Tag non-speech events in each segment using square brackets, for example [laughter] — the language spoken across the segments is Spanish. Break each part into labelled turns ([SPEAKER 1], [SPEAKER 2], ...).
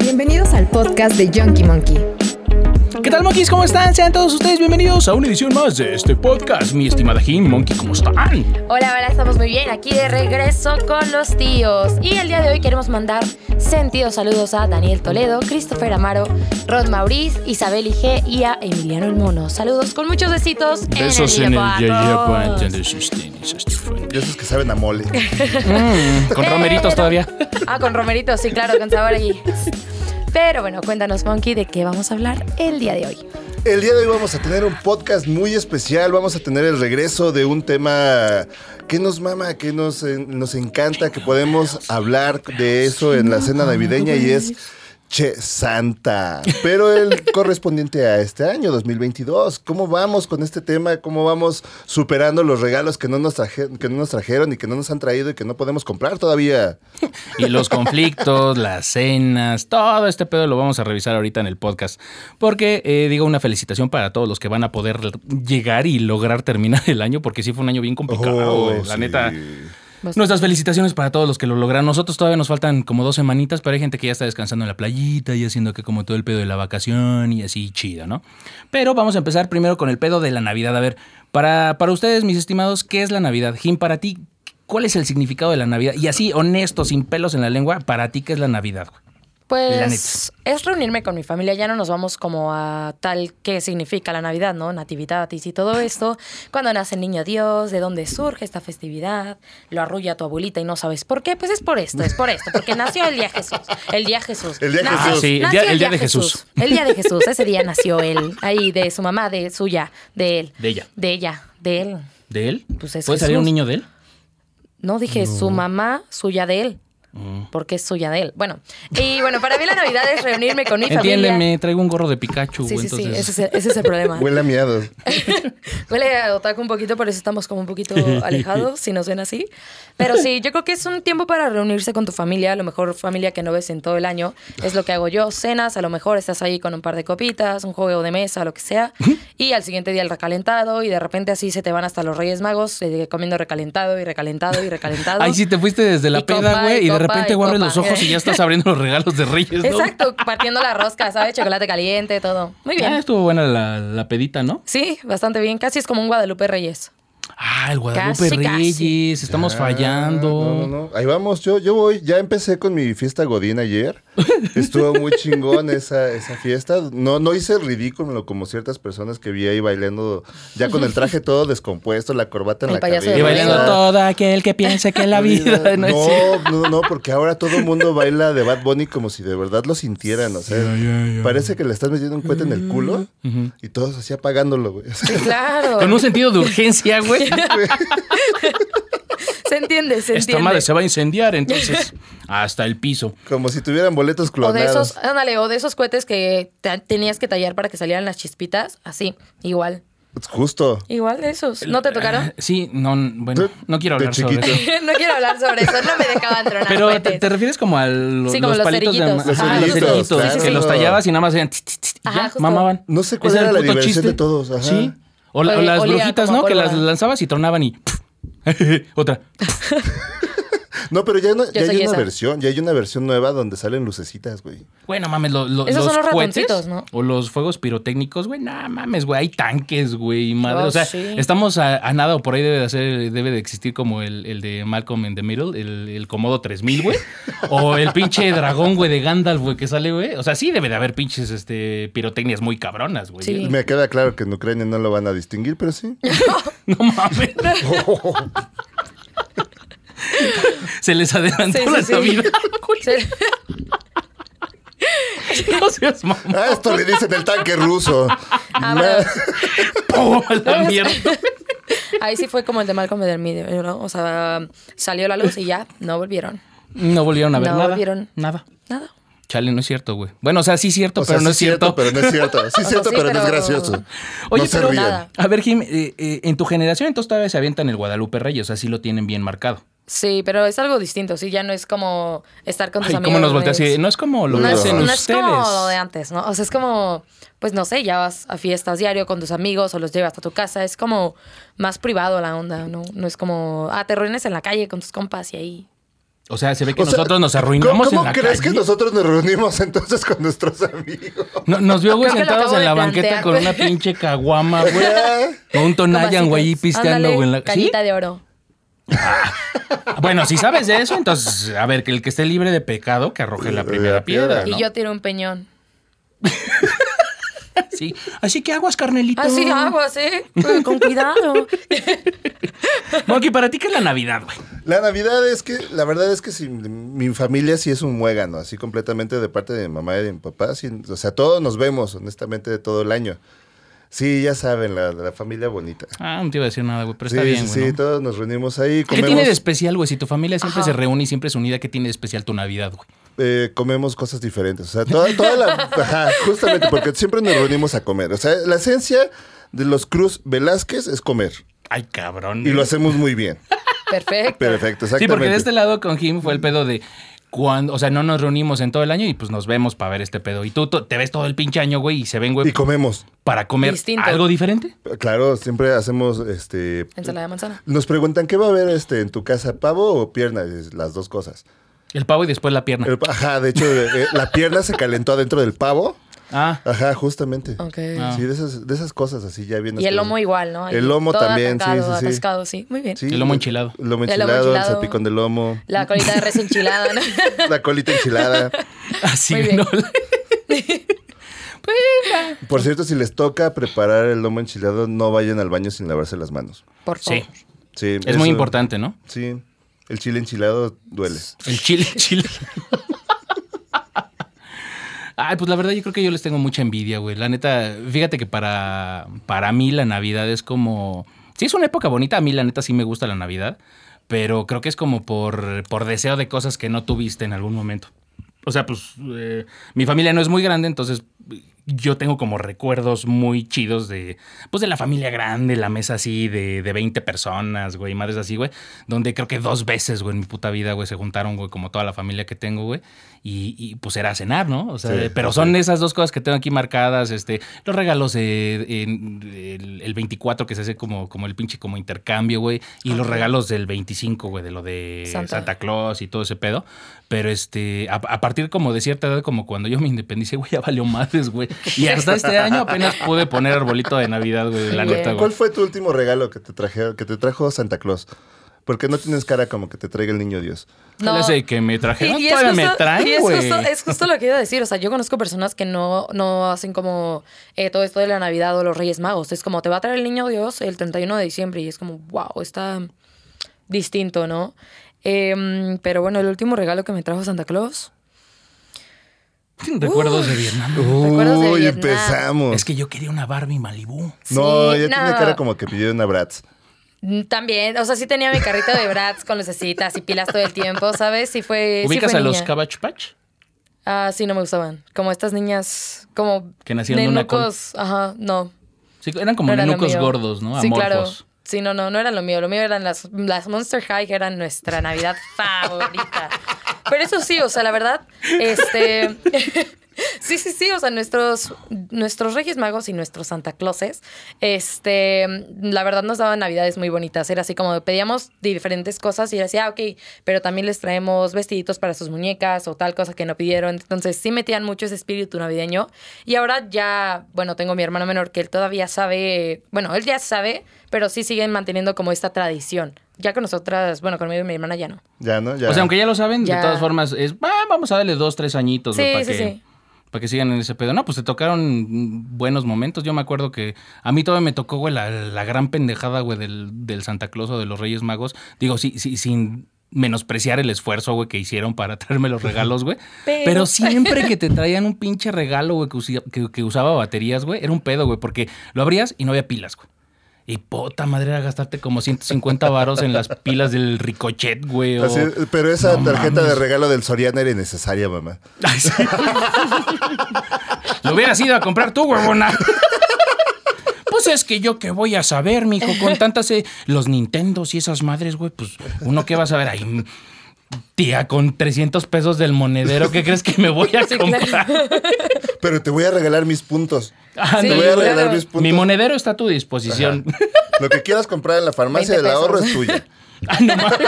[SPEAKER 1] Bienvenidos al podcast de Junkie Monkey.
[SPEAKER 2] ¿Qué tal, monkeys? ¿Cómo están? Sean todos ustedes bienvenidos a una edición más de este podcast. Mi estimada Jim, Monkey, ¿cómo están?
[SPEAKER 3] Hola, hola, estamos muy bien. Aquí de regreso con los tíos. Y el día de hoy queremos mandar sentidos saludos a Daniel Toledo, Christopher Amaro, Rod Mauriz, Isabel IG y a Emiliano El Mono. Saludos con muchos besitos. en
[SPEAKER 2] Besos
[SPEAKER 3] el
[SPEAKER 2] en el
[SPEAKER 3] Yepato.
[SPEAKER 2] Yayapan de sus tenis, este Estefan.
[SPEAKER 4] De esos que saben a mole.
[SPEAKER 2] Con romeritos
[SPEAKER 3] Pero-
[SPEAKER 2] todavía.
[SPEAKER 3] Ah, con Romerito, sí, claro, con sabor allí. Pero bueno, cuéntanos, Monkey, de qué vamos a hablar el día de hoy.
[SPEAKER 4] El día de hoy vamos a tener un podcast muy especial. Vamos a tener el regreso de un tema que nos mama, que nos, eh, nos encanta, que podemos hablar de eso en la cena navideña y es Che Santa. Pero el correspondiente a este año, 2022. ¿Cómo vamos con este tema? ¿Cómo vamos superando los regalos que no nos, traje- que no nos trajeron y que no nos han traído y que no podemos comprar todavía?
[SPEAKER 2] Y los conflictos, las cenas, todo este pedo lo vamos a revisar ahorita en el podcast. Porque eh, digo una felicitación para todos los que van a poder llegar y lograr terminar el año, porque sí fue un año bien complicado,
[SPEAKER 4] Oh,
[SPEAKER 2] güey. La
[SPEAKER 4] sí.
[SPEAKER 2] neta. Nuestras felicitaciones para todos los que lo logran. Nosotros todavía nos faltan como dos semanitas, pero hay gente que ya está descansando en la playita y haciendo que como todo el pedo de la vacación y así chido, ¿no? Pero vamos a empezar primero con el pedo de la Navidad. A ver, para, para ustedes, mis estimados, ¿qué es la Navidad? Jim, para ti, ¿cuál es el significado de la Navidad? Y así, honesto, sin pelos en la lengua, para ti, ¿qué es la Navidad? güey? La
[SPEAKER 3] Pues es reunirme con mi familia, ya no nos vamos como a tal que significa la Navidad, ¿no? Natividad y sí, todo esto. Cuando nace el niño Dios, de dónde surge esta festividad, lo arrulla tu abuelita y no sabes por qué, pues es por esto, es por esto, porque nació el día Jesús, el día Jesús.
[SPEAKER 4] El día
[SPEAKER 3] Nació-
[SPEAKER 2] Ah,
[SPEAKER 4] Jesús.
[SPEAKER 2] sí, el
[SPEAKER 3] nació
[SPEAKER 2] día- el día de Jesús.
[SPEAKER 3] El día de Jesús, ese día nació él, ahí de su mamá, de suya, de él.
[SPEAKER 2] De ella.
[SPEAKER 3] De ella, de él.
[SPEAKER 2] ¿De él?
[SPEAKER 3] Pues es
[SPEAKER 2] ¿Puede salir
[SPEAKER 3] Jesús.
[SPEAKER 2] un niño de él?
[SPEAKER 3] No, dije su mamá, suya de él.
[SPEAKER 2] Mm.
[SPEAKER 3] Porque es suya de él. Bueno, y bueno, para mí la Navidad es reunirme con mi familia.
[SPEAKER 2] Entiéndeme, traigo un gorro de Pikachu.
[SPEAKER 3] Sí,
[SPEAKER 2] güey,
[SPEAKER 3] sí, sí,
[SPEAKER 2] entonces-
[SPEAKER 3] ese es el, ese es
[SPEAKER 2] [laughs]
[SPEAKER 3] el problema.
[SPEAKER 4] Huele a miados.
[SPEAKER 3] Huele a otaku un poquito, por eso estamos como
[SPEAKER 2] [laughs]
[SPEAKER 3] un poquito alejados, si nos ven así. Pero sí, yo creo que es un tiempo para reunirse con tu familia, a lo mejor familia que no ves en todo el año. Es lo que hago yo, cenas, a lo mejor estás ahí con un par de copitas, un juego de mesa, lo
[SPEAKER 2] [laughs]
[SPEAKER 3] que sea. Y al siguiente día el recalentado y de repente así se te van hasta los Reyes Magos eh, comiendo recalentado y recalentado y recalentado.
[SPEAKER 2] Ay, sí, te fuiste desde la
[SPEAKER 3] Y
[SPEAKER 2] peda,
[SPEAKER 3] copa,
[SPEAKER 2] güey,
[SPEAKER 3] y
[SPEAKER 2] y, de
[SPEAKER 3] copa,
[SPEAKER 2] repente
[SPEAKER 3] y
[SPEAKER 2] güey, abres
[SPEAKER 3] copa.
[SPEAKER 2] los ojos y ya estás abriendo los regalos de Reyes, ¿no?
[SPEAKER 3] Exacto, partiendo la rosca, ¿sabes? Chocolate caliente, todo. Muy bien.
[SPEAKER 2] Ah, estuvo buena la, la pedita, ¿no?
[SPEAKER 3] Sí, bastante bien. Casi es como un Guadalupe Reyes.
[SPEAKER 2] Ah, el Guadalupe
[SPEAKER 3] Casi,
[SPEAKER 2] Reyes.
[SPEAKER 3] casi.
[SPEAKER 2] Estamos
[SPEAKER 4] Ah,
[SPEAKER 2] fallando.
[SPEAKER 4] No, no, no. Ahí vamos, yo, yo voy. Ya empecé con mi fiesta Godín
[SPEAKER 2] [laughs]
[SPEAKER 4] ayer. Estuvo muy chingón esa, esa fiesta. No, no hice el ridículo como ciertas personas que vi ahí bailando, ya con el traje todo descompuesto, la corbata en
[SPEAKER 3] El
[SPEAKER 4] la
[SPEAKER 3] payaso
[SPEAKER 4] cabeza.
[SPEAKER 3] de
[SPEAKER 2] Y bailando
[SPEAKER 3] Reyes.
[SPEAKER 2] todo aquel que piense que [laughs] la vida no, es cierta.
[SPEAKER 4] No, no, no, porque ahora todo el mundo baila de Bad Bunny como si de verdad lo sintieran. O sea, parece que le estás metiendo un cohete en el culo y todos así apagándolo, güey. [laughs] O sea,
[SPEAKER 3] Claro.
[SPEAKER 2] Con un sentido de urgencia,
[SPEAKER 3] [laughs]
[SPEAKER 2] güey.
[SPEAKER 3] Se entiende, se
[SPEAKER 2] Esta
[SPEAKER 3] entiende.
[SPEAKER 2] madre se va a incendiar,
[SPEAKER 3] [laughs]
[SPEAKER 2] entonces, hasta el piso.
[SPEAKER 4] como si tuvieran boletos
[SPEAKER 3] o de
[SPEAKER 4] clonados.
[SPEAKER 3] esos, ándale, o de esos cohetes que te- tenías que tallar para que salieran las chispitas, así, igual.
[SPEAKER 4] Justo.
[SPEAKER 3] Igual de esos. ¿No
[SPEAKER 2] [laughs]
[SPEAKER 3] te tocaron?
[SPEAKER 2] Ah, Sí, no, bueno,
[SPEAKER 4] De-
[SPEAKER 2] no quiero
[SPEAKER 4] de
[SPEAKER 2] hablar sobre
[SPEAKER 4] chiquito.
[SPEAKER 2] eso.
[SPEAKER 3] no quiero hablar sobre eso, no me dejaban tronar
[SPEAKER 2] Pero te,
[SPEAKER 3] cohetes.
[SPEAKER 2] te refieres como a lo-
[SPEAKER 3] Sí, como
[SPEAKER 2] los
[SPEAKER 3] los
[SPEAKER 2] palitos de
[SPEAKER 3] cerillitos.
[SPEAKER 4] Los
[SPEAKER 2] ah, los
[SPEAKER 4] cerillitos,
[SPEAKER 2] cerillitos,
[SPEAKER 4] claro.
[SPEAKER 2] que los tallabas y nada más hacían tss, tss, tss, y
[SPEAKER 3] Ajá,
[SPEAKER 2] ya,
[SPEAKER 3] justo.
[SPEAKER 2] mamaban.
[SPEAKER 4] No sé cuál
[SPEAKER 2] Ese
[SPEAKER 4] era la
[SPEAKER 2] el puto
[SPEAKER 4] diversión de todos, ajá.
[SPEAKER 2] Sí. O, la- o
[SPEAKER 3] Oye,
[SPEAKER 2] las
[SPEAKER 3] olía
[SPEAKER 2] brujitas,
[SPEAKER 3] como
[SPEAKER 2] ¿no? Que
[SPEAKER 3] pólvora.
[SPEAKER 2] las lanzabas y tronaban y [laughs] otra.
[SPEAKER 4] No, pero ya, no, ya
[SPEAKER 3] soy
[SPEAKER 4] hay una
[SPEAKER 3] esa.
[SPEAKER 4] versión, ya hay una versión nueva donde salen lucecitas, güey.
[SPEAKER 2] Bueno, mames, lo- lo-
[SPEAKER 3] Esos
[SPEAKER 2] los
[SPEAKER 3] son los
[SPEAKER 2] cohetes
[SPEAKER 3] ratoncitos, ¿no?
[SPEAKER 2] o los fuegos pirotécnicos, güey, no mames, güey, hay tanques, güey, madre,
[SPEAKER 3] Oh,
[SPEAKER 2] o sea,
[SPEAKER 3] sí.
[SPEAKER 2] estamos a, a nada, o por ahí debe de, hacer, debe de existir como el, el de Malcolm in the Middle, el, el Comodo 3000,
[SPEAKER 3] [laughs]
[SPEAKER 2] güey, o el pinche dragón, güey, de Gandalf, güey, que sale, güey, o sea, sí debe de haber pinches este, pirotecnias muy cabronas, güey.
[SPEAKER 3] Sí.
[SPEAKER 4] Me queda claro que en Ucrania no lo van a distinguir, pero sí.
[SPEAKER 2] [laughs]
[SPEAKER 3] [laughs]
[SPEAKER 2] No mames, se les adelantó
[SPEAKER 3] Sí, sí,
[SPEAKER 2] la
[SPEAKER 3] sí.
[SPEAKER 2] Navidad.
[SPEAKER 3] [laughs] Sí.
[SPEAKER 2] [laughs] No seas mamón.
[SPEAKER 3] [laughs]
[SPEAKER 4] Ah, esto le dicen el tanque ruso.
[SPEAKER 3] Vámonos.
[SPEAKER 2] Pum, a la mierda.
[SPEAKER 3] Ahí sí fue como el de Malcolm del Medio, ¿no? O sea, salió la luz y ya no volvieron.
[SPEAKER 2] No volvieron a ver
[SPEAKER 3] No
[SPEAKER 2] nada.
[SPEAKER 3] volvieron.
[SPEAKER 2] Nada.
[SPEAKER 3] Nada.
[SPEAKER 2] Chale, no es cierto, güey. Bueno, o sea, sí es cierto,
[SPEAKER 4] O sea,
[SPEAKER 2] pero no
[SPEAKER 4] sí
[SPEAKER 2] es cierto.
[SPEAKER 4] pero no es cierto.
[SPEAKER 3] [laughs]
[SPEAKER 4] Sí
[SPEAKER 3] O
[SPEAKER 4] es
[SPEAKER 3] sea,
[SPEAKER 4] cierto,
[SPEAKER 3] sí,
[SPEAKER 4] pero no es
[SPEAKER 3] pero-
[SPEAKER 4] gracioso.
[SPEAKER 2] Oye,
[SPEAKER 4] no se
[SPEAKER 2] pero
[SPEAKER 4] ríen.
[SPEAKER 3] nada.
[SPEAKER 2] A ver, Jim, eh, eh, en tu generación entonces todavía se avientan el Guadalupe Reyes, así lo tienen bien marcado.
[SPEAKER 3] Sí, pero es algo distinto, sí, ya no es como estar con tus
[SPEAKER 2] Ay,
[SPEAKER 3] amigos.
[SPEAKER 2] ¿cómo nos voltea así?
[SPEAKER 3] reunidos.
[SPEAKER 2] No es como lo
[SPEAKER 4] No
[SPEAKER 2] que
[SPEAKER 4] es-
[SPEAKER 2] hacen
[SPEAKER 3] no es
[SPEAKER 2] ustedes.
[SPEAKER 3] como lo de antes, ¿no? O sea, es como, pues no sé, ya vas a fiestas diario con tus amigos o los llevas a tu casa. Es como más privado la onda, ¿no? No es como, ah, te reúnes en la calle con tus compas y ahí.
[SPEAKER 2] O sea, se ve que
[SPEAKER 4] O sea,
[SPEAKER 2] nosotros nos
[SPEAKER 4] ¿cómo-
[SPEAKER 2] arruinamos
[SPEAKER 4] ¿Cómo
[SPEAKER 2] en la
[SPEAKER 4] crees
[SPEAKER 2] calle?
[SPEAKER 4] que nosotros nos reunimos entonces con nuestros amigos?
[SPEAKER 2] No- nos vio, güey,
[SPEAKER 3] Creo que lo
[SPEAKER 2] sentados
[SPEAKER 3] acabo
[SPEAKER 2] en la
[SPEAKER 3] de
[SPEAKER 2] banqueta
[SPEAKER 3] plantear,
[SPEAKER 2] con
[SPEAKER 3] güey.
[SPEAKER 2] una pinche caguama,
[SPEAKER 4] [laughs]
[SPEAKER 2] güey. Con un tonayan,
[SPEAKER 3] Tomacitos.
[SPEAKER 2] güey, ahí pisteando,
[SPEAKER 3] Ándale,
[SPEAKER 2] güey. en la- ¿Sí?
[SPEAKER 3] Cañita de oro.
[SPEAKER 2] Bueno, si sabes de eso, entonces, a ver, que el que esté libre de pecado, que arroje la primera
[SPEAKER 4] La piedra,
[SPEAKER 2] piedra.
[SPEAKER 3] Y
[SPEAKER 2] ¿no?
[SPEAKER 3] yo tiro un peñón.
[SPEAKER 2] Sí. Así que aguas, carnelito.
[SPEAKER 3] Así Ah, hago, así, con cuidado.
[SPEAKER 2] [laughs] Monkey, ¿para ti qué es la Navidad, güey?
[SPEAKER 4] La Navidad es que, la verdad es que sí, mi familia sí es un muégano, así completamente de parte de mi mamá y de mi papá. sí, o sea, todos nos vemos, honestamente, todo el año. Sí, ya saben, la, la familia bonita.
[SPEAKER 2] Ah, no te iba a decir nada, güey, pero
[SPEAKER 4] sí,
[SPEAKER 2] está bien,
[SPEAKER 4] sí,
[SPEAKER 2] güey.
[SPEAKER 4] sí,
[SPEAKER 2] ¿no?
[SPEAKER 4] todos nos reunimos ahí,
[SPEAKER 2] ¿Qué tiene de
[SPEAKER 4] comemos,
[SPEAKER 2] especial, güey? Si tu familia siempre
[SPEAKER 3] Ajá.
[SPEAKER 2] se reúne y siempre es unida, ¿qué tiene de especial tu Navidad, güey?
[SPEAKER 4] eh, comemos cosas diferentes. O sea, toda, toda la. [laughs] Ajá, justamente, porque siempre nos reunimos a comer. O sea, la esencia de los Cruz Velázquez es comer.
[SPEAKER 2] Ay, cabrón.
[SPEAKER 4] Y lo hacemos muy bien.
[SPEAKER 3] Perfecto.
[SPEAKER 4] Perfecto, exactamente.
[SPEAKER 2] Sí, porque de este lado con Jim fue el pedo de cuando, o sea, no nos reunimos en todo el año y pues nos vemos para ver este pedo. Y tú to- te ves todo el pinche año, güey, y se ven, güey,
[SPEAKER 4] Y comemos.
[SPEAKER 2] para comer
[SPEAKER 3] Distinto.
[SPEAKER 2] algo diferente.
[SPEAKER 4] Claro, siempre hacemos este.
[SPEAKER 3] Ensalada de manzana.
[SPEAKER 4] Nos preguntan, ¿qué va a haber este, en tu casa, pavo o pierna? Y dices, Las dos cosas.
[SPEAKER 2] El pavo y después la pierna.
[SPEAKER 4] El pa- ajá, de hecho, eh, la pierna se calentó adentro del pavo.
[SPEAKER 2] Ah, [laughs]
[SPEAKER 4] Ajá, justamente.
[SPEAKER 3] Ok.
[SPEAKER 2] Ah.
[SPEAKER 4] Sí, de esas, de esas cosas así ya bien.
[SPEAKER 3] Y el lomo igual, ¿no? Ahí,
[SPEAKER 4] El lomo
[SPEAKER 3] todo
[SPEAKER 4] también, sí,
[SPEAKER 3] atacado,
[SPEAKER 4] sí, sí.
[SPEAKER 3] atascado, sí. Muy bien.
[SPEAKER 4] Sí,
[SPEAKER 2] El lomo enchilado.
[SPEAKER 4] El lomo
[SPEAKER 3] El lomo
[SPEAKER 4] enchilado, el
[SPEAKER 3] enchilado.
[SPEAKER 4] salpicón de lomo,
[SPEAKER 3] La colita de res
[SPEAKER 2] [laughs]
[SPEAKER 3] enchilada, ¿no?
[SPEAKER 4] la colita enchilada.
[SPEAKER 2] así,
[SPEAKER 3] Muy bien.
[SPEAKER 2] ¿no?
[SPEAKER 4] Por cierto, si les toca preparar el lomo enchilado, no vayan al baño sin lavarse las manos.
[SPEAKER 3] Por favor.
[SPEAKER 2] Sí,
[SPEAKER 4] Sí.
[SPEAKER 2] es muy importante, ¿no?
[SPEAKER 4] Sí. El chile enchilado duele.
[SPEAKER 2] El chile, chile. Ay, pues la verdad yo creo que yo les tengo mucha envidia, güey. La neta, fíjate que para, para mí la Navidad es como... Sí, es una época bonita, a mí la neta sí me gusta la Navidad, pero creo que es como por, por deseo de cosas que no tuviste en algún momento. O sea, pues eh, mi familia no es muy grande, entonces yo tengo como recuerdos muy chidos de, pues de la familia grande, la mesa así de, de 20 personas, güey, madres así, güey, donde creo que dos veces, güey, en mi puta vida, güey, se juntaron, güey, como toda la familia que tengo, güey, y, y, pues era cenar, ¿no? O sea,
[SPEAKER 4] Sí,
[SPEAKER 2] pero
[SPEAKER 4] sí.
[SPEAKER 2] son esas dos cosas que tengo aquí marcadas, este, los regalos eh, en el, el 24 que se hace como, como el pinche como intercambio, güey, y los
[SPEAKER 3] Ok.
[SPEAKER 2] regalos del 25, güey, de lo de
[SPEAKER 3] Santa.
[SPEAKER 2] Santa Claus y todo ese pedo. Pero este, a, a partir como de cierta edad, como cuando yo me independicé, güey, ya valió madres, güey. Y
[SPEAKER 3] [laughs]
[SPEAKER 2] hasta este año apenas pude poner arbolito de Navidad, güey, la
[SPEAKER 3] Sí,
[SPEAKER 2] neta,
[SPEAKER 4] ¿Cuál
[SPEAKER 2] güey.
[SPEAKER 4] fue tu último regalo que te, traje, que te trajo Santa Claus? Porque no tienes cara como que te traiga el niño Dios.
[SPEAKER 3] No.
[SPEAKER 2] No. sé que me trajeron,
[SPEAKER 3] Y- y es
[SPEAKER 2] todavía me
[SPEAKER 3] justo- y
[SPEAKER 2] traen,
[SPEAKER 3] es
[SPEAKER 2] güey.
[SPEAKER 3] justo, es justo lo que iba a decir. O sea, yo conozco personas que no, no hacen como eh, todo esto de la Navidad o los Reyes Magos. Es como, te va a traer el niño Dios el 31 de diciembre. Y es como, wow, está distinto, ¿no? Em, pero bueno, el último regalo que me trajo Santa Claus.
[SPEAKER 2] Recuerdos de Vietnam.
[SPEAKER 4] Uh,
[SPEAKER 3] Recuerdos de
[SPEAKER 4] Uy,
[SPEAKER 3] Vietnam.
[SPEAKER 4] empezamos.
[SPEAKER 2] Es que yo quería una Barbie
[SPEAKER 3] Eh,
[SPEAKER 2] Malibú.
[SPEAKER 4] no,
[SPEAKER 3] Sí,
[SPEAKER 4] ya tiene
[SPEAKER 3] no.
[SPEAKER 4] cara como que pidió una Bratz.
[SPEAKER 3] Mm, También, o sea, sí tenía mi carrito de Bratz con lucecitas y pilas todo el tiempo, ¿sabes? Sí fue. sí
[SPEAKER 2] ¿Ubicas
[SPEAKER 3] fue
[SPEAKER 2] a los
[SPEAKER 3] niña.
[SPEAKER 2] Cabbage Patch?
[SPEAKER 3] Ah, sí, no me gustaban. Como estas niñas, como.
[SPEAKER 2] Que nacieron de una col-
[SPEAKER 3] nenucos, Ajá, no.
[SPEAKER 2] Sí, eran como
[SPEAKER 3] no era lo
[SPEAKER 2] nenucos
[SPEAKER 3] mío.
[SPEAKER 2] gordos, ¿no?
[SPEAKER 3] Sí, claro.
[SPEAKER 2] Amorfos.
[SPEAKER 3] Sí, no, no, no era lo mío. Lo mío eran las, las Monster High, que eran nuestra Navidad [laughs] favorita. Pero eso sí, o sea, la verdad, este. Sí, sí, sí, o sea, nuestros, nuestros Reyes Magos y nuestros Santa Clauses, este, la verdad nos daban navidades muy bonitas, era así como pedíamos diferentes cosas y era así, ah, ok, pero también les traemos vestiditos para sus muñecas o tal cosa que no pidieron, entonces sí metían mucho ese espíritu navideño y ahora ya, bueno, tengo mi hermano menor que él todavía sabe, bueno, él ya sabe, pero sí siguen manteniendo como esta tradición, ya con nosotras, bueno, conmigo y mi hermana ya no.
[SPEAKER 4] Ya, ¿no? Ya.
[SPEAKER 2] O sea, Pues aunque ya lo saben, de
[SPEAKER 3] Ya.
[SPEAKER 2] todas formas, es, "Ah, vamos a darle dos, tres añitos, güey,
[SPEAKER 3] Sí,
[SPEAKER 2] para
[SPEAKER 3] sí,
[SPEAKER 2] que...
[SPEAKER 3] sí.
[SPEAKER 2] Para que sigan en ese pedo. No, pues te tocaron mm, buenos momentos. Yo me acuerdo que a mí todavía me tocó, güey, la, la gran pendejada, güey, del, del Santa Claus o de los Reyes Magos. Digo, sí, sí, sin menospreciar el esfuerzo, güey, que hicieron para [laughs] traerme los regalos, güey. Pero...
[SPEAKER 3] Pero-
[SPEAKER 2] siempre que te traían un pinche regalo, güey, que, usi- que- que usaba baterías, güey, era un pedo, güey, porque lo abrías y no había pilas, güey. Y puta madre era gastarte como 150 varos en las pilas del ricochet, güey. o-
[SPEAKER 4] Así- pero esa
[SPEAKER 2] No
[SPEAKER 4] tarjeta de
[SPEAKER 2] mames.
[SPEAKER 4] regalo del Soriana era innecesaria, mamá.
[SPEAKER 2] Ay, sí. Lo hubieras ido a comprar tú, huevona. Pues es que yo qué voy a saber, mijo, con tantas. eh, los Nintendos y esas madres, güey, pues uno qué va a saber ahí. Tía, con 300 pesos del monedero, ¿qué crees que me voy a
[SPEAKER 3] claro.
[SPEAKER 2] comprar?
[SPEAKER 4] Pero te voy a regalar mis puntos.
[SPEAKER 2] Ándale.
[SPEAKER 4] te voy a
[SPEAKER 3] claro.
[SPEAKER 4] regalar mis puntos.
[SPEAKER 2] Mi monedero está a tu disposición.
[SPEAKER 4] Lo que quieras comprar en la farmacia
[SPEAKER 3] 20
[SPEAKER 4] del ahorro
[SPEAKER 3] pesos.
[SPEAKER 4] es tuyo.
[SPEAKER 2] Ah, no mames.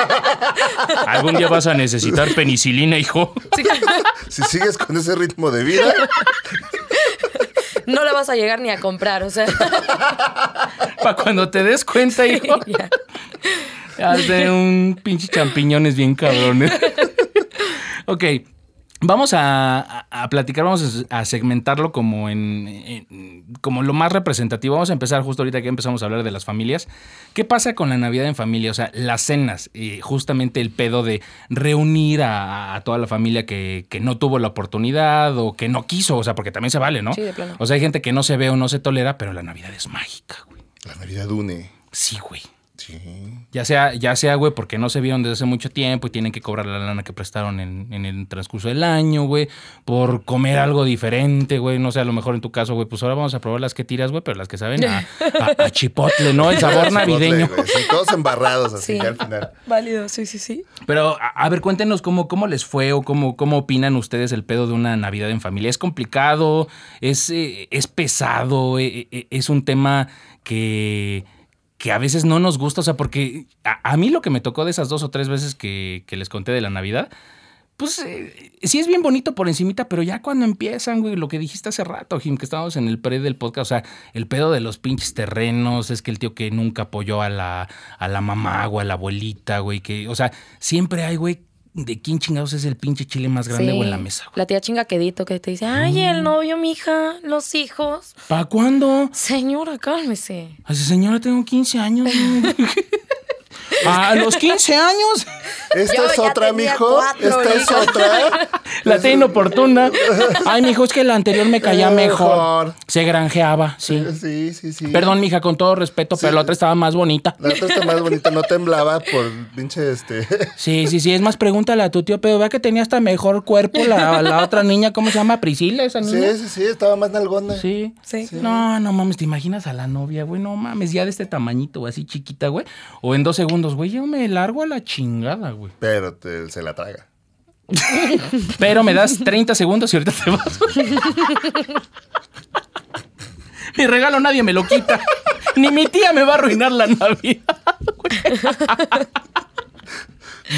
[SPEAKER 2] Algún día vas a necesitar penicilina, hijo.
[SPEAKER 3] Sí, claro.
[SPEAKER 4] Si sigues con ese ritmo de vida,
[SPEAKER 3] No la vas a llegar ni a comprar, o sea.
[SPEAKER 2] [laughs] Para cuando te des cuenta, hijo.
[SPEAKER 3] ya.
[SPEAKER 2] [laughs] Hace un pinche champiñones bien cabrones. [laughs] ok. Vamos a, a- a platicar, vamos a segmentarlo como en, en- como lo más representativo. Vamos a empezar justo ahorita que empezamos a hablar de las familias. ¿Qué pasa con la Navidad en familia? O sea, las cenas, eh, justamente el pedo de reunir a, a toda la familia que, que no tuvo la oportunidad o que no quiso, o sea, porque también se vale, ¿no?
[SPEAKER 3] Sí, de plano.
[SPEAKER 2] O sea, hay gente que no se ve o no se tolera, pero la Navidad es mágica, güey.
[SPEAKER 4] la Navidad une.
[SPEAKER 2] Sí, güey.
[SPEAKER 4] Sí.
[SPEAKER 2] Ya sea, ya sea, güey, porque no se vieron desde hace mucho tiempo y tienen que cobrar la lana que prestaron en, en el transcurso del año, güey. Por comer algo diferente, güey. No sé, a lo mejor en tu caso, güey, pues ahora vamos a probar las que tiras, güey, pero las que saben a, a-
[SPEAKER 4] [laughs]
[SPEAKER 2] a chipotle, ¿no? El sabor navideño.
[SPEAKER 4] Chipotle, güey, sí, todos embarrados así
[SPEAKER 3] Sí.
[SPEAKER 4] ya al final.
[SPEAKER 3] Válido, sí, sí, sí.
[SPEAKER 2] Pero, a, a ver, cuéntenos cómo, cómo les fue o cómo, cómo opinan ustedes el pedo de una Navidad en familia. ¿Es complicado? ¿Es, eh, es pesado? ¿E- e- ¿Es un tema que, que a veces no nos gusta? O sea, porque a, a mí lo que me tocó de esas dos o tres veces que, que les conté de la Navidad, pues eh, sí es bien bonito por encimita, pero ya cuando empiezan, güey, lo que dijiste hace rato, Jim, que estábamos en el pre del podcast, o sea, el pedo de los pinches terrenos, es que el tío que nunca apoyó a la, a la mamá o a la abuelita, güey, que, o sea, siempre hay, güey, de quién chingados es el pinche chile más grande,
[SPEAKER 3] Sí.
[SPEAKER 2] güey, en la mesa, güey. Mm.
[SPEAKER 3] La tía chingaquedito que te dice, ay, el novio, mija, los hijos.
[SPEAKER 2] ¿Para cuándo?
[SPEAKER 3] Señora, cálmese.
[SPEAKER 2] Así, señora, tengo 15 años. güey. A los 15 años.
[SPEAKER 4] Esta
[SPEAKER 3] Yo
[SPEAKER 4] es
[SPEAKER 3] ya
[SPEAKER 4] otra,
[SPEAKER 3] tenía
[SPEAKER 4] mijo.
[SPEAKER 3] cuatro,
[SPEAKER 4] Esta es
[SPEAKER 3] hijo.
[SPEAKER 4] otra.
[SPEAKER 2] La té inoportuna. Ay, mijo, es que la anterior me caía mejor.
[SPEAKER 4] Mejor.
[SPEAKER 2] Se granjeaba, sí.
[SPEAKER 4] Sí, sí, sí.
[SPEAKER 2] Perdón, mija, con todo respeto, pero la otra estaba más bonita.
[SPEAKER 4] La otra está más bonita, no temblaba por pinche este. [laughs]
[SPEAKER 2] Sí, sí, sí. Es más, pregúntale a tu tío, pero vea que tenía hasta mejor cuerpo la, la otra niña. ¿Cómo se llama? Priscila, esa niña.
[SPEAKER 4] Sí, sí, sí, estaba más nalgona.
[SPEAKER 2] Sí.
[SPEAKER 3] Sí. Sí.
[SPEAKER 2] No, no mames, ¿te imaginas a la novia, güey? No mames, ya de este tamañito, güey, así chiquita, güey. O en dos segundos, güey, yo me largo a la chingada, güey.
[SPEAKER 4] Pero te- se la traga.
[SPEAKER 2] Pero me das 30 segundos y ahorita te vas. güey. Mi regalo nadie me lo quita. Ni mi tía me va a arruinar la Navidad.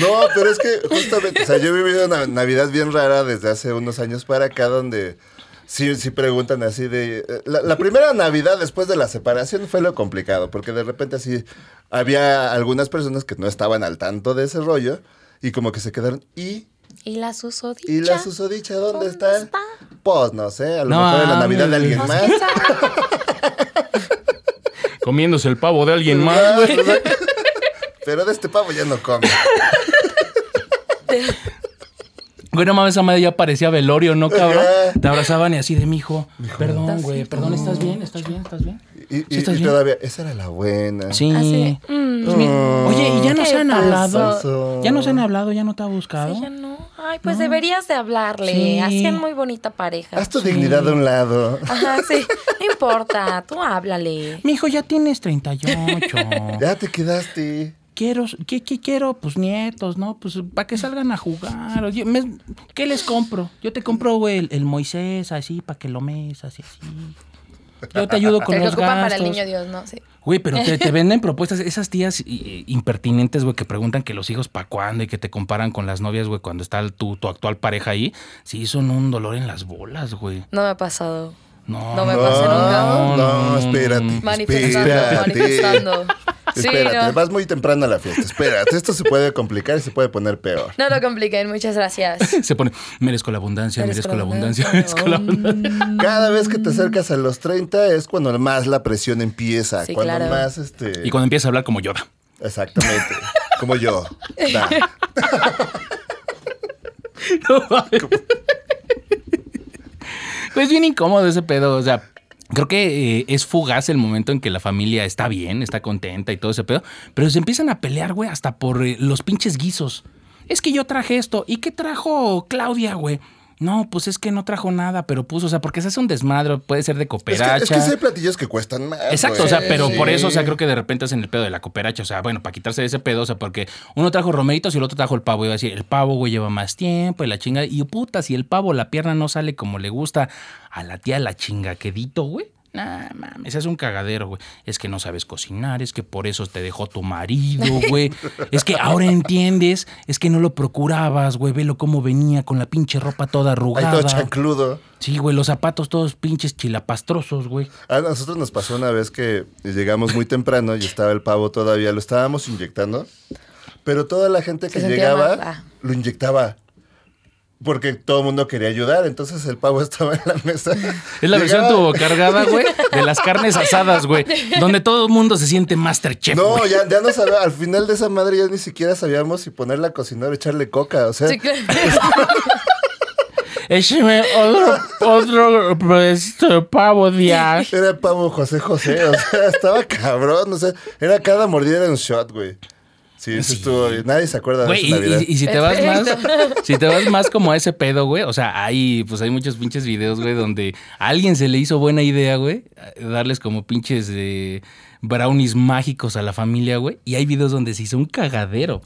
[SPEAKER 4] No, pero es que justamente, o sea, yo he vivido una Navidad bien rara desde hace unos años para acá, donde sí, sí preguntan así de... eh, La, la primera Navidad después de la separación fue lo complicado, porque de repente así había algunas personas que no estaban al tanto de ese rollo y como que se quedaron, ¿y?
[SPEAKER 3] Y la susodicha.
[SPEAKER 4] ¿Y la susodicha dónde,
[SPEAKER 3] ¿Dónde
[SPEAKER 4] está?
[SPEAKER 3] está?
[SPEAKER 4] Pues no sé, a lo
[SPEAKER 2] No,
[SPEAKER 4] mejor en la Navidad de
[SPEAKER 2] mames.
[SPEAKER 4] alguien
[SPEAKER 3] Pues,
[SPEAKER 4] más.
[SPEAKER 3] ¿quién sabe?
[SPEAKER 2] Comiéndose el pavo de alguien
[SPEAKER 4] Ah, o sea, [laughs] Pero de este pavo ya no come.
[SPEAKER 2] Güey, no mames, esa madre ya parecía velorio, ¿no, cabrón?
[SPEAKER 4] Ajá.
[SPEAKER 2] Te abrazaban y así de mijo. Perdón, güey, perdón, ¿estás bien? ¿Estás bien? ¿Estás bien?
[SPEAKER 4] Y, y-
[SPEAKER 2] ¿Sí estás
[SPEAKER 4] y
[SPEAKER 2] bien?
[SPEAKER 4] todavía, esa era la buena.
[SPEAKER 2] Sí.
[SPEAKER 3] Así, mm,
[SPEAKER 2] Pues mira, oye, y ya no
[SPEAKER 3] ¿Qué
[SPEAKER 2] se han
[SPEAKER 3] pasó?
[SPEAKER 2] hablado. Ya no se han hablado, ya no te ha buscado.
[SPEAKER 3] ella no. Ay, pues deberías de hablarle.
[SPEAKER 2] Sí.
[SPEAKER 3] Hacían muy bonita pareja.
[SPEAKER 4] Haz tu dignidad de un lado.
[SPEAKER 3] Ajá, sí. No importa, tú háblale.
[SPEAKER 2] Mijo, ya tienes 38.
[SPEAKER 4] Ya te quedaste.
[SPEAKER 2] quiero, ¿qué, qué quiero? Pues nietos, ¿no? Pues para que salgan a jugar. Oye, me- ¿Qué les compro? Yo te compro, güey, el, el Moisés, así, para que lo mesas y así. Yo te ayudo con
[SPEAKER 3] Pero
[SPEAKER 2] los
[SPEAKER 3] que ocupan
[SPEAKER 2] gastos.
[SPEAKER 3] para el niño Dios, ¿no? Sí.
[SPEAKER 2] Güey, pero te,
[SPEAKER 3] [laughs]
[SPEAKER 2] te venden propuestas. Esas tías i- i- impertinentes, güey, que preguntan que los hijos pa' cuándo y que te comparan con las novias, güey, cuando está el- tu, tu actual pareja ahí. Sí, son un dolor en las bolas, güey.
[SPEAKER 3] No me ha pasado.
[SPEAKER 2] No.
[SPEAKER 3] No me
[SPEAKER 4] No,
[SPEAKER 3] pasa nunca.
[SPEAKER 4] no, no, espérate.
[SPEAKER 3] Manifestando,
[SPEAKER 4] espérate.
[SPEAKER 3] manifestando. Sí,
[SPEAKER 4] Espérate,
[SPEAKER 3] no.
[SPEAKER 4] vas muy temprano a la fiesta. Espérate, esto se puede complicar y se puede poner peor.
[SPEAKER 3] No lo compliquen, muchas gracias.
[SPEAKER 2] Se pone, merezco la abundancia, merezco,
[SPEAKER 3] Merezco
[SPEAKER 2] la
[SPEAKER 3] la
[SPEAKER 2] abundancia, [laughs]
[SPEAKER 3] abundancia,
[SPEAKER 2] merezco la abundancia.
[SPEAKER 4] Cada vez que te acercas a los 30 es cuando más la presión empieza.
[SPEAKER 3] Sí,
[SPEAKER 4] cuando
[SPEAKER 3] claro.
[SPEAKER 4] más este.
[SPEAKER 2] Y cuando empieza a hablar como Yoda.
[SPEAKER 4] Exactamente. Como yo. Da.
[SPEAKER 2] Pues es bien incómodo ese pedo, o sea, creo que eh, es fugaz el momento en que la familia está bien, está contenta y todo ese pedo, pero se empiezan a pelear, güey, hasta por eh, los pinches guisos. Es que yo traje esto, ¿y qué trajo Claudia, güey? No, pues es que no trajo nada, pero puso, o sea, porque se hace un desmadre, puede ser de
[SPEAKER 4] Es que,
[SPEAKER 2] cooperacha.
[SPEAKER 4] es que sí hay platillos que cuestan más.
[SPEAKER 2] Exacto,
[SPEAKER 4] güey.
[SPEAKER 2] o sea, pero por eso, o sea,
[SPEAKER 4] Pues Sí.
[SPEAKER 2] creo que de repente hacen el pedo de la cooperacha, o sea, bueno, para quitarse de ese pedo, o sea, porque uno trajo romeritos y el otro trajo el pavo, iba a decir, el pavo, güey, lleva más tiempo y la chinga, y puta, si el pavo, la pierna no sale como le gusta a la tía la chinga, quedito, güey. Nah, mames, es un cagadero, güey. Es que no sabes cocinar, es que por eso te dejó tu
[SPEAKER 4] [laughs]
[SPEAKER 2] marido, güey. Es que ahora entiendes, es que no lo procurabas, güey. Velo cómo venía con la pinche ropa toda
[SPEAKER 4] Ahí
[SPEAKER 2] arrugada.
[SPEAKER 4] todo chancludo.
[SPEAKER 2] Sí, güey, los zapatos todos pinches chilapastrosos, güey.
[SPEAKER 4] A nosotros nos pasó una vez que llegamos muy temprano y estaba el pavo todavía, lo estábamos inyectando, pero toda la gente que
[SPEAKER 3] Se sentía
[SPEAKER 4] llegaba
[SPEAKER 3] mal, ah.
[SPEAKER 4] lo inyectaba. Porque todo el mundo quería ayudar, entonces el pavo [laughs] estaba en la mesa.
[SPEAKER 2] Es la versión
[SPEAKER 4] Llegaba-
[SPEAKER 2] turbo cargada, güey, de las carnes asadas, güey. Donde todo el mundo se siente Masterchef,
[SPEAKER 4] No,
[SPEAKER 2] güey.
[SPEAKER 4] ya, ya no sabía, al final de esa madre ya ni siquiera sabíamos si ponerla a cocinar o echarle coca, o sea,
[SPEAKER 3] Sí, [laughs] claro.
[SPEAKER 2] Écheme otro, otro pues, este, pavo día.
[SPEAKER 4] era el pavo José José, o sea, [laughs] estaba cabrón, o sea, era cada mordida era un shot, güey. Sí, eso
[SPEAKER 2] Sí.
[SPEAKER 4] estuvo bien. Nadie se acuerda de
[SPEAKER 2] Güey,
[SPEAKER 4] eso
[SPEAKER 2] y,
[SPEAKER 4] en Navidad.
[SPEAKER 2] y- y si te vas más, [laughs] si te vas más como a ese pedo, güey, o sea, hay, pues hay muchos pinches videos, güey, donde a alguien se le hizo buena idea, güey, darles como pinches eh, brownies mágicos a la familia, güey, y hay videos donde se hizo un cagadero.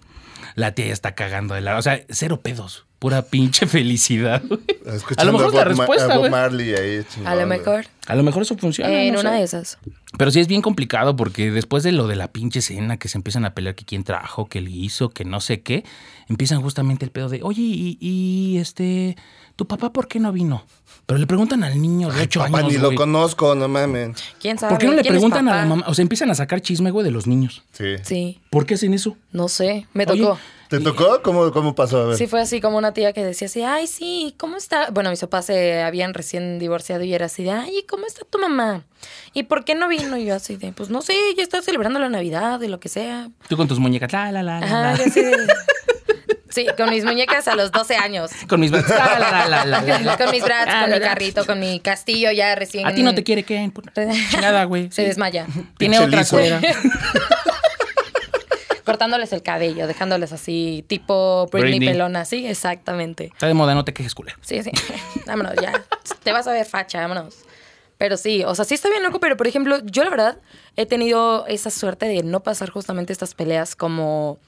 [SPEAKER 2] La tía ya está cagando de la, o sea, cero pedos, pura pinche [laughs] felicidad. güey. A
[SPEAKER 4] Escuchando
[SPEAKER 2] lo mejor es la
[SPEAKER 4] Bob Ma-
[SPEAKER 2] respuesta,
[SPEAKER 4] a Bob
[SPEAKER 2] güey.
[SPEAKER 4] Marley ahí, chingón,
[SPEAKER 3] A lo
[SPEAKER 4] güey.
[SPEAKER 3] mejor.
[SPEAKER 2] A lo mejor eso funciona.
[SPEAKER 3] en
[SPEAKER 2] no sé.
[SPEAKER 3] una de esas.
[SPEAKER 2] Pero sí es bien complicado porque después de lo de la pinche cena que se empiezan a pelear que quién trajo, que le hizo, que no sé qué, empiezan justamente el pedo de, oye, y, y, este, ¿tu papá por qué no vino? Pero le preguntan al niño de ocho
[SPEAKER 4] Papá,
[SPEAKER 2] años.
[SPEAKER 4] ni lo
[SPEAKER 2] güey.
[SPEAKER 4] conozco, no mamen.
[SPEAKER 3] ¿Quién sabe?
[SPEAKER 2] ¿Por qué no le
[SPEAKER 3] ¿Quién es
[SPEAKER 2] preguntan a la
[SPEAKER 3] papá?
[SPEAKER 2] mamá? O sea, empiezan a sacar chisme, güey, de los niños.
[SPEAKER 4] Sí.
[SPEAKER 3] Sí,
[SPEAKER 2] ¿Por qué hacen eso?
[SPEAKER 3] no sé. Me
[SPEAKER 2] Oye,
[SPEAKER 3] tocó.
[SPEAKER 4] ¿Te tocó? ¿Cómo, cómo pasó? A ver.
[SPEAKER 3] Sí, fue así como una tía que decía así, ay, sí, ¿cómo está? Bueno, mis papás se habían recién divorciado y era así de, ay, ¿cómo está tu mamá? ¿Y por qué no vino? Y yo así de, pues no sé, ya está celebrando la Navidad y lo que sea.
[SPEAKER 2] Tú con tus muñecas, la, la, la, la,
[SPEAKER 3] Ajá,
[SPEAKER 2] la.
[SPEAKER 3] yo así de... Sí, con mis muñecas a los 12 años.
[SPEAKER 2] [laughs] Con mis brazos, la, la, la, la, la, la.
[SPEAKER 3] [laughs] Con mis brats,
[SPEAKER 2] Ah,
[SPEAKER 3] con mi
[SPEAKER 2] la, la.
[SPEAKER 3] carrito, con mi castillo ya recién...
[SPEAKER 2] A ti no te quiere Ken.
[SPEAKER 3] [laughs]
[SPEAKER 2] por- Chingada, güey.
[SPEAKER 3] Se desmaya.
[SPEAKER 2] Tiene
[SPEAKER 4] Pinche
[SPEAKER 2] otra
[SPEAKER 4] liso. [laughs]
[SPEAKER 2] cuera.
[SPEAKER 3] [laughs] Cortándoles el cabello, dejándoles así, tipo Britney,
[SPEAKER 2] Britney.
[SPEAKER 3] Pelona, sí, exactamente.
[SPEAKER 2] Está de moda, no te quejes, culero.
[SPEAKER 3] Sí, [laughs] sí. Vámonos, ya. Te vas a ver facha, vámonos. Pero sí, o sea, sí está bien loco, pero por ejemplo, yo la verdad he tenido esa suerte de no pasar justamente estas peleas como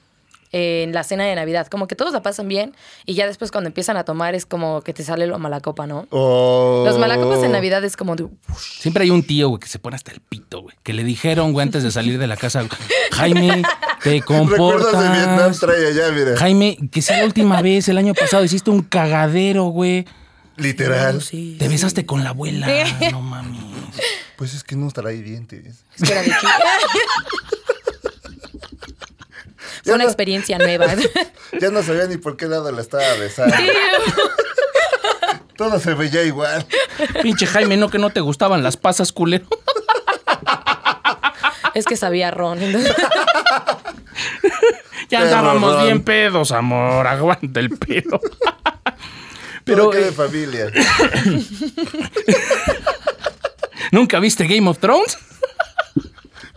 [SPEAKER 3] en la cena de Navidad. Como que todos la pasan bien y ya después cuando empiezan a tomar es como que te sale lo mala copa, ¿no?
[SPEAKER 4] Oh.
[SPEAKER 3] Los malacopas en Navidad es como de, "Uf,
[SPEAKER 2] Siempre hay un tío, güey, que se pone hasta el pito, güey. Que le dijeron, güey, antes de salir de la casa, Jaime,
[SPEAKER 4] [laughs]
[SPEAKER 2] te
[SPEAKER 4] Recuerdos de Vietnam
[SPEAKER 2] comportas.
[SPEAKER 4] trae allá, mira.
[SPEAKER 2] Jaime, que sea la última vez, el año pasado hiciste un cagadero, güey.
[SPEAKER 4] Literal.
[SPEAKER 2] Te besaste con la abuela. No mames.
[SPEAKER 4] Pues es que no trae dientes.
[SPEAKER 3] es que era [laughs] de chica". Fue una experiencia [laughs] nueva.
[SPEAKER 4] Ya no sabía ni por qué lado la estaba besando. Todo se veía igual.
[SPEAKER 2] Pinche Jaime, no que no te gustaban las pasas, culero.
[SPEAKER 3] es que sabía Ron. entonces-
[SPEAKER 2] Ya
[SPEAKER 4] Perro
[SPEAKER 2] andábamos
[SPEAKER 4] Ron.
[SPEAKER 2] bien pedos, amor. Aguanta el pedo.
[SPEAKER 4] Pero
[SPEAKER 2] Pero
[SPEAKER 4] que de
[SPEAKER 2] eh,
[SPEAKER 4] familia.
[SPEAKER 2] nunca viste Game of Thrones.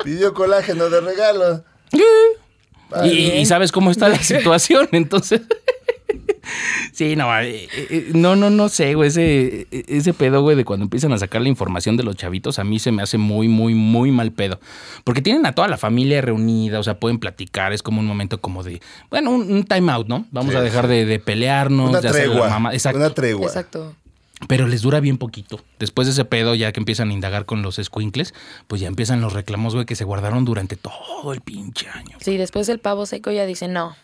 [SPEAKER 4] Pidió colágeno de regalo.
[SPEAKER 2] Y- Y, y sabes cómo está la situación, entonces. [laughs] sí, no, eh, eh, no, no, no sé, güey. Ese, ese pedo, güey, de cuando empiezan a sacar la información de los chavitos, a mí se me hace muy, muy, muy mal pedo. Porque tienen a toda la familia reunida, o sea, pueden platicar, es como un momento como de, bueno, un, un time out, ¿no? Vamos
[SPEAKER 4] Sí.
[SPEAKER 2] a dejar de, de pelearnos,
[SPEAKER 4] Una
[SPEAKER 2] de hacer la
[SPEAKER 4] tregua.
[SPEAKER 2] mamá. Exacto.
[SPEAKER 4] Una tregua.
[SPEAKER 3] Exacto.
[SPEAKER 2] Pero les dura bien poquito. Después de ese pedo, ya que empiezan a indagar con los escuincles, pues ya empiezan los reclamos, güey, que se guardaron durante todo el pinche año.
[SPEAKER 3] Sí, después del pavo seco ya dicen, no,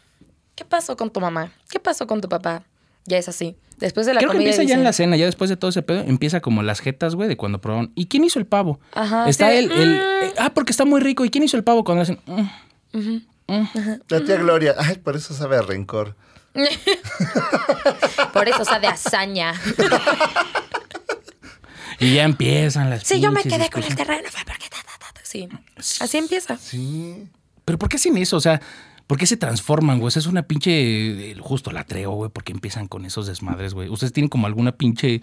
[SPEAKER 3] ¿qué pasó con tu mamá? ¿Qué pasó con tu papá? Ya es así. Después de la
[SPEAKER 2] Creo que
[SPEAKER 3] comida
[SPEAKER 2] empieza ya en
[SPEAKER 3] dicen,
[SPEAKER 2] la cena, ya después de todo ese pedo, empieza como las jetas, güey, de cuando probaron. ¿Y quién hizo el pavo?
[SPEAKER 3] Ajá,
[SPEAKER 2] Está
[SPEAKER 3] sí,
[SPEAKER 2] el, el-
[SPEAKER 3] mm.
[SPEAKER 2] eh, ah, porque está muy rico. ¿Y quién hizo el pavo cuando hacen? mm?
[SPEAKER 4] La tía Gloria. Ay, por eso sabe a rencor.
[SPEAKER 3] Por eso, o sea, de [laughs] hazaña.
[SPEAKER 2] Y ya empiezan las.
[SPEAKER 3] Sí, yo me
[SPEAKER 2] pinches
[SPEAKER 3] quedé con el
[SPEAKER 2] discusiones.
[SPEAKER 3] terreno, fue porque... ta, ta, ta, ta. Sí, así empieza.
[SPEAKER 4] Sí.
[SPEAKER 2] Pero ¿por qué hacen eso? O sea, ¿por qué se transforman, güey? O sea, es una pinche. eh, Justo la treo, güey, porque empiezan con esos desmadres, güey. ¿Ustedes tienen como alguna pinche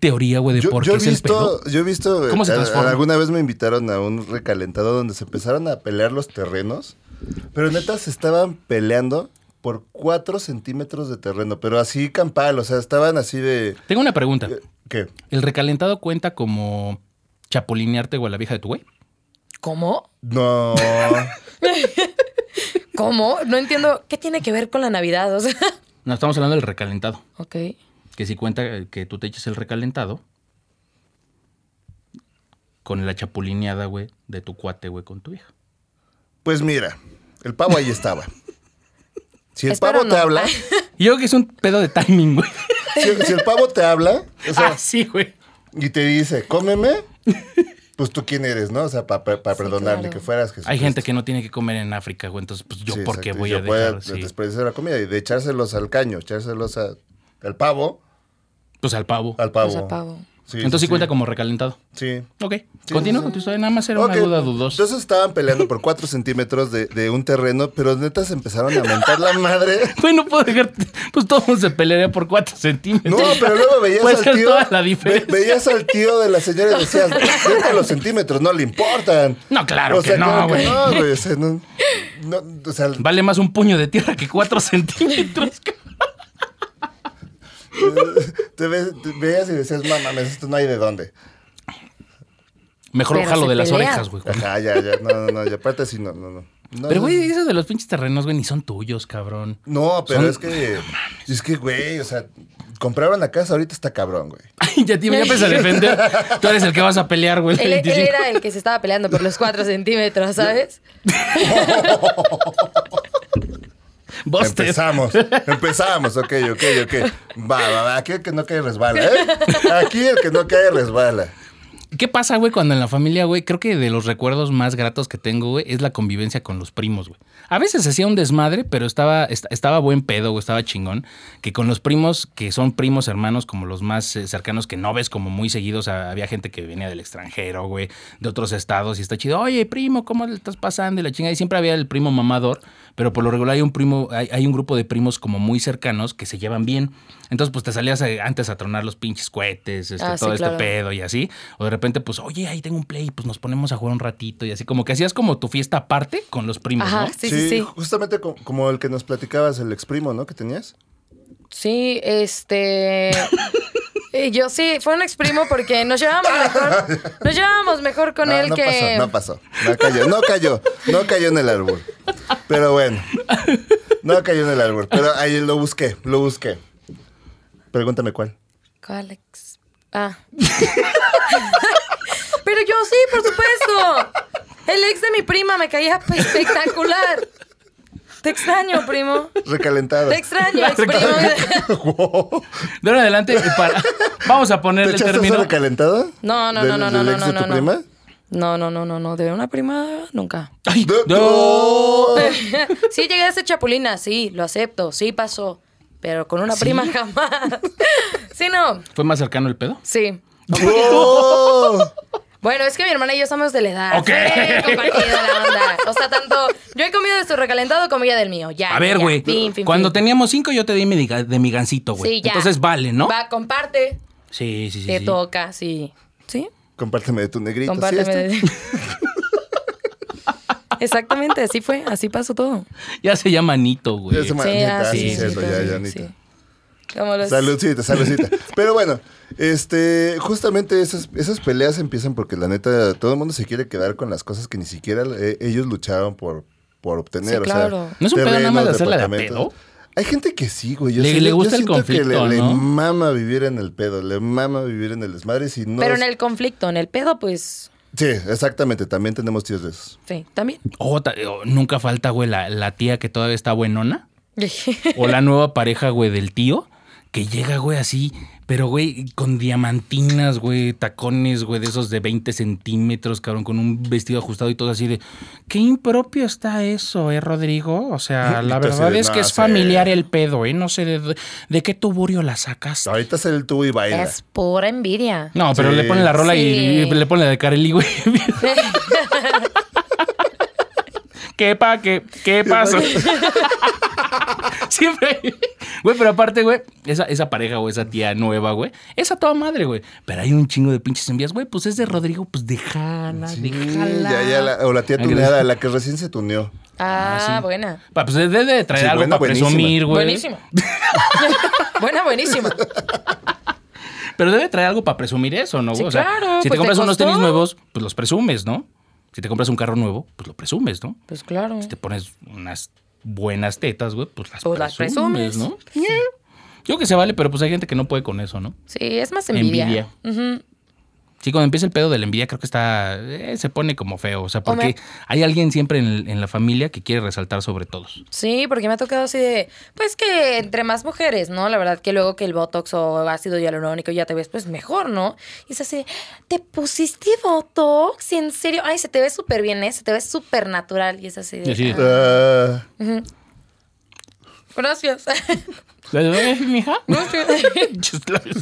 [SPEAKER 2] teoría, güey, de
[SPEAKER 4] Yo,
[SPEAKER 2] por
[SPEAKER 4] yo
[SPEAKER 2] qué
[SPEAKER 4] he
[SPEAKER 2] es el pedo?
[SPEAKER 4] visto, yo he visto,
[SPEAKER 2] ¿Cómo se
[SPEAKER 4] a- a-
[SPEAKER 2] transforma?
[SPEAKER 4] alguna vez me invitaron a un recalentado donde se empezaron a pelear los terrenos, pero neta se estaban peleando por 4 centímetros de terreno, pero así campal, o sea, estaban así de...
[SPEAKER 2] Tengo una pregunta.
[SPEAKER 4] Eh. ¿Qué?
[SPEAKER 2] ¿El recalentado cuenta como chapulinearte o a la vieja de tu güey?
[SPEAKER 3] ¿Cómo?
[SPEAKER 2] [laughs]
[SPEAKER 4] No.
[SPEAKER 3] ¿Cómo? No entiendo. ¿Qué tiene que ver con la Navidad? O sea,
[SPEAKER 2] No, estamos hablando del recalentado.
[SPEAKER 3] ok.
[SPEAKER 2] Que si cuenta eh, que tú te eches el recalentado con la chapulineada, güey, de tu cuate, güey, con tu vieja.
[SPEAKER 4] Pues mira, el pavo ahí estaba. Si el
[SPEAKER 3] Espero
[SPEAKER 4] pavo
[SPEAKER 3] no. [laughs]
[SPEAKER 4] te habla,
[SPEAKER 2] Y yo creo que es un pedo de timing, güey.
[SPEAKER 4] si, si el pavo te habla,
[SPEAKER 2] [laughs]
[SPEAKER 4] o sea,
[SPEAKER 2] ah, sí, güey.
[SPEAKER 4] y te dice,
[SPEAKER 3] [laughs]
[SPEAKER 4] cómeme, pues tú quién eres, ¿no? O sea, para perdonarle
[SPEAKER 3] claro.
[SPEAKER 4] que fueras Jesús.
[SPEAKER 2] Hay gente que no tiene que comer en África, güey. Entonces, pues yo,
[SPEAKER 4] Sí,
[SPEAKER 2] ¿por qué
[SPEAKER 4] exacto, y
[SPEAKER 2] voy
[SPEAKER 4] yo
[SPEAKER 2] a
[SPEAKER 4] pueda
[SPEAKER 2] dejar? sí.
[SPEAKER 4] desperdiciar la comida y de echárselos al caño, echárselos a- al pavo,
[SPEAKER 2] Pues al pavo.
[SPEAKER 4] al pavo.
[SPEAKER 3] Pues al pavo.
[SPEAKER 4] Sí,
[SPEAKER 2] Entonces sí
[SPEAKER 4] sí,
[SPEAKER 2] cuenta como recalentado.
[SPEAKER 4] Sí.
[SPEAKER 2] Ok.
[SPEAKER 4] sí,
[SPEAKER 2] Continúa
[SPEAKER 4] sí.
[SPEAKER 2] con tu historia. Nada más era una
[SPEAKER 4] Ok,
[SPEAKER 2] duda dudosa.
[SPEAKER 4] Entonces estaban peleando por 4 centímetros de, de un terreno, pero neta se empezaron a montar la madre.
[SPEAKER 2] Güey, no puedo dejar. Pues todo mundo se pelearía por 4
[SPEAKER 4] No,
[SPEAKER 2] centímetros.
[SPEAKER 4] pero luego veías
[SPEAKER 2] Puede
[SPEAKER 4] al
[SPEAKER 2] ser
[SPEAKER 4] tío.
[SPEAKER 2] toda la
[SPEAKER 4] ve-
[SPEAKER 2] diferencia.
[SPEAKER 4] veías al tío de la señora y decías, "Neta, los centímetros no le importan.
[SPEAKER 2] No, claro que no,
[SPEAKER 4] claro
[SPEAKER 2] güey.
[SPEAKER 4] no, güey. O sea, no, no, o sea,
[SPEAKER 2] Vale más un puño de tierra que 4 [laughs] centímetros. cabrón.
[SPEAKER 4] te, ve- te veías y decías, no mames, esto no hay de dónde.
[SPEAKER 2] Mejor
[SPEAKER 3] Pero
[SPEAKER 2] ojalá
[SPEAKER 3] se
[SPEAKER 2] de las
[SPEAKER 3] pelean.
[SPEAKER 2] orejas, güey.
[SPEAKER 4] Ajá, ya, ya, no, no, no, y aparte sí, no, no, no. No,
[SPEAKER 2] Pero,
[SPEAKER 4] no,
[SPEAKER 2] güey, esos de los pinches terrenos, güey, ni son tuyos, cabrón. [laughs]
[SPEAKER 4] No, pero
[SPEAKER 2] Son-
[SPEAKER 4] es que. Es que, güey, o sea, compraron la casa, ahorita está cabrón, güey.
[SPEAKER 2] Ay, ya te ya empiezas a defender. Tú eres el que vas a pelear, güey. el [laughs]
[SPEAKER 3] [laughs] Él, él
[SPEAKER 2] 25.
[SPEAKER 3] era el que se estaba peleando por los cuatro centímetros, ¿sabes?
[SPEAKER 2] Vos te-
[SPEAKER 4] Empezamos, empezamos, ok, ok, ok. Va, va, va, aquí el que no cae resbala, ¿eh? Aquí el que no cae resbala.
[SPEAKER 2] ¿Qué pasa, güey, cuando en la familia, güey? Creo que de los recuerdos más gratos que tengo, güey, es la convivencia con los primos, güey. A veces se hacía un desmadre, pero estaba, est- estaba buen pedo, güey, estaba chingón. Que con los primos, que son primos hermanos, como los más eh, cercanos, que no ves como muy seguidos, a- había gente que venía del extranjero, güey, de otros estados, y está chido. Oye, primo, ¿cómo le estás pasando? Y la chingada. Y siempre había el primo mamador, pero por lo regular hay un primo, hay, hay un grupo de primos como muy cercanos que se llevan bien. Entonces, pues te salías eh, antes a tronar los pinches cohetes, este,
[SPEAKER 3] Ah, sí,
[SPEAKER 2] todo este
[SPEAKER 3] claro.
[SPEAKER 2] pedo pedo y así. O de repente, pues, oye, ahí tengo un play, pues nos ponemos a jugar un ratito y así. Como que hacías como tu fiesta aparte con los primos,
[SPEAKER 3] Ajá,
[SPEAKER 2] ¿no?
[SPEAKER 3] sí, sí, sí.
[SPEAKER 4] Justamente co- como el que nos platicabas, el exprimo, ¿no? Que tenías.
[SPEAKER 3] Sí, este. eh, Yo sí, fue un exprimo porque nos llevábamos mejor, nos llevábamos mejor con
[SPEAKER 4] no,
[SPEAKER 3] él
[SPEAKER 4] no
[SPEAKER 3] que.
[SPEAKER 4] pasó, no pasó. No cayó, no cayó, no cayó en el árbol. Pero bueno, no cayó en el árbol. Pero ahí lo busqué, lo busqué. Pregúntame cuál.
[SPEAKER 3] ¿Cuál ex- Ah. [laughs] Pero yo sí, por supuesto. El ex de mi prima me caía espectacular. Te extraño, primo.
[SPEAKER 4] Recalentado.
[SPEAKER 3] Te extraño, ex primo.
[SPEAKER 4] [laughs]
[SPEAKER 2] De ahora en adelante, eh,
[SPEAKER 3] [laughs]
[SPEAKER 2] para- vamos a
[SPEAKER 4] ¿Te
[SPEAKER 2] poner el
[SPEAKER 4] echaste
[SPEAKER 2] término.
[SPEAKER 4] eso recalentado?
[SPEAKER 3] No, no, no,
[SPEAKER 4] ¿Del-
[SPEAKER 3] no, no,
[SPEAKER 4] del
[SPEAKER 3] no,
[SPEAKER 4] ex
[SPEAKER 3] no,
[SPEAKER 4] de
[SPEAKER 3] no,
[SPEAKER 4] tu
[SPEAKER 3] no.
[SPEAKER 4] prima?
[SPEAKER 3] No, no, no, no, no. De una prima, nunca.
[SPEAKER 2] Ay,
[SPEAKER 4] ¡No!
[SPEAKER 2] no.
[SPEAKER 3] [laughs] Sí, llegué a ser chapulina, sí, lo acepto, sí pasó. Pero con una prima jamás. [laughs] Sí, no.
[SPEAKER 2] ¿Fue más cercano el pedo?
[SPEAKER 3] Sí.
[SPEAKER 2] [laughs]
[SPEAKER 4] ¡No!
[SPEAKER 3] Bueno, es que mi hermana y yo somos de la edad.
[SPEAKER 2] Ok.
[SPEAKER 3] ¿sí? Compartida la onda. O sea, tanto. Yo he comido de su recalentado como ella del mío. Ya.
[SPEAKER 2] A ver,
[SPEAKER 3] ya,
[SPEAKER 2] güey.
[SPEAKER 3] Fin, fin,
[SPEAKER 2] Cuando
[SPEAKER 3] fin.
[SPEAKER 2] teníamos cinco, yo te di mi diga- de mi gancito, güey.
[SPEAKER 3] Sí, ya.
[SPEAKER 2] Entonces vale, ¿no?
[SPEAKER 3] Va, comparte.
[SPEAKER 2] Sí, sí, sí.
[SPEAKER 3] te
[SPEAKER 2] sí.
[SPEAKER 3] toca, sí. ¿Sí?
[SPEAKER 4] Compárteme de tu negrito. ¿sí
[SPEAKER 3] Compárteme.
[SPEAKER 4] está? [laughs]
[SPEAKER 3] Exactamente, así fue, así pasó todo.
[SPEAKER 2] Ya se llama Nito, güey.
[SPEAKER 4] Ya se llama-
[SPEAKER 3] Sí,
[SPEAKER 4] Anita,
[SPEAKER 3] ah,
[SPEAKER 4] sí,
[SPEAKER 3] sí,
[SPEAKER 4] cierto,
[SPEAKER 3] sí,
[SPEAKER 4] ya,
[SPEAKER 3] sí,
[SPEAKER 4] ya, Anita.
[SPEAKER 3] sí. Como los-
[SPEAKER 4] Saludcita, saludcita.
[SPEAKER 3] [laughs]
[SPEAKER 4] Pero bueno, este, justamente esas, esas peleas empiezan porque la neta, todo el mundo se quiere quedar con las cosas que ni siquiera eh, ellos lucharon por, por obtener.
[SPEAKER 3] Sí, claro.
[SPEAKER 4] O sea,
[SPEAKER 2] ¿No es un pedo nada más de hacerla de
[SPEAKER 4] departamentos.
[SPEAKER 2] pedo?
[SPEAKER 4] Hay gente que sí, güey. Yo
[SPEAKER 2] Le-
[SPEAKER 4] sí-
[SPEAKER 2] le
[SPEAKER 4] yo
[SPEAKER 2] gusta el
[SPEAKER 4] siento Que le,
[SPEAKER 2] conflicto,
[SPEAKER 4] le
[SPEAKER 2] ¿no?
[SPEAKER 4] mama vivir en el pedo, le mama vivir en el desmadre. Si no
[SPEAKER 3] Pero
[SPEAKER 4] es-
[SPEAKER 3] en el conflicto, en el pedo, pues.
[SPEAKER 4] Sí, exactamente. También tenemos tíos de esos.
[SPEAKER 3] Sí, también.
[SPEAKER 2] O ta- o eh, nunca falta, güey, la, la tía que todavía está buenona. O la nueva pareja, güey, del tío, que llega, güey, así, pero, güey, con diamantinas, güey, tacones, güey, de esos de 20 centímetros, cabrón, con un vestido ajustado y todo así de, qué impropio está eso, ¿eh, Rodrigo? O sea, la
[SPEAKER 4] [laughs] Y tú así
[SPEAKER 2] verdad
[SPEAKER 4] de,
[SPEAKER 2] es que
[SPEAKER 4] "No,
[SPEAKER 2] es
[SPEAKER 4] sí".
[SPEAKER 2] familiar el pedo, ¿eh? No sé de, de qué tuburio la sacas.
[SPEAKER 4] Ahorita es el tú y baila.
[SPEAKER 3] Es pura envidia.
[SPEAKER 2] No, pero
[SPEAKER 4] Sí.
[SPEAKER 2] le ponen la rola y,
[SPEAKER 3] Sí.
[SPEAKER 2] y le ponen la de Carely, güey. [laughs] ¿Qué pa? ¿Qué, qué pasa? [laughs] Siempre. Güey, pero aparte, güey, esa, esa pareja o esa tía nueva, güey, esa toda madre, güey. Pero hay un chingo de pinches envías, güey, pues es de Rodrigo, pues déjala, déjala.
[SPEAKER 4] Ya, ya la- o la tía
[SPEAKER 2] Ay,
[SPEAKER 4] tuneada,
[SPEAKER 2] gracias.
[SPEAKER 4] la que recién se tuneó.
[SPEAKER 3] Ah, buena.
[SPEAKER 2] Pa, pues debe de traer
[SPEAKER 4] Sí,
[SPEAKER 2] algo
[SPEAKER 4] buena,
[SPEAKER 2] para
[SPEAKER 4] buenísima.
[SPEAKER 2] presumir, güey. [laughs]
[SPEAKER 3] Buenísima. buena, buenísima.
[SPEAKER 2] Pero debe traer algo para presumir eso, ¿no? güey?
[SPEAKER 3] Sí,
[SPEAKER 2] o sea,
[SPEAKER 3] claro,
[SPEAKER 2] si te
[SPEAKER 3] pues,
[SPEAKER 2] compras
[SPEAKER 3] ¿te
[SPEAKER 2] unos
[SPEAKER 3] costó?
[SPEAKER 2] tenis nuevos, pues los presumes, ¿no? Si te compras un carro nuevo, pues lo presumes, ¿no?
[SPEAKER 3] Pues claro.
[SPEAKER 2] Si te pones unas buenas tetas, güey, pues las
[SPEAKER 3] Pues las
[SPEAKER 2] presumes,
[SPEAKER 3] presumes.
[SPEAKER 2] ¿no? Yo que se vale, pero pues hay gente que no puede con eso, ¿no?
[SPEAKER 3] Sí, es más envidia.
[SPEAKER 2] Envidia.
[SPEAKER 3] Ujú.
[SPEAKER 2] Sí, cuando empieza el pedo de la envidia, creo que está. eh, se pone como feo. O sea, porque
[SPEAKER 3] Hombre.
[SPEAKER 2] hay alguien siempre en, en la familia que quiere resaltar sobre todos.
[SPEAKER 3] Sí, porque me ha tocado así de, pues que entre más mujeres, ¿no? La verdad que luego que el Botox o ácido hialurónico ya te ves, pues mejor, ¿no? Y es así, ¿te pusiste Botox? ¿En serio? Ay, se te ve súper bien, ¿eh? Se te ve súper natural. Y es así de,
[SPEAKER 2] Y así de-
[SPEAKER 3] "Ah,
[SPEAKER 4] Ah,
[SPEAKER 3] gracias. [laughs]
[SPEAKER 2] ¿Eh, mija?
[SPEAKER 3] Gracias.
[SPEAKER 2] [laughs] Chis labios.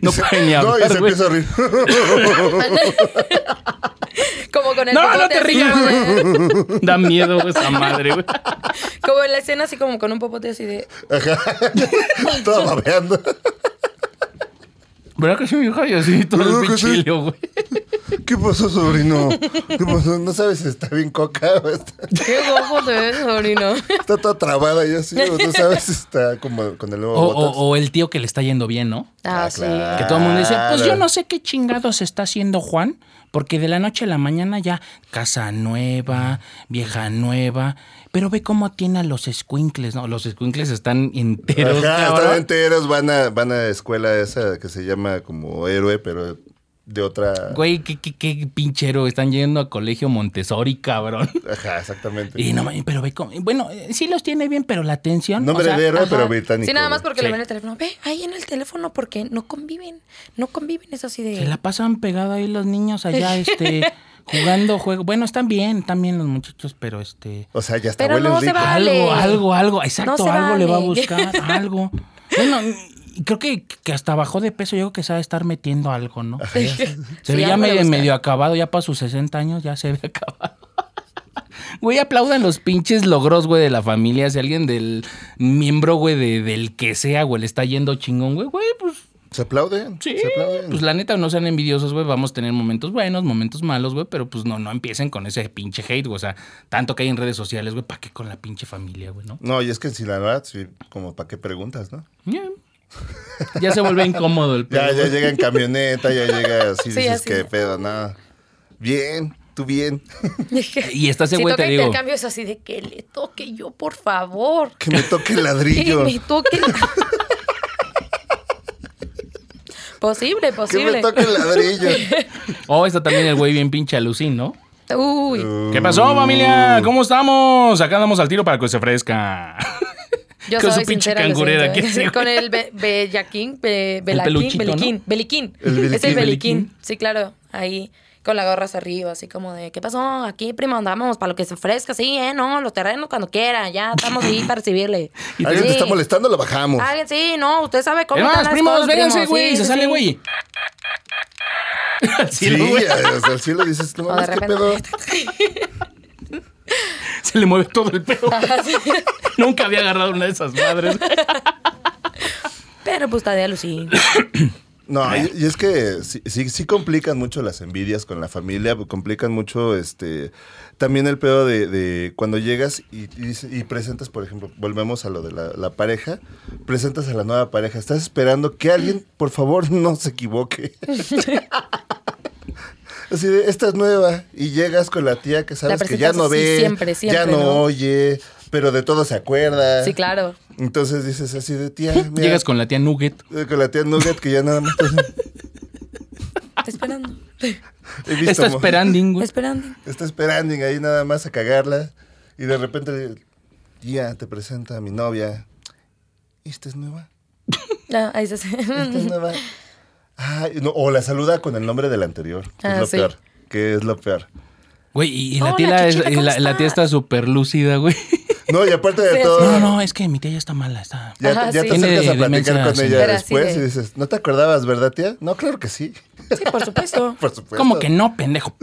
[SPEAKER 2] No [laughs]
[SPEAKER 4] y se-
[SPEAKER 2] puede ni
[SPEAKER 4] No, y se
[SPEAKER 2] hablar, güey.
[SPEAKER 4] empieza a reír.
[SPEAKER 3] [laughs] Como con el
[SPEAKER 2] No, no
[SPEAKER 3] popote
[SPEAKER 2] te
[SPEAKER 3] así,
[SPEAKER 2] rías,
[SPEAKER 3] como de-
[SPEAKER 2] [laughs] Da miedo güey, esa madre, güey.
[SPEAKER 3] Como en la escena así como con un popote así de...
[SPEAKER 4] Ajá. [laughs] Todo babeando.
[SPEAKER 2] ¿Verdad que sí, mija? Y así todo el
[SPEAKER 4] ¿Verdad que sí?
[SPEAKER 2] pinchilio, güey.
[SPEAKER 4] ¿Qué pasó, sobrino? ¿Qué pasó? ¿No sabes si está bien coca? o Está,
[SPEAKER 3] Qué guapo te ves, sobrino.
[SPEAKER 4] está toda trabada y así. o ¿No sabes si está como con el nuevo
[SPEAKER 2] O, o-
[SPEAKER 4] Botox?
[SPEAKER 2] o el tío que le está yendo bien, ¿no?
[SPEAKER 3] Ah, sí.
[SPEAKER 2] Que todo el mundo dice, pues yo
[SPEAKER 4] Claro.
[SPEAKER 2] no sé qué chingados está haciendo Juan, porque de la noche a la mañana ya casa nueva, vieja nueva, pero ve cómo tiene a los escuincles, ¿no? Los escuincles están enteros,
[SPEAKER 4] Ajá,
[SPEAKER 2] cabrón.
[SPEAKER 4] están enteros, van a, van a escuela esa que se llama como héroe, pero de otra.
[SPEAKER 2] Güey, qué, qué, qué pinchero, están yendo a colegio Montessori, cabrón.
[SPEAKER 4] Ajá, exactamente.
[SPEAKER 2] Y no mames, pero ve cómo... Bueno, eh, sí los tiene bien, pero la atención...
[SPEAKER 4] Nombre
[SPEAKER 2] o sea,
[SPEAKER 4] de héroe,
[SPEAKER 3] Ajá.
[SPEAKER 4] pero británico.
[SPEAKER 3] Sí, nada más
[SPEAKER 4] güey.
[SPEAKER 3] porque
[SPEAKER 2] Sí.
[SPEAKER 3] le ven el teléfono. Ve, ahí en el teléfono porque no conviven. No conviven, es así de... [laughs]
[SPEAKER 2] Se la pasan pegado ahí los niños allá, este...
[SPEAKER 4] [laughs]
[SPEAKER 2] Jugando juego. Bueno, están bien, están bien los muchachos, pero este...
[SPEAKER 4] O sea, ya está
[SPEAKER 3] Pero
[SPEAKER 4] huele
[SPEAKER 3] no se
[SPEAKER 4] rico.
[SPEAKER 3] va.
[SPEAKER 2] Algo,
[SPEAKER 3] Vale.
[SPEAKER 2] algo, algo. Exacto,
[SPEAKER 3] se
[SPEAKER 2] algo le va a
[SPEAKER 3] vale. [laughs]
[SPEAKER 2] buscar, algo. Bueno, y creo que, que hasta bajó de peso. Yo creo que sabe estar metiendo algo, ¿no? Se
[SPEAKER 3] Sí,
[SPEAKER 2] ve ya
[SPEAKER 3] algo le
[SPEAKER 2] medio,
[SPEAKER 3] busca.
[SPEAKER 2] medio acabado, ya para sus 60 años ya se ve [laughs] acabado. Güey, aplaudan los pinches logros, güey, de la familia. Si alguien del miembro, güey, de- del que sea, güey, le está yendo chingón, güey, güey, pues
[SPEAKER 4] ¿Se aplauden?
[SPEAKER 2] Sí,
[SPEAKER 4] ¿Se aplauden?
[SPEAKER 2] pues la neta, no sean envidiosos, güey. Vamos a tener momentos buenos, momentos malos, güey. Pero pues no, no empiecen con ese pinche hate, güey. O sea, tanto que hay en redes sociales, güey. ¿Para qué con la pinche familia, güey, no?
[SPEAKER 4] No, y es que si la verdad, sí, como para qué preguntas, ¿no? [laughs]
[SPEAKER 2] Ya. Ya se vuelve incómodo el
[SPEAKER 4] Ya,
[SPEAKER 2] pedo,
[SPEAKER 4] ya
[SPEAKER 2] güey. [laughs]
[SPEAKER 4] llega en camioneta, ya llega
[SPEAKER 3] Sí,
[SPEAKER 4] así, dices
[SPEAKER 3] así.
[SPEAKER 4] que pedo, nada. Bien,
[SPEAKER 3] [laughs]
[SPEAKER 4] tú bien.
[SPEAKER 2] Y está ese
[SPEAKER 3] si
[SPEAKER 2] güey,
[SPEAKER 3] toca
[SPEAKER 2] te digo.
[SPEAKER 3] intercambio es así de que le toque yo, por favor.
[SPEAKER 4] Que me toque el
[SPEAKER 3] Que
[SPEAKER 4] ladrillo.
[SPEAKER 3] me toque... [laughs] posible,
[SPEAKER 4] Que me
[SPEAKER 3] posible.
[SPEAKER 4] toque
[SPEAKER 3] [laughs]
[SPEAKER 4] el ladrillo.
[SPEAKER 2] Oh, está también el güey bien pinche alucín, ¿no?
[SPEAKER 3] Uy.
[SPEAKER 4] Mm.
[SPEAKER 2] ¿Qué pasó, familia? ¿Cómo estamos? Acá damos al tiro para que se ofrezca.
[SPEAKER 3] Yo
[SPEAKER 2] Con su
[SPEAKER 3] soy
[SPEAKER 2] pinche
[SPEAKER 3] sincera, lo
[SPEAKER 2] cangurera
[SPEAKER 3] siento,
[SPEAKER 2] que
[SPEAKER 3] ¿eh?
[SPEAKER 2] sí, güey.
[SPEAKER 3] Con el be- bellaquín, be- belaquín,
[SPEAKER 2] peluchito, ¿no?
[SPEAKER 3] beliquín, beliquín.
[SPEAKER 4] El
[SPEAKER 3] Es el
[SPEAKER 4] beliquín.
[SPEAKER 3] beliquín. Sí, claro. Ahí, con la gorra hacia arriba, así como de, ¿qué pasó? Aquí, primo, andamos para lo que se ofrezca. Sí, ¿eh? No, los terrenos cuando quiera. Ya estamos ahí
[SPEAKER 2] [laughs]
[SPEAKER 3] para recibirle.
[SPEAKER 4] ¿Alguien te
[SPEAKER 3] Sí.
[SPEAKER 4] está molestando? Lo bajamos.
[SPEAKER 3] Alguien, sí, no, usted sabe cómo están
[SPEAKER 2] Hermanos,
[SPEAKER 3] las
[SPEAKER 2] primos,
[SPEAKER 3] cosas,
[SPEAKER 2] vénganse,
[SPEAKER 3] primo.
[SPEAKER 2] güey.
[SPEAKER 3] Sí,
[SPEAKER 2] se
[SPEAKER 3] sí,
[SPEAKER 2] sale,
[SPEAKER 3] sí.
[SPEAKER 2] güey.
[SPEAKER 4] Sí,
[SPEAKER 2] Sí, güey.
[SPEAKER 4] o sea, al cielo dices,
[SPEAKER 3] O
[SPEAKER 4] no
[SPEAKER 3] de
[SPEAKER 4] mames, Ah, qué
[SPEAKER 3] repente-
[SPEAKER 4] pedo.
[SPEAKER 2] Se le mueve todo el pedo.
[SPEAKER 3] Ajá, sí.
[SPEAKER 2] [laughs] Nunca había agarrado una de esas madres.
[SPEAKER 3] [laughs] Pero pues está de alucín.
[SPEAKER 4] No, y, y es que sí, sí, sí complican mucho las envidias con la familia, complican mucho este también el pedo de, de cuando llegas y, y dice- y presentas, por ejemplo, volvemos a lo de la, la pareja, presentas a la nueva pareja, estás esperando que alguien, por favor, [laughs] no se
[SPEAKER 3] [laughs]
[SPEAKER 4] equivoque. Así de, esta es nueva y llegas con la tía que sabes que ya
[SPEAKER 3] presentas
[SPEAKER 4] no
[SPEAKER 3] así
[SPEAKER 4] ve,
[SPEAKER 3] siempre,
[SPEAKER 4] ya
[SPEAKER 3] siempre,
[SPEAKER 4] no,
[SPEAKER 3] ¿no?
[SPEAKER 4] oye, pero de todo se acuerda.
[SPEAKER 3] Sí, claro.
[SPEAKER 4] Entonces dices así de
[SPEAKER 3] [laughs]
[SPEAKER 4] tía, mira,
[SPEAKER 2] Llegas con la tía Nugget.
[SPEAKER 4] eh, con la tía Nugget que ya nada más
[SPEAKER 3] [laughs]
[SPEAKER 4] te hace-
[SPEAKER 3] Está esperando.
[SPEAKER 4] he visto
[SPEAKER 2] Está
[SPEAKER 4] mo-
[SPEAKER 2] esperando,
[SPEAKER 3] Está
[SPEAKER 2] güey.
[SPEAKER 3] [laughs] esperando.
[SPEAKER 4] [laughs] Está esperando ahí nada más a cagarla. Y de repente, ya te presenta a mi novia. ¿Esta es nueva?
[SPEAKER 3] Ya,
[SPEAKER 2] Ah,
[SPEAKER 3] ahí se hace.
[SPEAKER 4] ¿Esta
[SPEAKER 3] [laughs]
[SPEAKER 4] es nueva? Ay, no, o la saluda con el nombre del anterior. que es
[SPEAKER 3] Ah,
[SPEAKER 4] lo
[SPEAKER 3] sí.
[SPEAKER 4] peor. Que es lo peor.
[SPEAKER 2] Güey, y, y la
[SPEAKER 3] Hola,
[SPEAKER 2] tía, la-
[SPEAKER 3] chichita,
[SPEAKER 2] y
[SPEAKER 3] ¿cómo
[SPEAKER 2] la- la tía está
[SPEAKER 3] estás?
[SPEAKER 2] súper lúcida, güey.
[SPEAKER 4] No, y aparte de
[SPEAKER 3] Sí,
[SPEAKER 4] todo,
[SPEAKER 2] [laughs] No, no, es que mi tía ya está mala, está.
[SPEAKER 4] ya,
[SPEAKER 3] Ajá,
[SPEAKER 4] ya
[SPEAKER 3] sí.
[SPEAKER 4] te
[SPEAKER 2] Tiene
[SPEAKER 4] acercas a
[SPEAKER 2] demencia
[SPEAKER 4] platicar con ella
[SPEAKER 2] senil.
[SPEAKER 3] Pero así
[SPEAKER 4] después y
[SPEAKER 3] de-
[SPEAKER 4] dices, ¿no te acordabas, verdad, tía? No, claro que sí. [laughs]
[SPEAKER 3] Sí, por supuesto.
[SPEAKER 4] pues, Por
[SPEAKER 2] [laughs]
[SPEAKER 4] supuesto.
[SPEAKER 2] ¿Cómo que no, pendejo?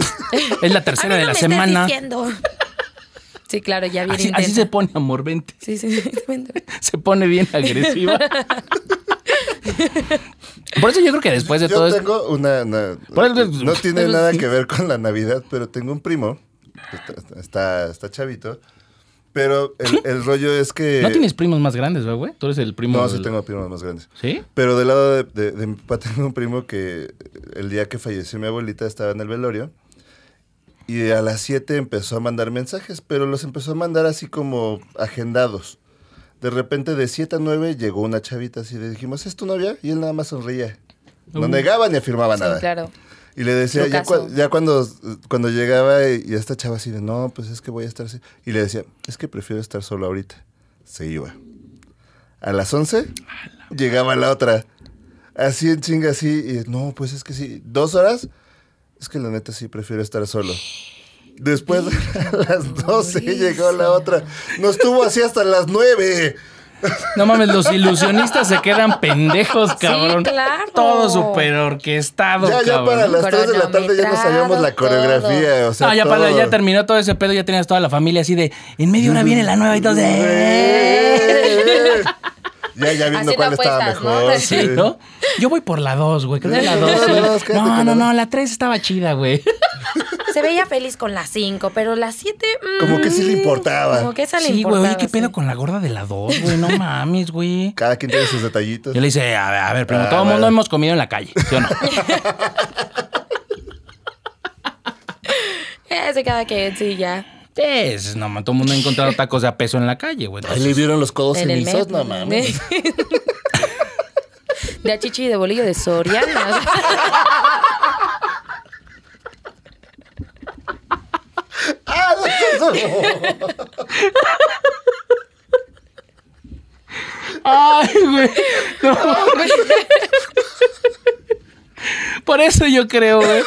[SPEAKER 2] Es la tercera
[SPEAKER 3] A mí
[SPEAKER 2] de la
[SPEAKER 3] no me estés
[SPEAKER 2] semana.
[SPEAKER 3] diciendo. [laughs] Sí, claro, ya bien
[SPEAKER 2] Así,
[SPEAKER 3] intensa.
[SPEAKER 2] así se pone, amor, vente.
[SPEAKER 3] Sí, sí, [laughs] sí. vente.
[SPEAKER 2] Se pone bien agresiva. [laughs] Por eso yo creo que después de
[SPEAKER 4] Yo
[SPEAKER 2] todo esto-
[SPEAKER 4] tengo una, una- eh,
[SPEAKER 2] Por el-
[SPEAKER 4] No tiene nada que ver con la Navidad, pero tengo un primo. que Está, está, está chavito. Pero el, el rollo es que...
[SPEAKER 2] ¿No tienes primos más grandes, ¿verdad, güey? Tú eres el primo.
[SPEAKER 4] No,
[SPEAKER 2] del-
[SPEAKER 4] sí tengo primos más grandes.
[SPEAKER 2] ¿Sí?
[SPEAKER 4] Pero del lado de, de- de mi papá [laughs] tengo un primo que el día que falleció mi abuelita estaba en el velorio y a las 7 empezó a mandar mensajes, pero los empezó a mandar así como agendados. De repente de 7 a 9 llegó una chavita así le dijimos, ¿es tu novia? Y él nada más sonreía.
[SPEAKER 2] Uh.
[SPEAKER 4] No negaba ni afirmaba
[SPEAKER 3] Sí,
[SPEAKER 4] Ah, nada.
[SPEAKER 3] claro.
[SPEAKER 4] Y le decía, ya,
[SPEAKER 3] Trucazo.
[SPEAKER 4] cua- ya cuando, cuando llegaba y, y esta chava así de, no, pues es que voy a estar así. Y le decía, es que prefiero estar solo ahorita. Se iba. A las 11 llegaba la otra. Así en chinga, así. Y no, pues es que sí. Dos horas. Es que la neta sí prefiero estar solo. Después a [laughs] las 12 llegó la otra. No estuvo así hasta las 9.
[SPEAKER 2] No mames, los ilusionistas se quedan pendejos, cabrón.
[SPEAKER 3] claro.
[SPEAKER 2] Todo súper orquestado,
[SPEAKER 4] Ya, ya
[SPEAKER 2] cabrón.
[SPEAKER 4] para las 3 de la tarde ya nos sabíamos la
[SPEAKER 3] Cronometrado,
[SPEAKER 4] coreografía. O sea,
[SPEAKER 2] no, Ah, ya, para,
[SPEAKER 4] todo.
[SPEAKER 2] ya terminó todo ese pedo, ya tenías toda la familia así de en media hora viene la nueva y entonces.
[SPEAKER 4] ¡Eh! [laughs] Ya, ya viendo
[SPEAKER 3] Haciendo
[SPEAKER 4] cuál estaba
[SPEAKER 3] apuestas, ¿no?
[SPEAKER 4] mejor.
[SPEAKER 2] Sí,
[SPEAKER 4] sí.
[SPEAKER 2] ¿no? Yo voy por la 2, güey. Creo que la 2.
[SPEAKER 4] La dos, quédate
[SPEAKER 2] No,
[SPEAKER 4] con
[SPEAKER 2] no,
[SPEAKER 4] la
[SPEAKER 2] no,
[SPEAKER 4] dos.
[SPEAKER 2] la 3 estaba chida, güey.
[SPEAKER 3] Se veía feliz con las 5, pero las 7.
[SPEAKER 4] Como que sí le importaba.
[SPEAKER 3] Mm, Como que esa le
[SPEAKER 2] Sí, güey.
[SPEAKER 3] importaba.
[SPEAKER 2] Oye, ¿qué pedo
[SPEAKER 3] sí.
[SPEAKER 2] con la gorda de la 2, güey? No mames, güey.
[SPEAKER 4] Cada quien tiene sus detallitos.
[SPEAKER 2] Yo le hice, a ver, a ver, primo,
[SPEAKER 4] Ah,
[SPEAKER 2] todo el
[SPEAKER 4] bueno.
[SPEAKER 2] mundo hemos comido en la calle, ¿sí
[SPEAKER 4] [laughs]
[SPEAKER 2] o no?
[SPEAKER 3] Eh, se queda que sí, ya.
[SPEAKER 2] Sí, es- no, man, todo el mundo ha encontrado tacos de a peso en la calle, güey.
[SPEAKER 4] Ahí le vieron los codos
[SPEAKER 3] En el
[SPEAKER 4] cenizos,
[SPEAKER 3] metro.
[SPEAKER 4] no mames.
[SPEAKER 3] [laughs]
[SPEAKER 4] [laughs]
[SPEAKER 3] De achichi y de bolillo de Soriana.
[SPEAKER 4] ¡Ah, no, eso no!
[SPEAKER 2] Ay, güey.
[SPEAKER 3] [laughs]
[SPEAKER 2] No.
[SPEAKER 3] Oh,
[SPEAKER 2] Por eso yo creo, güey.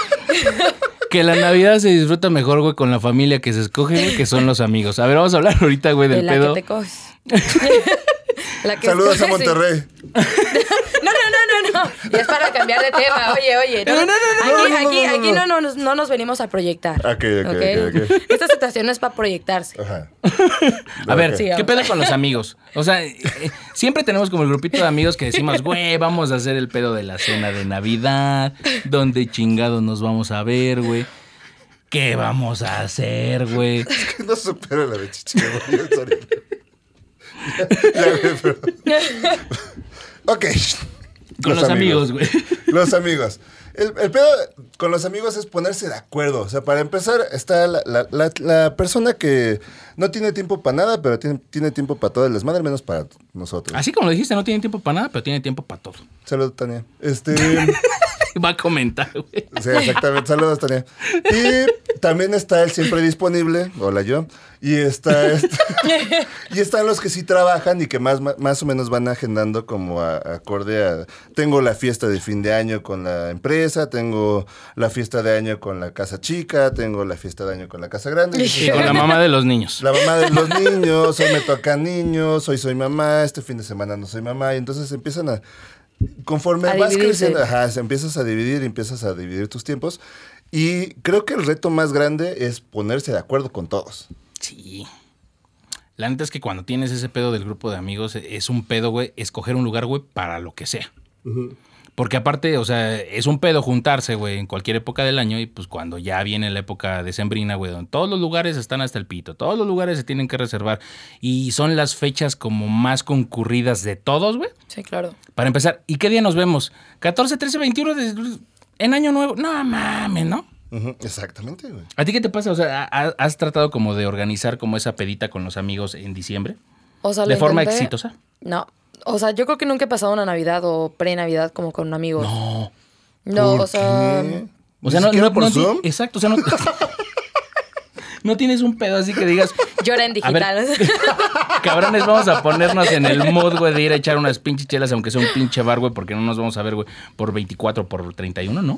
[SPEAKER 2] Que la Navidad se disfruta mejor, güey, con la familia que se escoge, güey, que son los amigos. A ver, vamos a hablar ahorita, güey,
[SPEAKER 3] De
[SPEAKER 2] del
[SPEAKER 3] la
[SPEAKER 2] pedo.
[SPEAKER 3] que te coges. La que
[SPEAKER 4] [laughs] Saludos a
[SPEAKER 3] escoges, [laughs] sí.
[SPEAKER 4] Monterrey.
[SPEAKER 3] No, no, no, no, no. Y es para cambiar de tema. Oye, oye.
[SPEAKER 2] No, no, no,
[SPEAKER 3] aquí,
[SPEAKER 4] no, no,
[SPEAKER 3] aquí,
[SPEAKER 4] no, no,
[SPEAKER 3] aquí
[SPEAKER 4] no.
[SPEAKER 3] no, no, nos- no nos venimos a proyectar.
[SPEAKER 4] Ok, ok, ok, ok.
[SPEAKER 3] Esta situación no es para proyectarse.
[SPEAKER 4] Ajá.
[SPEAKER 2] A ver,
[SPEAKER 4] Ok.
[SPEAKER 3] Sí,
[SPEAKER 2] ¿qué
[SPEAKER 3] vamos.
[SPEAKER 2] pedo con los amigos? O sea, eh, siempre tenemos como el grupito de amigos que decimos, güey, vamos a hacer el pedo de la cena de Navidad, dónde chingados nos vamos a ver, güey. ¿Qué vamos a hacer, güey?
[SPEAKER 4] Que [laughs] no supera la de Chichi. de Bolillo, sorry. Ya, güey,
[SPEAKER 2] [laughs]
[SPEAKER 4] pero- Ok.
[SPEAKER 2] Con los amigos, güey.
[SPEAKER 4] [laughs] Los amigos. El, el pedo con los amigos es ponerse de acuerdo. O sea, para empezar, está la, la- la- la persona que no tiene tiempo para nada, pero tiene, tiene tiempo para todo el desmadre, menos para nosotros.
[SPEAKER 2] Así como lo dijiste, no tiene tiempo para nada, pero tiene tiempo para todo. [laughs]
[SPEAKER 4] Saludos, Tania. Este.
[SPEAKER 2] Va a comentar, güey.
[SPEAKER 4] sí, exactamente. Saludos, Tania. Y también está el siempre disponible. Hola, yo. Y está. este- [laughs] y están los que sí trabajan y que más, más o menos van agendando como a- acorde a. Tengo la fiesta de fin de año con la empresa, tengo la fiesta de año con la casa chica, tengo la fiesta de año con la casa grande.
[SPEAKER 2] Y con la mamá de los niños.
[SPEAKER 4] La mamá de los niños, hoy me tocan niños, hoy soy mamá, este fin de semana no soy mamá. Y entonces empiezan a. Conforme
[SPEAKER 3] A
[SPEAKER 4] vas
[SPEAKER 3] dividirse.
[SPEAKER 4] creciendo, ajá, se empiezas a dividir, empiezas a dividir tus tiempos. Y creo que el reto más grande es ponerse de acuerdo con todos.
[SPEAKER 2] Sí. La neta es que cuando tienes ese pedo del grupo de amigos, es un pedo, güey, escoger un lugar, güey, para lo que sea. Porque aparte, o sea, es un pedo juntarse, güey, en cualquier época del año y pues cuando ya viene la época decembrina, güey, donde todos los lugares están hasta el pito, todos los lugares se tienen que reservar y son las fechas como más concurridas de todos, güey.
[SPEAKER 3] Sí, claro.
[SPEAKER 2] Para empezar, ¿y qué día nos vemos? 14, 13, 21 de- en año nuevo. No mames, ¿no?
[SPEAKER 4] Ujú, Exactamente, güey.
[SPEAKER 2] ¿A ti qué te pasa? O sea, ¿ha- ¿has tratado como de organizar como esa pedita con los amigos en diciembre?
[SPEAKER 3] O sea,
[SPEAKER 2] ¿De
[SPEAKER 3] lo
[SPEAKER 2] forma
[SPEAKER 3] intenté.
[SPEAKER 2] exitosa?
[SPEAKER 3] No. O sea, yo creo que nunca he pasado una Navidad o pre-Navidad como con un amigo.
[SPEAKER 2] No.
[SPEAKER 3] No,
[SPEAKER 4] ¿Por
[SPEAKER 3] o sea.
[SPEAKER 4] qué?
[SPEAKER 2] O sea,
[SPEAKER 4] ¿Ni
[SPEAKER 2] no,
[SPEAKER 4] siquiera
[SPEAKER 2] no-
[SPEAKER 4] por
[SPEAKER 2] no ti-
[SPEAKER 4] Zoom?
[SPEAKER 2] Exacto, o
[SPEAKER 4] [laughs]
[SPEAKER 2] sea, no, [laughs] no tienes un pedo así que digas,
[SPEAKER 3] Llora en
[SPEAKER 2] A ver.
[SPEAKER 3] digital.
[SPEAKER 2] [laughs] cabrones, vamos a ponernos en el mood, güey, de ir a echar unas pinches chelas, aunque sea un pinche bar, güey, porque no nos vamos a ver, güey, por 24, por 31, ¿no?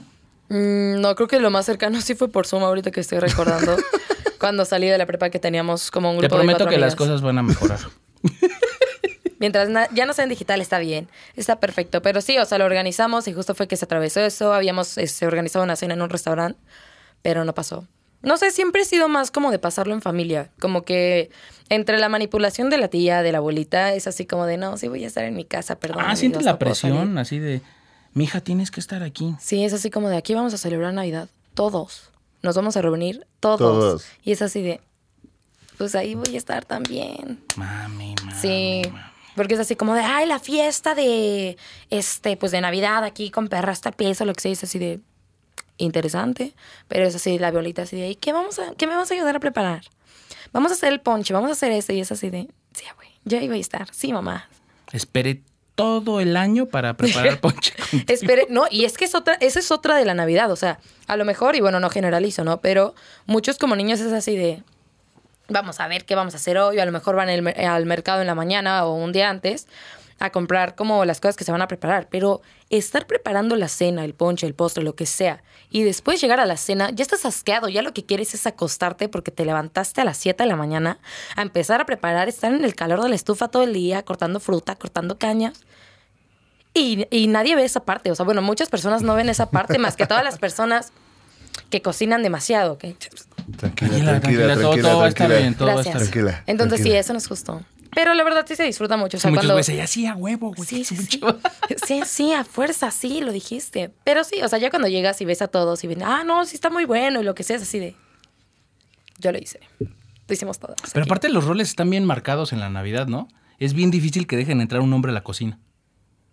[SPEAKER 3] Mm, no, creo que lo más cercano sí fue por Zoom, ahorita que
[SPEAKER 2] [laughs]
[SPEAKER 3] estoy recordando. cuando salí de la prepa que teníamos como un
[SPEAKER 2] Te
[SPEAKER 3] grupo
[SPEAKER 2] prometo
[SPEAKER 3] de cuatro
[SPEAKER 2] que las cosas
[SPEAKER 3] amigas.
[SPEAKER 2] van a
[SPEAKER 3] [laughs]
[SPEAKER 2] mejorar.
[SPEAKER 3] Mientras na- ya no sea en digital, está bien, está perfecto. Pero sí, o sea, lo organizamos y justo fue que se atravesó eso. Habíamos este, organizado una cena en un restaurante, pero no pasó. No sé, siempre he sido más como de pasarlo en familia. Como que entre la manipulación de la tía, de la abuelita, es así como de, no, sí voy a estar en mi casa, perdón.
[SPEAKER 2] Ah,
[SPEAKER 3] amigos,
[SPEAKER 2] sientes
[SPEAKER 3] no
[SPEAKER 2] la
[SPEAKER 3] puedo salir".
[SPEAKER 2] presión así de, mija, tienes que estar aquí.
[SPEAKER 3] Sí, es así como de, aquí vamos a celebrar Navidad, todos. Nos vamos a reunir todos.
[SPEAKER 4] Todos.
[SPEAKER 3] Y es así de, pues ahí voy a estar también.
[SPEAKER 2] Mami, mami.
[SPEAKER 3] Sí.
[SPEAKER 2] mami.
[SPEAKER 3] Porque es así como de, ay, la fiesta de, este, pues de Navidad aquí con perra hasta el piso, lo que se dice así de interesante. Pero es así, la violita así de, ¿y qué, vamos a, qué me vas a ayudar a preparar? Vamos a hacer el ponche, vamos a hacer este. Y es así de, sí, güey, yo ahí voy a estar. Sí, mamá.
[SPEAKER 2] Esperé todo el año para
[SPEAKER 4] [laughs]
[SPEAKER 2] preparar ponche. contigo.
[SPEAKER 3] Espere, no, y es que es otra, esa es otra de la Navidad, o sea, a lo mejor, y bueno, no generalizo, ¿no? Pero muchos como niños es así de, vamos a ver qué vamos a hacer hoy, a lo mejor van el mer- al mercado en la mañana o un día antes a comprar como las cosas que se van a preparar, pero estar preparando la cena, el ponche, el postre, lo que sea, y después llegar a la cena, ya estás asqueado, ya lo que quieres es acostarte porque te levantaste a las 7 de la mañana a empezar a preparar, estar en el calor de la estufa todo el día, cortando fruta, cortando cañas. Y, y nadie ve esa parte. O sea, bueno, muchas personas no ven esa parte, más que todas las personas que cocinan demasiado. ¿ok?
[SPEAKER 4] Tranquila, tranquila,
[SPEAKER 2] todo,
[SPEAKER 4] tranquila,
[SPEAKER 2] todo va a estar
[SPEAKER 4] tranquila.
[SPEAKER 2] bien, todo va a
[SPEAKER 3] Gracias.
[SPEAKER 2] estar bien.
[SPEAKER 4] Tranquila,
[SPEAKER 3] Entonces,
[SPEAKER 4] tranquila.
[SPEAKER 3] sí, eso nos gustó. Pero la verdad sí se disfruta mucho. O sea,
[SPEAKER 2] Muchos
[SPEAKER 3] cuando.
[SPEAKER 2] güeyes, ya sí, a huevo, güey.
[SPEAKER 3] Sí, sí, sí.
[SPEAKER 2] Mucho.
[SPEAKER 3] Sí, sí, a fuerza, sí, lo dijiste. Pero sí, o sea, ya cuando llegas y ves a todos y ven, ah, no, sí está muy bueno y lo que sea, es así de. Yo lo hice. Lo hicimos todos.
[SPEAKER 2] Pero
[SPEAKER 3] aquí.
[SPEAKER 2] aparte los roles están bien marcados en la Navidad, ¿no? Es bien difícil que dejen entrar un hombre a la cocina.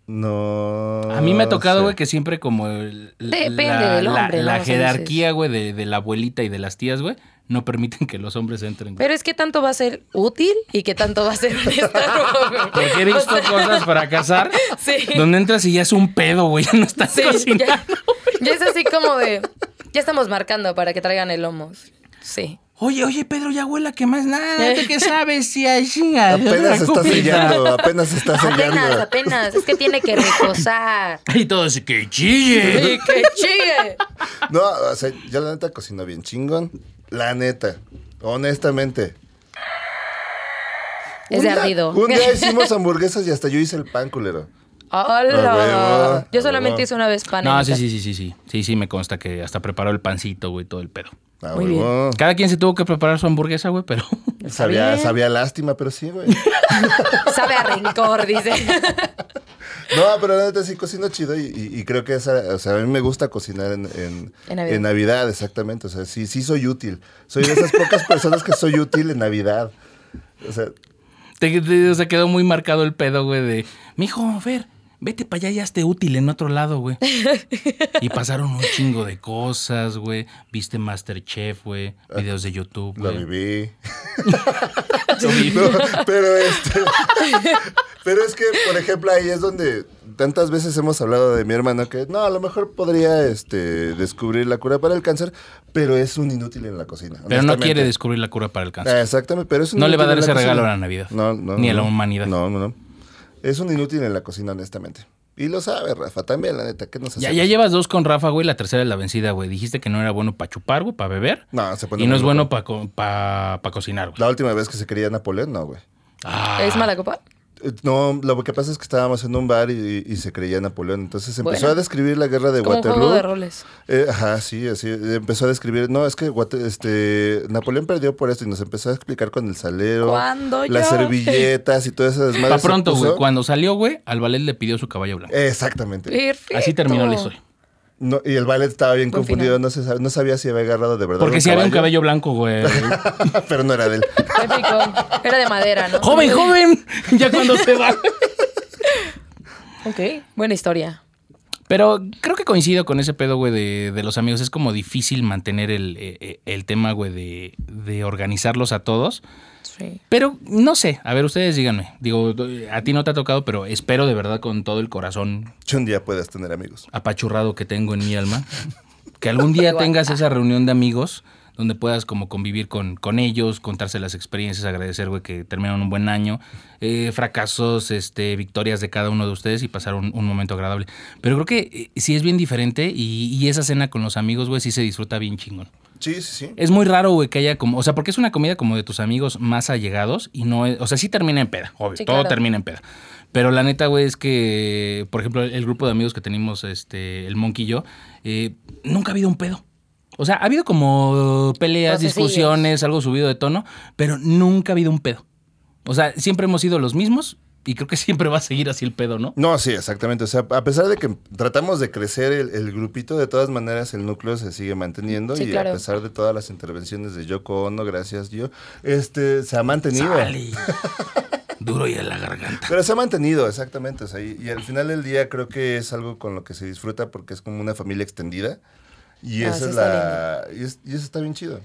[SPEAKER 4] No.
[SPEAKER 2] A mí me ha tocado,
[SPEAKER 4] sé.
[SPEAKER 2] güey, que siempre como el- la-
[SPEAKER 3] Depende
[SPEAKER 2] la,
[SPEAKER 3] del hombre,
[SPEAKER 2] la
[SPEAKER 3] ¿no? O sea,
[SPEAKER 2] jerarquía, güey, de, de la abuelita y de las tías, güey, no permiten que los hombres entren. güey.
[SPEAKER 3] Pero es que tanto va a ser útil y que tanto va a ser honesto.
[SPEAKER 2] [laughs] Porque he visto cosas para casar
[SPEAKER 3] [laughs] Sí.
[SPEAKER 2] donde entras y ya es un pedo, güey, ya no estás
[SPEAKER 3] Sí,
[SPEAKER 2] cocinando.
[SPEAKER 3] ya, ya es así como de. Ya estamos marcando para que traigan el lomo. Sí.
[SPEAKER 2] Oye, oye, Pedro, ya abuela, que más nada, ¿tú qué sabes? Si allí habrá [laughs]
[SPEAKER 4] [laughs] Apenas está
[SPEAKER 2] comida?
[SPEAKER 4] sellando, apenas está
[SPEAKER 3] Apenas,
[SPEAKER 4] sellando.
[SPEAKER 3] apenas. Es que tiene que reposar.
[SPEAKER 2] Y todos, que chille.
[SPEAKER 3] Y que chille.
[SPEAKER 4] No, o sea, yo la neta cocino bien chingón. La neta, honestamente.
[SPEAKER 3] Es
[SPEAKER 4] Un
[SPEAKER 3] de
[SPEAKER 4] día-
[SPEAKER 3] ardido. [laughs]
[SPEAKER 4] Un día hicimos hamburguesas y hasta yo hice el pan, culero.
[SPEAKER 3] Hola.
[SPEAKER 4] A Ah, huevo,
[SPEAKER 3] Yo
[SPEAKER 4] a
[SPEAKER 3] solamente
[SPEAKER 4] huevo.
[SPEAKER 3] hice una vez pan. en
[SPEAKER 2] No,
[SPEAKER 3] mi
[SPEAKER 2] sí,
[SPEAKER 3] casa.
[SPEAKER 2] sí, sí, sí, sí. Sí, sí, me consta que hasta preparó el pancito, güey, todo el pedo.
[SPEAKER 4] Ah,
[SPEAKER 3] Muy bien.
[SPEAKER 4] huevo.
[SPEAKER 2] Cada quien se tuvo que preparar su hamburguesa, güey, pero... [laughs]
[SPEAKER 4] Sabía,
[SPEAKER 3] bien.
[SPEAKER 4] sabía lástima, pero
[SPEAKER 3] [laughs]
[SPEAKER 4] sí, güey.
[SPEAKER 3] Sabe a rencor, dice.
[SPEAKER 4] No, pero la neta sí cocino chido y, y- y creo que esa, o sea, a mí me gusta cocinar en, en,
[SPEAKER 3] En Navidad.
[SPEAKER 4] en Navidad, exactamente. O sea, sí, sí soy útil. Soy de esas pocas personas que soy útil en Navidad. O sea,
[SPEAKER 2] Te, te- o sea, quedó muy marcado el pedo, güey, de... Mijo, Fer, vete para allá y hazte útil en otro lado, güey. y pasaron un chingo de cosas, güey. Viste Masterchef, güey. Videos de YouTube,
[SPEAKER 4] Ah, Lo
[SPEAKER 2] güey.
[SPEAKER 4] viví.
[SPEAKER 2] Lo viví.
[SPEAKER 4] [laughs] No, pero este. [laughs] Pero es que, por ejemplo, ahí es donde tantas veces hemos hablado de mi hermano que no, a lo mejor podría este, descubrir la cura para el cáncer, pero es un inútil en la cocina.
[SPEAKER 2] Pero no
[SPEAKER 4] honestamente.
[SPEAKER 2] quiere descubrir la cura para el cáncer.
[SPEAKER 4] Ah, Exactamente, pero es un
[SPEAKER 2] No le va a dar
[SPEAKER 4] inútil en
[SPEAKER 2] ese regalo
[SPEAKER 4] cocina.
[SPEAKER 2] a la Navidad.
[SPEAKER 4] No, no,
[SPEAKER 2] Ni a
[SPEAKER 4] no.
[SPEAKER 2] la humanidad.
[SPEAKER 4] No, no, no. Es un inútil en la cocina, honestamente. Y lo sabe, Rafa, también, la neta, ¿qué nos hace?
[SPEAKER 2] Ya, ya llevas dos con Rafa, güey. La tercera es la vencida, güey. Dijiste que no era bueno para chupar, güey, para beber.
[SPEAKER 4] No, se pone
[SPEAKER 2] Y no
[SPEAKER 4] muy
[SPEAKER 2] es
[SPEAKER 4] loco.
[SPEAKER 2] bueno para pa, pa cocinar, güey.
[SPEAKER 4] La última vez que se quería Napoleón, no, güey.
[SPEAKER 2] Ah.
[SPEAKER 3] ¿Es mala copa?
[SPEAKER 4] Eh, No, lo que pasa es que estábamos en un bar y, y se creía Napoleón. Entonces empezó
[SPEAKER 3] Bueno.
[SPEAKER 4] a describir la guerra de
[SPEAKER 3] Como un
[SPEAKER 4] Waterloo.
[SPEAKER 3] juego de roles.
[SPEAKER 4] Eh, ajá, sí, así. eh, Empezó a describir. No, es que Guate- este, Napoleón perdió por esto y nos empezó a explicar con el salero.
[SPEAKER 3] ¿Cuándo
[SPEAKER 4] Las
[SPEAKER 3] yo?
[SPEAKER 4] servilletas y todas esas
[SPEAKER 2] Pa'
[SPEAKER 4] madres. se
[SPEAKER 2] pronto,
[SPEAKER 4] puso-
[SPEAKER 2] güey. Cuando salió, güey, al ballet le pidió su caballo
[SPEAKER 3] Eh,
[SPEAKER 2] blanco.
[SPEAKER 4] Exactamente.
[SPEAKER 3] Perfecto.
[SPEAKER 2] Así terminó la historia.
[SPEAKER 4] No, y el ballet estaba bien
[SPEAKER 3] Buen
[SPEAKER 4] confundido.
[SPEAKER 3] final.
[SPEAKER 4] No, se sab- no sabía si había agarrado de verdad.
[SPEAKER 2] Porque si había un cabello blanco, güey.
[SPEAKER 4] [laughs] pero no era de él.
[SPEAKER 3] Épico. Era de madera, ¿no?
[SPEAKER 2] joven, joven. Ya cuando se va.
[SPEAKER 3] Ok. Buena historia.
[SPEAKER 2] Pero creo que coincido con ese pedo, güey, de, de los amigos. Es como difícil mantener el, eh, eh, el tema, güey, de, de organizarlos a todos.
[SPEAKER 3] Sí.
[SPEAKER 2] Pero no sé. A ver, ustedes díganme. Digo, a ti no te ha tocado, pero espero de verdad con todo el corazón
[SPEAKER 4] Que un día puedas tener amigos.
[SPEAKER 2] apachurrado que tengo en mi alma. Que algún [laughs] día
[SPEAKER 3] Igual.
[SPEAKER 2] tengas esa reunión de amigos donde puedas como convivir con, con ellos, contarse las experiencias, agradecer, güey, que terminaron un buen año, eh, fracasos, este, victorias de cada uno de ustedes y pasar un, un momento agradable. Pero creo que eh, sí es bien diferente y, y esa cena con los amigos, güey, sí se disfruta bien chingón.
[SPEAKER 4] Sí, sí, sí.
[SPEAKER 2] Es muy raro, güey, que haya como. O sea, porque es una comida como de tus amigos más allegados y no es. O sea, sí termina en peda, obvio.
[SPEAKER 3] Sí,
[SPEAKER 2] todo
[SPEAKER 3] claro.
[SPEAKER 2] termina en peda. Pero la neta, güey, es que, por ejemplo, el grupo de amigos que tenemos, este, el Monkey y yo, eh, nunca ha habido un pedo. O sea, ha habido como peleas,
[SPEAKER 3] Entonces, sí,
[SPEAKER 2] discusiones, algo subido de tono, pero nunca ha habido un pedo. O sea, siempre hemos sido los mismos y creo que [laughs] siempre va a seguir así el pedo, ¿no?
[SPEAKER 4] No, sí, exactamente. O sea, a pesar de que tratamos de crecer el, el grupito, de todas maneras el núcleo se sigue manteniendo
[SPEAKER 3] Sí,
[SPEAKER 4] y
[SPEAKER 3] claro.
[SPEAKER 4] a pesar de todas las intervenciones de Yoko Ono, gracias yo, este, se ha mantenido.
[SPEAKER 2] Sale. Duro y a la garganta.
[SPEAKER 4] Pero se ha mantenido, exactamente. o sea, y, y al final del día creo que es algo con lo que se disfruta porque es como una familia extendida. Y
[SPEAKER 3] Ah,
[SPEAKER 4] eso
[SPEAKER 3] sí
[SPEAKER 4] es
[SPEAKER 3] está
[SPEAKER 4] la. Y, es- y eso está bien chido.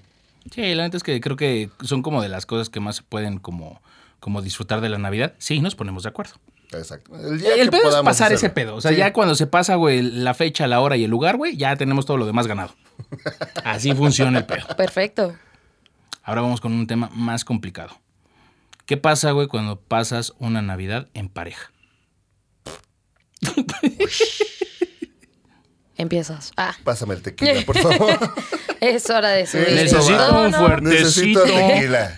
[SPEAKER 2] Sí, la neta es que creo que son como de las cosas que más se pueden como, como disfrutar de la Navidad. Sí, nos ponemos de acuerdo.
[SPEAKER 4] Exacto. El, día
[SPEAKER 2] El
[SPEAKER 4] que
[SPEAKER 2] pedo es
[SPEAKER 4] podamos
[SPEAKER 2] pasar
[SPEAKER 4] hacerlo.
[SPEAKER 2] ese pedo. O sea,
[SPEAKER 4] Sí.
[SPEAKER 2] ya cuando se pasa, güey, la fecha, la hora y el lugar, güey, ya tenemos todo lo demás
[SPEAKER 4] [laughs]
[SPEAKER 2] ganado. Así funciona el pedo.
[SPEAKER 3] Perfecto.
[SPEAKER 2] Ahora vamos con un tema más complicado. ¿Qué pasa, güey, cuando pasas una Navidad en pareja?
[SPEAKER 3] Empiezas. Ah,
[SPEAKER 4] Pásame el tequila, por
[SPEAKER 2] [laughs]
[SPEAKER 4] favor.
[SPEAKER 3] es hora de subir.
[SPEAKER 2] Necesito
[SPEAKER 4] va.
[SPEAKER 2] un fuerte-
[SPEAKER 4] Necesito
[SPEAKER 2] Fuertecito.
[SPEAKER 4] tequila.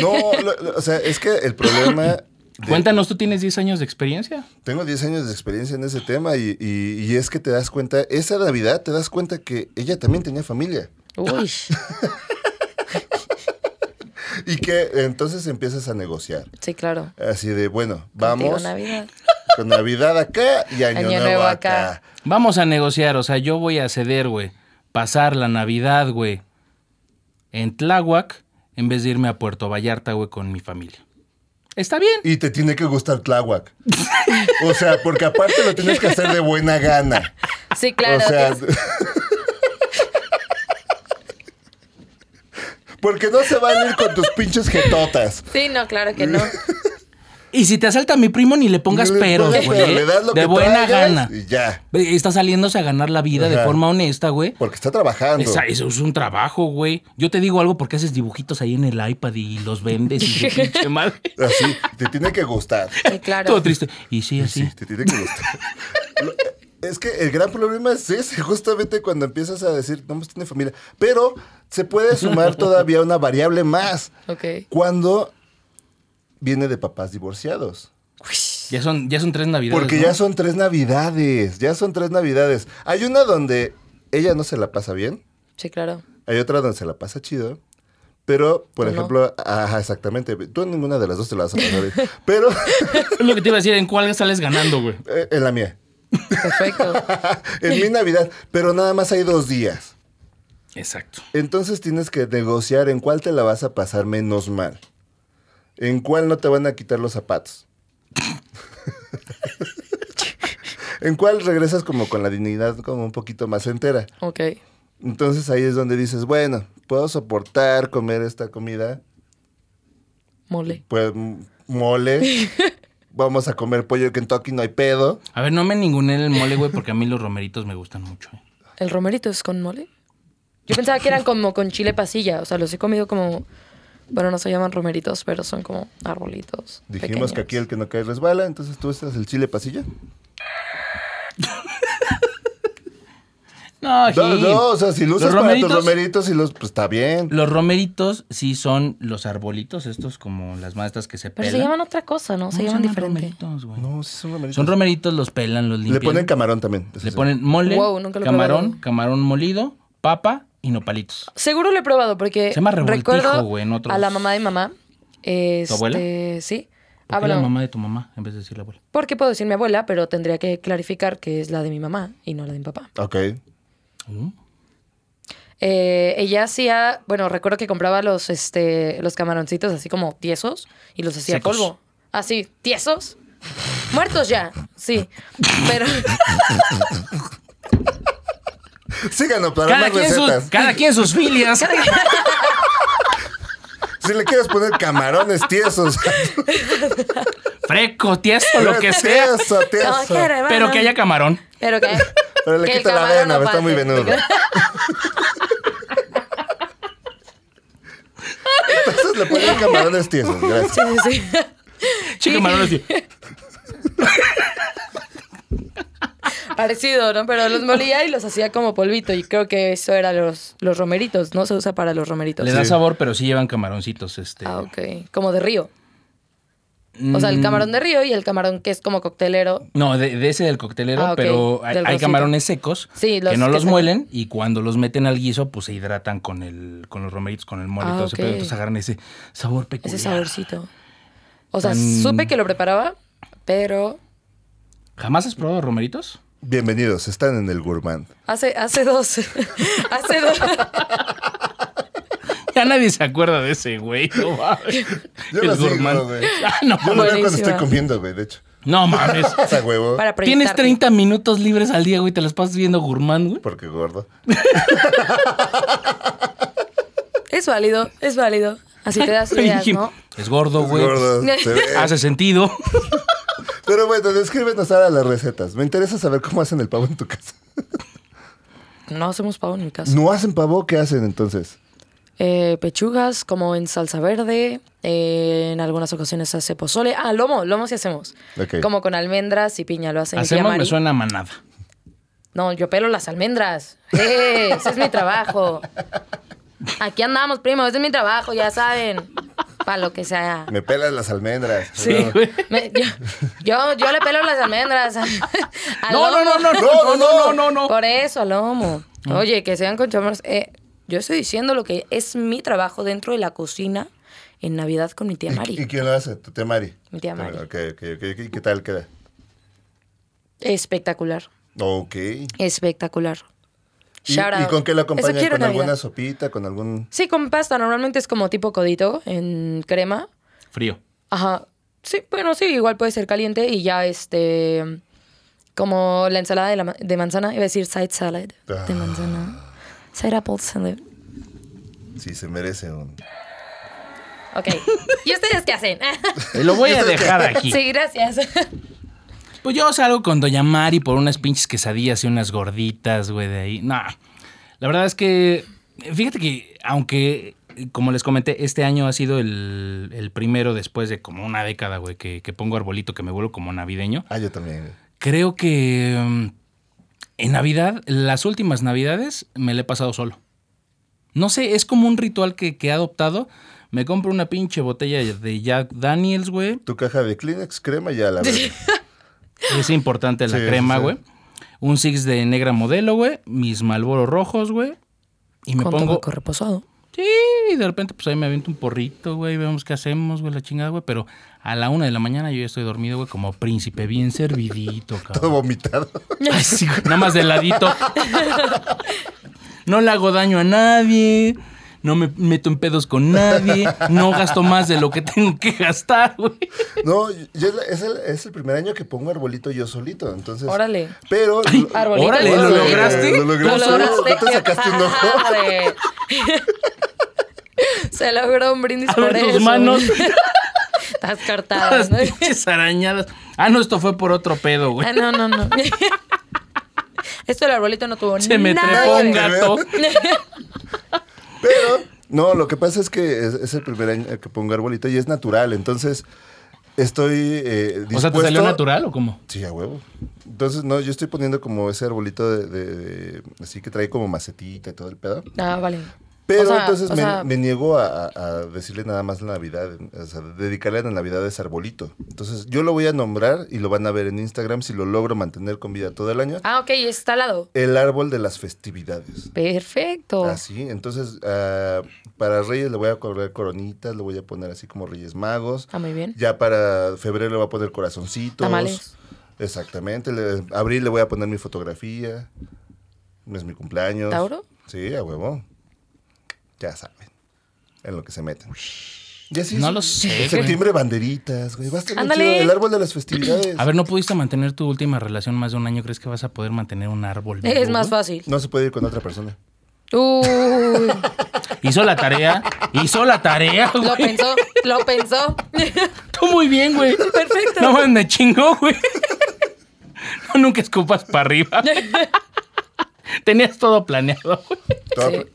[SPEAKER 4] No, lo- lo- o sea, es que el problema. de-
[SPEAKER 2] Cuéntanos, ¿tú tienes 10 años de experiencia?
[SPEAKER 4] Tengo 10 años de experiencia en ese tema y, y- y es que te das cuenta, esa Navidad te das cuenta que ella también tenía familia
[SPEAKER 3] Uy.
[SPEAKER 4] y que entonces empiezas a negociar.
[SPEAKER 3] Sí, claro.
[SPEAKER 4] Así de, bueno,
[SPEAKER 3] Contigo,
[SPEAKER 4] vamos
[SPEAKER 3] Navidad.
[SPEAKER 4] con Navidad acá y Año,
[SPEAKER 3] Año
[SPEAKER 4] Nuevo,
[SPEAKER 3] Nuevo
[SPEAKER 4] acá.
[SPEAKER 3] acá.
[SPEAKER 2] Vamos a negociar, o sea, yo voy a ceder, güey. Pasar la Navidad, güey, en Tláhuac, en vez de irme a Puerto Vallarta, güey, con mi familia. Está bien.
[SPEAKER 4] Y te tiene que gustar Tláhuac. O sea, porque aparte lo tienes que hacer de buena gana.
[SPEAKER 3] Sí, claro.
[SPEAKER 4] o sea,
[SPEAKER 3] tienes-
[SPEAKER 4] porque no se van a ir con tus pinches jetotas.
[SPEAKER 3] Sí, no, claro que no.
[SPEAKER 2] Y si te asalta mi primo, ni le pongas
[SPEAKER 4] Le
[SPEAKER 2] peros,
[SPEAKER 4] pones,
[SPEAKER 2] güey.
[SPEAKER 4] pero le das lo
[SPEAKER 2] de
[SPEAKER 4] que
[SPEAKER 2] buena
[SPEAKER 4] traigas
[SPEAKER 2] gana.
[SPEAKER 4] Y ya,
[SPEAKER 2] Está saliéndose a ganar la vida de
[SPEAKER 4] Ajá.
[SPEAKER 2] forma honesta, güey.
[SPEAKER 4] porque está trabajando.
[SPEAKER 2] Esa- eso es un trabajo, güey. Yo te digo algo porque haces dibujitos ahí en el iPad y los vendes y tu pinche madre.
[SPEAKER 4] Así, te tiene que gustar.
[SPEAKER 3] Sí, claro.
[SPEAKER 2] Todo triste. Y sí,
[SPEAKER 4] Sí,
[SPEAKER 2] así.
[SPEAKER 4] te tiene que gustar. [laughs] Lo- Es que el gran problema es ese, justamente cuando empiezas a decir, no, pues tiene familia. Pero se puede sumar todavía una variable más.
[SPEAKER 3] Ok.
[SPEAKER 4] Cuando viene de papás divorciados.
[SPEAKER 2] Ya son, ya son tres navidades.
[SPEAKER 4] Porque
[SPEAKER 2] ¿no?
[SPEAKER 4] ya son tres navidades, ya son tres navidades. Hay una donde ella no se la pasa bien,
[SPEAKER 3] Sí, claro.
[SPEAKER 4] hay otra donde se la pasa chido, pero, por
[SPEAKER 3] Tú no.
[SPEAKER 4] ejemplo, ajá, exactamente, tú en ninguna de las dos te la vas a pasar bien, pero
[SPEAKER 2] Es lo que te iba a decir, ¿en cuál sales ganando, güey?
[SPEAKER 4] eh, en la mía, [laughs]
[SPEAKER 3] Perfecto.
[SPEAKER 4] en mi navidad, pero nada más hay dos días.
[SPEAKER 2] Exacto.
[SPEAKER 4] Entonces tienes que negociar en cuál te la vas a pasar menos mal, en cuál no te van a quitar los zapatos. [laughs] ¿En cuál regresas como con la dignidad como un poquito más entera?
[SPEAKER 3] Ok.
[SPEAKER 4] Entonces ahí es donde dices, bueno, puedo soportar comer esta comida,
[SPEAKER 3] Mole.
[SPEAKER 4] pues m-
[SPEAKER 2] [laughs]
[SPEAKER 4] mole, vamos a comer pollo de Kentucky, no hay pedo.
[SPEAKER 2] A ver, no me ninguneen el mole, güey, porque a mí los romeritos me gustan mucho. eh.
[SPEAKER 3] ¿El romerito es con mole? Yo pensaba que eran como con chile pasilla. O sea, los he comido como. Bueno, no se llaman romeritos, pero son como arbolitos.
[SPEAKER 4] Dijimos que aquí el que no cae resbala, entonces tú estás el chile pasilla.
[SPEAKER 2] No,
[SPEAKER 4] No,
[SPEAKER 2] Gil.
[SPEAKER 4] no, o sea, si lo usas
[SPEAKER 2] los
[SPEAKER 4] para
[SPEAKER 2] romeritos,
[SPEAKER 4] tus romeritos y los, pues está bien.
[SPEAKER 2] Los romeritos sí son los arbolitos, estos como las maestras que se
[SPEAKER 3] Pero
[SPEAKER 2] pelan.
[SPEAKER 3] se llaman otra cosa, ¿no? Se
[SPEAKER 2] No,
[SPEAKER 3] llaman diferente.
[SPEAKER 2] romeritos, güey.
[SPEAKER 4] No, sí son romeritos.
[SPEAKER 2] Son romeritos, los pelan, los
[SPEAKER 4] Le
[SPEAKER 2] limpian.
[SPEAKER 4] ponen camarón también. eso
[SPEAKER 2] Le
[SPEAKER 4] sí.
[SPEAKER 2] ponen mole,
[SPEAKER 3] Wow, nunca lo he
[SPEAKER 2] camarón,
[SPEAKER 3] probado.
[SPEAKER 2] camarón molido, papa y nopalitos.
[SPEAKER 3] Seguro lo he probado porque
[SPEAKER 2] Se llama revoltijo,
[SPEAKER 3] recuerdo
[SPEAKER 2] güey, en otros-
[SPEAKER 3] a la mamá de mamá. Este,
[SPEAKER 2] abuela?
[SPEAKER 3] Sí.
[SPEAKER 2] ¿Por
[SPEAKER 3] Ah,
[SPEAKER 2] qué la
[SPEAKER 3] bueno,
[SPEAKER 2] mamá de tu mamá en vez de decir la abuela?
[SPEAKER 3] Porque puedo decir mi abuela, pero tendría que clarificar que es la de mi mamá y no la de mi papá.
[SPEAKER 4] Ok.
[SPEAKER 2] Uh,
[SPEAKER 3] Eh, ella hacía, bueno, recuerdo que compraba los, este, los camaroncitos así como tiesos y los hacía
[SPEAKER 2] Secos.
[SPEAKER 3] polvo. Así, tiesos. Muertos ya, sí. Pero
[SPEAKER 4] Síganos para
[SPEAKER 2] Cada
[SPEAKER 4] más
[SPEAKER 2] quien,
[SPEAKER 4] recetas.
[SPEAKER 2] sus, cada quien sus filias.
[SPEAKER 4] Si le quieres poner camarones
[SPEAKER 2] [laughs]
[SPEAKER 4] tiesos,
[SPEAKER 2] Freco, tiesto, lo que sea.
[SPEAKER 4] tieso, [laughs] tieso.
[SPEAKER 3] No, que era,
[SPEAKER 2] Pero
[SPEAKER 3] bueno.
[SPEAKER 2] que haya camarón.
[SPEAKER 3] Pero que.
[SPEAKER 4] Pero le
[SPEAKER 3] que el
[SPEAKER 4] quita la
[SPEAKER 3] camarón
[SPEAKER 4] vena,
[SPEAKER 3] no
[SPEAKER 4] está muy
[SPEAKER 3] pase.
[SPEAKER 4] venudo. Entonces le ponen camarones tiesos, gracias.
[SPEAKER 3] Sí, sí, [laughs] sí.
[SPEAKER 2] Che, camarón
[SPEAKER 3] [laughs]
[SPEAKER 2] así.
[SPEAKER 3] Parecido, ¿no? Pero los molía y los hacía como polvito. Y creo que eso era los, los romeritos. No se usa para los romeritos.
[SPEAKER 2] Le da sabor, pero sí llevan camaroncitos. Este.
[SPEAKER 3] Ah, ok. Como de río. Ah,
[SPEAKER 2] Mm,
[SPEAKER 3] O sea, el camarón de río y el camarón que es como coctelero.
[SPEAKER 2] No, de, de ese del coctelero,
[SPEAKER 3] Ah, ok,
[SPEAKER 2] pero
[SPEAKER 3] del
[SPEAKER 2] hay, hay
[SPEAKER 3] grosito.
[SPEAKER 2] camarones secos
[SPEAKER 3] Sí, los
[SPEAKER 2] que no
[SPEAKER 3] que
[SPEAKER 2] los
[SPEAKER 3] se-
[SPEAKER 2] muelen y cuando los meten al guiso, pues se hidratan con el, con los romeritos, con el mole y
[SPEAKER 3] Ah,
[SPEAKER 2] todo ese
[SPEAKER 3] ok.
[SPEAKER 2] pedo. Entonces agarran ese sabor peculiar.
[SPEAKER 3] Ese saborcito. O sea,
[SPEAKER 2] Tan-
[SPEAKER 3] supe que lo preparaba, pero
[SPEAKER 2] ¿Jamás has probado romeritos? [laughs]
[SPEAKER 4] Bienvenidos, están en el gourmand.
[SPEAKER 3] hace, hace dos. [laughs] hace dos.
[SPEAKER 2] Ya nadie se acuerda de ese, güey. No mames.
[SPEAKER 4] Yo
[SPEAKER 2] El
[SPEAKER 4] lo sigo,
[SPEAKER 2] gourmand.
[SPEAKER 4] güey.
[SPEAKER 2] [laughs] Ah, no,
[SPEAKER 4] Yo lo veo cuando
[SPEAKER 3] Buenísima.
[SPEAKER 4] estoy comiendo, güey, de hecho.
[SPEAKER 2] no
[SPEAKER 4] [laughs]
[SPEAKER 2] mames.
[SPEAKER 4] Esa huevo.
[SPEAKER 3] para
[SPEAKER 2] Tienes
[SPEAKER 3] proyectarme.
[SPEAKER 2] 30 minutos libres al día, güey. Te las pasas viendo gourmand, güey.
[SPEAKER 4] Porque gordo.
[SPEAKER 3] Es válido, es válido. Así te
[SPEAKER 2] [laughs]
[SPEAKER 3] das ideas, ¿no?
[SPEAKER 2] Es gordo,
[SPEAKER 4] Es
[SPEAKER 2] güey. Pues, Ah,
[SPEAKER 4] gordo,
[SPEAKER 2] [laughs]
[SPEAKER 4] se ve.
[SPEAKER 2] Hace sentido.
[SPEAKER 4] Pero bueno, descríbenos ahora las recetas. Me interesa saber cómo hacen el pavo en tu casa.
[SPEAKER 3] No hacemos pavo en mi casa.
[SPEAKER 4] ¿No hacen pavo? ¿Qué hacen entonces?
[SPEAKER 3] Eh, pechugas, como en salsa verde. eh, en algunas ocasiones se hace pozole. Ah, lomo, lomo sí hacemos.
[SPEAKER 4] Ok.
[SPEAKER 3] Como con almendras y piña, lo hacen. mi tía
[SPEAKER 2] Hacemos, me
[SPEAKER 3] Mari.
[SPEAKER 2] suena a manada.
[SPEAKER 3] No, yo pelo las almendras. ¡Eh! ese es mi trabajo. Aquí andamos, primo. Ese es mi trabajo, ya saben. Para lo que sea.
[SPEAKER 4] Me pelas las almendras.
[SPEAKER 3] Sí,
[SPEAKER 4] No.
[SPEAKER 2] güey.
[SPEAKER 3] Me- yo, yo, yo le pelo las almendras. [laughs] a- al
[SPEAKER 2] No, no,
[SPEAKER 3] lomo.
[SPEAKER 2] no, no,
[SPEAKER 4] No,
[SPEAKER 2] no,
[SPEAKER 4] no, Ah.
[SPEAKER 2] no, no, no.
[SPEAKER 3] Por eso, al lomo. Oye, que sean con chamarras. Eh, yo estoy diciendo lo que es mi trabajo dentro de la cocina en Navidad con mi tía
[SPEAKER 4] ¿Y
[SPEAKER 3] Mari.
[SPEAKER 4] quién lo hace? ¿Tu tía Mari?
[SPEAKER 3] Mi tía Mari.
[SPEAKER 4] Ok, ok, ok. ¿Y qué tal queda?
[SPEAKER 3] Espectacular.
[SPEAKER 4] Ok.
[SPEAKER 3] Espectacular.
[SPEAKER 4] ¿Y,
[SPEAKER 3] Shout
[SPEAKER 4] y
[SPEAKER 3] out.
[SPEAKER 4] con qué lo
[SPEAKER 3] Eso
[SPEAKER 4] acompañan?
[SPEAKER 3] quiero
[SPEAKER 4] ¿Con
[SPEAKER 3] en Navidad.
[SPEAKER 4] alguna sopita? ¿Con algún...?
[SPEAKER 3] Sí, con pasta. Normalmente es como tipo codito en crema.
[SPEAKER 2] Frío.
[SPEAKER 3] Ajá. Sí, bueno, sí, igual puede ser caliente y ya este. Como la ensalada de, la ma- de manzana, iba a decir side salad
[SPEAKER 4] Ah.
[SPEAKER 3] de manzana. Side apple salad.
[SPEAKER 4] Sí, se merece un...
[SPEAKER 3] Ok. ¿Y ustedes
[SPEAKER 2] [laughs]
[SPEAKER 3] qué hacen?
[SPEAKER 2] Te Eh, Lo voy a dejar aquí.
[SPEAKER 3] sí, gracias.
[SPEAKER 2] Pues yo salgo con Doña Mari por unas pinches quesadillas y unas gorditas, güey, de ahí. Nah. La verdad es que, fíjate que, aunque, como les comenté, este año ha sido el, el primero después de como una década, güey, que, que pongo arbolito, que me vuelvo como navideño.
[SPEAKER 4] Ah, yo también.
[SPEAKER 2] Creo que mm, en Navidad, las últimas Navidades, me la he pasado solo. No sé, es como un ritual que, que he adoptado. Me compro una pinche botella de Jack Daniels, güey.
[SPEAKER 4] Tu caja de Kleenex, crema, ya
[SPEAKER 3] [laughs]
[SPEAKER 4] la verdad.
[SPEAKER 2] Es importante la
[SPEAKER 4] Sí,
[SPEAKER 2] crema,
[SPEAKER 4] sí.
[SPEAKER 2] güey. Un six de negra modelo, güey. Mis malboros rojos, güey. Y me
[SPEAKER 3] con
[SPEAKER 2] pongo.
[SPEAKER 3] tabaco reposado.
[SPEAKER 2] Sí, y de repente, pues ahí me aviento un porrito, güey. Vemos qué hacemos, güey, la chingada, güey. Pero a la una de la mañana yo ya estoy dormido, güey, como príncipe, bien servidito,
[SPEAKER 4] Todo
[SPEAKER 2] cabrón.
[SPEAKER 4] vomitado.
[SPEAKER 2] Ay, sí, güey, nada más de ladito. No le hago daño a nadie. No me meto en pedos con nadie. No gasto más de lo que tengo que gastar, güey.
[SPEAKER 4] No, yo es, la- es el, es el primer año que pongo arbolito yo solito, entonces...
[SPEAKER 3] Órale.
[SPEAKER 4] Pero...
[SPEAKER 3] Arbolito.
[SPEAKER 2] Órale,
[SPEAKER 3] yo
[SPEAKER 2] ¿lo
[SPEAKER 3] solito.
[SPEAKER 2] lograste?
[SPEAKER 4] Lo lograste.
[SPEAKER 3] Lo lograste.
[SPEAKER 4] ¿No te sacaste
[SPEAKER 3] [laughs]
[SPEAKER 4] un ojo?
[SPEAKER 3] Padre. Se logró un brindis
[SPEAKER 2] A
[SPEAKER 3] por
[SPEAKER 2] ver tus
[SPEAKER 3] eso.
[SPEAKER 2] manos.
[SPEAKER 3] [laughs] Estás cortada,
[SPEAKER 2] Las
[SPEAKER 3] ¿no?
[SPEAKER 2] pinches arañadas. Ah, no, esto fue por otro pedo, güey.
[SPEAKER 3] Ah, no, no, no. [laughs] Esto del arbolito no tuvo
[SPEAKER 2] Se me
[SPEAKER 3] nada
[SPEAKER 2] trepó
[SPEAKER 3] que
[SPEAKER 2] un
[SPEAKER 3] ver.
[SPEAKER 2] gato.
[SPEAKER 4] Pero, no, lo que pasa es que es, es el primer año que pongo arbolito y es natural, entonces estoy eh,
[SPEAKER 2] O sea, ¿te
[SPEAKER 4] dispuesto-
[SPEAKER 2] salió natural o cómo?
[SPEAKER 4] Sí, a huevo. Entonces, no, yo estoy poniendo como ese arbolito de, de- de- así que trae como macetita y todo el pedo.
[SPEAKER 3] [laughs] Ah, vale.
[SPEAKER 4] Pero
[SPEAKER 3] O sea,
[SPEAKER 4] entonces
[SPEAKER 3] o
[SPEAKER 4] me,
[SPEAKER 3] sea,
[SPEAKER 4] me niego a, a- a decirle nada más la Navidad, o sea, dedicarle a la Navidad ese arbolito. Entonces, yo lo voy a nombrar y lo van a ver en Instagram si lo logro mantener con vida todo el año.
[SPEAKER 3] Ah, ok, está al lado.
[SPEAKER 4] El árbol de las festividades.
[SPEAKER 3] Perfecto.
[SPEAKER 4] Así, entonces ah, para Reyes le voy a cobrar coronitas, le voy a poner así como Reyes Magos.
[SPEAKER 3] Ah, muy bien.
[SPEAKER 4] Ya para febrero le voy a poner corazoncitos.
[SPEAKER 3] Tamales.
[SPEAKER 4] Exactamente. le- abril le voy a poner mi fotografía. No es mi cumpleaños.
[SPEAKER 3] ¿Tauro?
[SPEAKER 4] Sí, a huevo. Ya saben. En lo que se meten. Y así
[SPEAKER 2] No
[SPEAKER 4] es.
[SPEAKER 2] lo sé,
[SPEAKER 4] En
[SPEAKER 2] güey.
[SPEAKER 4] septiembre banderitas, güey. Va a estar bien
[SPEAKER 3] Ándale.
[SPEAKER 4] chido, El árbol de las festividades.
[SPEAKER 2] A ver, ¿no pudiste mantener tu última relación más de un año? ¿Crees que vas a poder mantener un árbol? vivo,
[SPEAKER 3] Es más
[SPEAKER 2] güey?
[SPEAKER 3] fácil.
[SPEAKER 4] No se puede ir con otra persona.
[SPEAKER 3] Uy,
[SPEAKER 2] Hizo la tarea. Hizo la [laughs] tarea,
[SPEAKER 3] lo
[SPEAKER 2] güey.
[SPEAKER 3] pensó, lo
[SPEAKER 4] [laughs]
[SPEAKER 3] pensó.
[SPEAKER 2] Tú muy bien, güey.
[SPEAKER 3] Perfecto.
[SPEAKER 2] No mames, me chingó, güey. No, nunca escupas para [laughs] arriba. Tenías todo planeado, güey.
[SPEAKER 4] Todo-
[SPEAKER 3] Sí.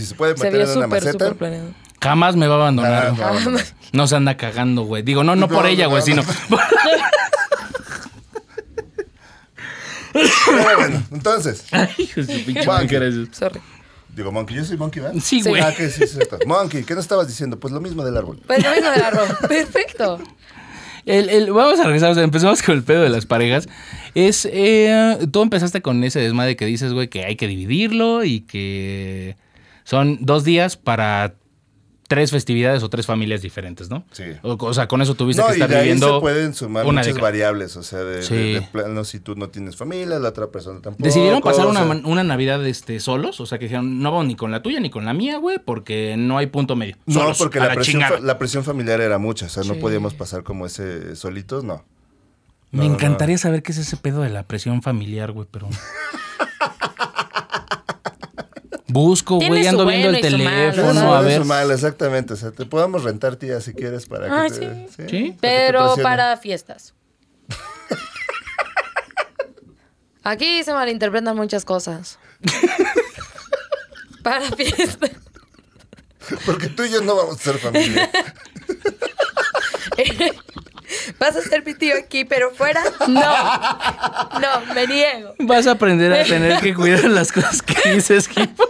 [SPEAKER 4] Si se puede
[SPEAKER 3] Se
[SPEAKER 4] meter
[SPEAKER 3] vio
[SPEAKER 4] en una
[SPEAKER 3] súper,
[SPEAKER 4] maceta. Ah,
[SPEAKER 3] súper planeado. Ah,
[SPEAKER 2] Jamás me va a abandonar.
[SPEAKER 4] nada,
[SPEAKER 2] güey.
[SPEAKER 4] no, no, no.
[SPEAKER 2] Ah, No se anda cagando, güey. Digo, no, no,
[SPEAKER 4] No,
[SPEAKER 2] por [laughs] ella,
[SPEAKER 4] no,
[SPEAKER 2] güey, sino.
[SPEAKER 4] no. Pero bueno,
[SPEAKER 2] [laughs]
[SPEAKER 4] entonces.
[SPEAKER 2] Hijo de su pinche
[SPEAKER 4] Va,
[SPEAKER 2] madre,
[SPEAKER 4] que-
[SPEAKER 2] gracias.
[SPEAKER 3] [laughs] Sorry.
[SPEAKER 4] Digo, Monkey, yo soy Monkey, ¿verdad?
[SPEAKER 2] Sí, güey.
[SPEAKER 4] Ah, que sí, es cierto. Monkey, ¿qué nos estabas diciendo? Pues lo mismo del árbol. [laughs]
[SPEAKER 3] Pues lo mismo del árbol. Perfecto.
[SPEAKER 2] El, el- vamos a regresar, o sea, empezamos con el pedo de las parejas. Es, eh, tú empezaste con ese desmadre que dices, güey, que hay que dividirlo y que son dos días para tres festividades o tres familias diferentes, ¿no?
[SPEAKER 4] Sí.
[SPEAKER 2] O, o sea, con eso tuviste
[SPEAKER 4] No,
[SPEAKER 2] que
[SPEAKER 4] y
[SPEAKER 2] estar
[SPEAKER 4] de ahí
[SPEAKER 2] viviendo
[SPEAKER 4] se pueden sumar
[SPEAKER 2] una
[SPEAKER 4] muchas
[SPEAKER 2] década.
[SPEAKER 4] variables, o sea, de, de-
[SPEAKER 2] Sí.
[SPEAKER 4] de plano, si tú no tienes familia, la otra persona tampoco.
[SPEAKER 2] Decidieron pasar
[SPEAKER 4] o
[SPEAKER 2] una,
[SPEAKER 4] sea,
[SPEAKER 2] man- una Navidad este, solos, o sea que dijeron, no vamos ni con la tuya ni con la mía, güey, porque no hay punto medio.
[SPEAKER 4] No,
[SPEAKER 2] Solos,
[SPEAKER 4] porque
[SPEAKER 2] a
[SPEAKER 4] la presión,
[SPEAKER 2] chingada.
[SPEAKER 4] fa- la presión familiar era mucha, o sea, no podíamos pasar como ese eh, solitos, no.
[SPEAKER 2] Me
[SPEAKER 4] No, no,
[SPEAKER 2] encantaría saber qué es ese pedo de la presión familiar, güey,
[SPEAKER 3] [laughs]
[SPEAKER 2] pero. Busco,
[SPEAKER 3] Tiene
[SPEAKER 2] güey,
[SPEAKER 3] su
[SPEAKER 2] ando viendo el
[SPEAKER 3] bueno y su malo,
[SPEAKER 2] teléfono
[SPEAKER 3] ¿no?
[SPEAKER 2] a
[SPEAKER 4] Eso
[SPEAKER 2] ver.
[SPEAKER 4] mal, exactamente. O sea, te podemos rentar tía si quieres para
[SPEAKER 3] Ah,
[SPEAKER 4] que te,
[SPEAKER 3] sí.
[SPEAKER 2] Sí.
[SPEAKER 4] que te
[SPEAKER 3] Pero
[SPEAKER 4] presione.
[SPEAKER 3] para fiestas. Aquí se malinterpretan muchas
[SPEAKER 4] [laughs]
[SPEAKER 3] cosas. para fiestas.
[SPEAKER 4] [laughs] Porque tú y yo no vamos a ser familia.
[SPEAKER 3] [laughs] Vas a ser pitido aquí, pero fuera, no. No, me niego.
[SPEAKER 2] Vas a aprender
[SPEAKER 3] [laughs]
[SPEAKER 2] a tener que cuidar las cosas que dices, Gifo.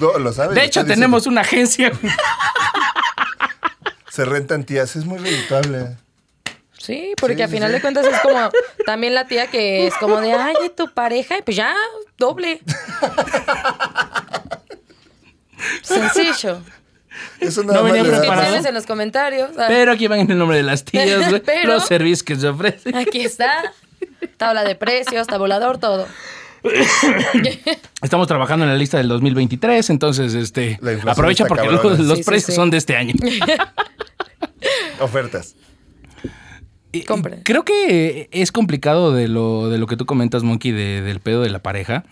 [SPEAKER 4] No, lo sabes.
[SPEAKER 2] De
[SPEAKER 4] lo
[SPEAKER 2] hecho,
[SPEAKER 4] está
[SPEAKER 2] tenemos
[SPEAKER 4] diciendo.
[SPEAKER 2] una agencia. güey.
[SPEAKER 3] Ah.
[SPEAKER 4] Se rentan tías, es muy rentable.
[SPEAKER 3] Sí, porque a final de cuentas es como también la tía que es como de, ay, ¿y tu pareja? Y pues ya, doble. Sencillo.
[SPEAKER 4] Eso nada
[SPEAKER 2] No
[SPEAKER 4] más
[SPEAKER 2] venía
[SPEAKER 4] le da-
[SPEAKER 2] preparado.
[SPEAKER 3] Opciones en los comentarios. Ah,
[SPEAKER 2] Pero aquí van en el nombre de las tías, güey.
[SPEAKER 3] [laughs] Pero-
[SPEAKER 2] Los servicios que se ofrecen.
[SPEAKER 3] Aquí está. Tabla de precios, tabulador, todo.
[SPEAKER 2] Estamos trabajando en la lista del 2023, entonces, este.
[SPEAKER 4] La inflación
[SPEAKER 2] Aprovecha
[SPEAKER 4] está
[SPEAKER 2] porque los,
[SPEAKER 4] cabrona.
[SPEAKER 2] los
[SPEAKER 3] Sí, sí,
[SPEAKER 2] precios
[SPEAKER 3] sí.
[SPEAKER 2] son de este
[SPEAKER 3] [laughs]
[SPEAKER 2] año.
[SPEAKER 4] Ofertas.
[SPEAKER 2] Eh,
[SPEAKER 3] Compre.
[SPEAKER 2] Creo que es complicado de lo, de lo que tú comentas, Monkey, de- del pedo de la pareja.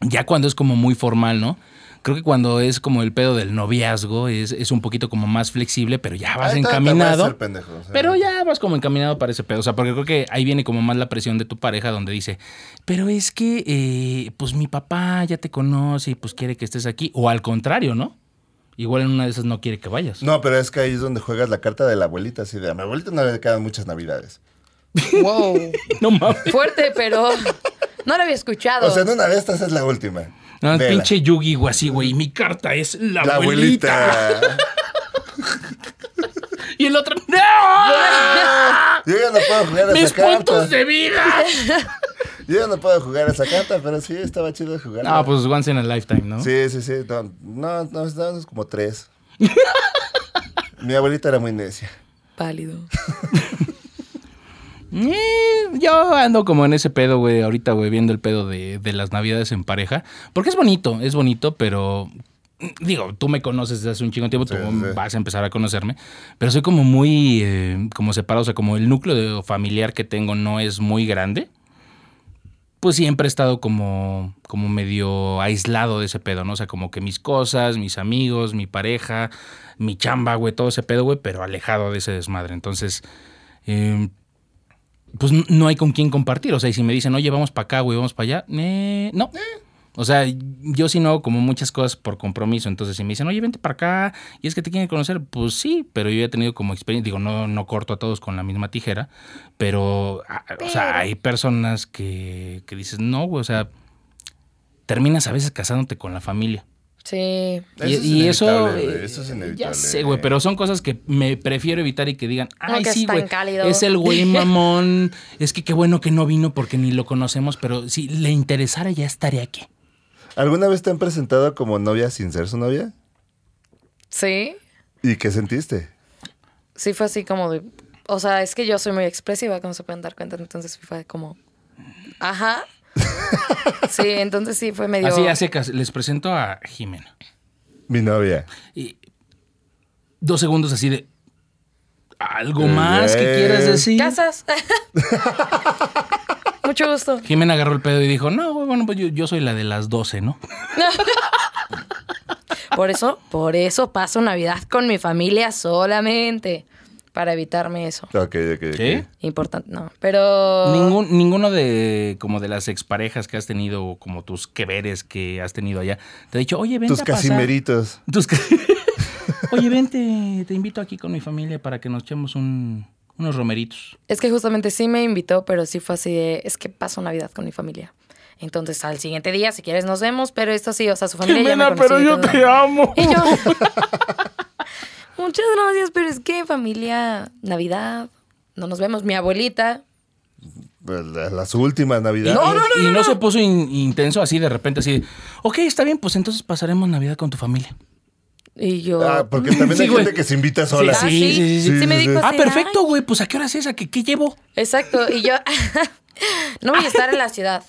[SPEAKER 2] Ya cuando es como muy formal, ¿no? Creo que cuando es como el pedo del noviazgo es, es un poquito como más flexible, pero ya vas
[SPEAKER 4] Ahí está, te voy a
[SPEAKER 2] encaminado.
[SPEAKER 4] hacer pendejo, o sea.
[SPEAKER 2] Pero ya vas como encaminado para ese pedo. O sea, porque creo que ahí viene como más la presión de tu pareja donde dice, pero es que, eh, pues mi papá ya te conoce y pues quiere que estés aquí. O al contrario, ¿no? Igual en una de esas no quiere que vayas.
[SPEAKER 4] No, pero es que ahí es donde juegas la carta de la abuelita, así de a mi abuelita no le quedan muchas navidades.
[SPEAKER 3] Wow.
[SPEAKER 2] [laughs] No mames.
[SPEAKER 3] Fuerte, pero no lo había escuchado.
[SPEAKER 4] O sea, en una de estas es la última.
[SPEAKER 2] No,
[SPEAKER 4] Vela.
[SPEAKER 2] pinche Yugi o así, güey. Mi carta es la,
[SPEAKER 4] La
[SPEAKER 2] abuelita.
[SPEAKER 4] abuelita.
[SPEAKER 2] Y el otro. ¡No!
[SPEAKER 4] [laughs] Yo ya no
[SPEAKER 2] [laughs]
[SPEAKER 4] puedo jugar a
[SPEAKER 2] ¡Mis
[SPEAKER 4] esa carta.
[SPEAKER 2] puntos de
[SPEAKER 4] [laughs]
[SPEAKER 2] vida!
[SPEAKER 4] Yo ya no puedo jugar a esa carta, pero sí estaba chido jugar.
[SPEAKER 2] No, pues once in a lifetime, ¿no?
[SPEAKER 4] Sí, sí, sí. No, no, no, estábamos
[SPEAKER 2] [laughs]
[SPEAKER 4] como tres. Mi abuelita era muy necia.
[SPEAKER 3] Pálido.
[SPEAKER 2] Eh, yo ando como en ese pedo, güey, ahorita, güey, viendo el pedo de, de las navidades en pareja. Porque es bonito, es bonito, pero. mm, Digo, tú me conoces desde hace un chingo de tiempo,
[SPEAKER 4] Sí,
[SPEAKER 2] tú
[SPEAKER 4] sí.
[SPEAKER 2] vas a empezar a conocerme. Pero soy como muy. eh, como separado, o sea, como el núcleo de- familiar que tengo no es muy grande. Pues siempre he estado como, como medio aislado de ese pedo, ¿no? O sea, como que mis cosas, mis amigos, mi pareja, mi chamba, güey, todo ese pedo, güey, pero alejado de ese desmadre. Entonces, eh, pues n- no hay con quién compartir. O sea, y si me dicen, oye, vamos para acá, güey, vamos para allá, eh, no. O sea, yo sí no hago como muchas cosas por compromiso. Entonces, si me dicen, oye, vente para acá y es que te quieren conocer, pues sí, pero yo ya he tenido como experiencia. Digo, no, no corto a todos con la misma tijera, pero, ah, o sea, hay personas que, que dices, no, güey, o sea, terminas a veces casándote con la familia.
[SPEAKER 3] Sí.
[SPEAKER 2] Y-
[SPEAKER 4] Eso es
[SPEAKER 2] y eso,
[SPEAKER 4] inevitable, güey,
[SPEAKER 2] eh,
[SPEAKER 4] eso es
[SPEAKER 2] Ya
[SPEAKER 4] inevitable.
[SPEAKER 2] sé, güey, pero son cosas que me prefiero evitar y que digan,
[SPEAKER 3] Como
[SPEAKER 2] ay,
[SPEAKER 3] que es
[SPEAKER 2] sí,
[SPEAKER 3] tan
[SPEAKER 2] güey.
[SPEAKER 3] cálido".
[SPEAKER 2] Es el
[SPEAKER 3] [laughs]
[SPEAKER 2] güey mamón. es que qué bueno que no vino porque ni lo conocemos, pero si le interesara ya estaría aquí.
[SPEAKER 4] ¿Alguna vez te han presentado como novia sin ser su novia?
[SPEAKER 3] Sí.
[SPEAKER 4] ¿Y qué sentiste?
[SPEAKER 3] Sí fue así como de... O sea, es que yo soy muy expresiva, como se pueden dar cuenta. Entonces sí fue como...
[SPEAKER 2] [laughs]
[SPEAKER 3] Ajá. Sí, entonces sí fue medio...
[SPEAKER 2] Así, a secas, les presento a Jimena.
[SPEAKER 4] Mi novia.
[SPEAKER 2] Y dos segundos así de. ¿Algo más que quieras decir?
[SPEAKER 3] ¿Casas? [laughs] Mucho gusto.
[SPEAKER 2] Jimena agarró el pedo y dijo, no, güey, bueno, pues yo, yo soy la de las 12, ¿no?
[SPEAKER 3] Por eso, por eso paso Navidad con mi familia solamente. Para evitarme eso.
[SPEAKER 4] Ok, ok, ok.
[SPEAKER 2] ¿Sí?
[SPEAKER 3] Importante, no. Pero...
[SPEAKER 2] ¿Eh? Ningún, ninguno de como de las exparejas que has tenido, o como tus que veres que has tenido allá, te ha dicho, oye, vente
[SPEAKER 4] Tus
[SPEAKER 2] a pasar.
[SPEAKER 4] casimeritos.
[SPEAKER 2] Tus ca- [laughs] Oye, vente, te invito aquí con mi familia para que nos echemos un- unos
[SPEAKER 3] [laughs]
[SPEAKER 2] romeritos.
[SPEAKER 3] Es que justamente sí me invitó, pero sí fue así de, es que paso Navidad con mi familia. Entonces al siguiente día, si
[SPEAKER 2] [laughs]
[SPEAKER 3] quieres, [laughs] nos vemos, pero esto sí, o sea, su familia ya me conocía y todo.
[SPEAKER 2] amo.
[SPEAKER 3] Y yo, Muchas gracias, pero es que familia, Navidad, no nos vemos. Mi abuelita,
[SPEAKER 4] Pues, La- Las últimas navidades.
[SPEAKER 3] No, no,
[SPEAKER 2] y no, se puso in- intenso así de repente, así de, ok, está bien, pues entonces pasaremos Navidad con tu familia.
[SPEAKER 3] Y yo.
[SPEAKER 4] Ah, porque también
[SPEAKER 2] Sí,
[SPEAKER 4] hay
[SPEAKER 2] güey.
[SPEAKER 4] gente que se invita
[SPEAKER 3] Ah,
[SPEAKER 4] sola.
[SPEAKER 2] sí,
[SPEAKER 3] sí,
[SPEAKER 2] sí, sí,
[SPEAKER 4] sí,
[SPEAKER 3] me
[SPEAKER 4] sí,
[SPEAKER 3] dijo
[SPEAKER 4] sí.
[SPEAKER 2] ah,
[SPEAKER 3] así,
[SPEAKER 2] perfecto,
[SPEAKER 3] "Ay".
[SPEAKER 2] güey, pues ¿a qué hora es esa? ¿Qué, qué llevo?
[SPEAKER 3] Exacto. Y yo. [laughs] no voy a estar en la ciudad.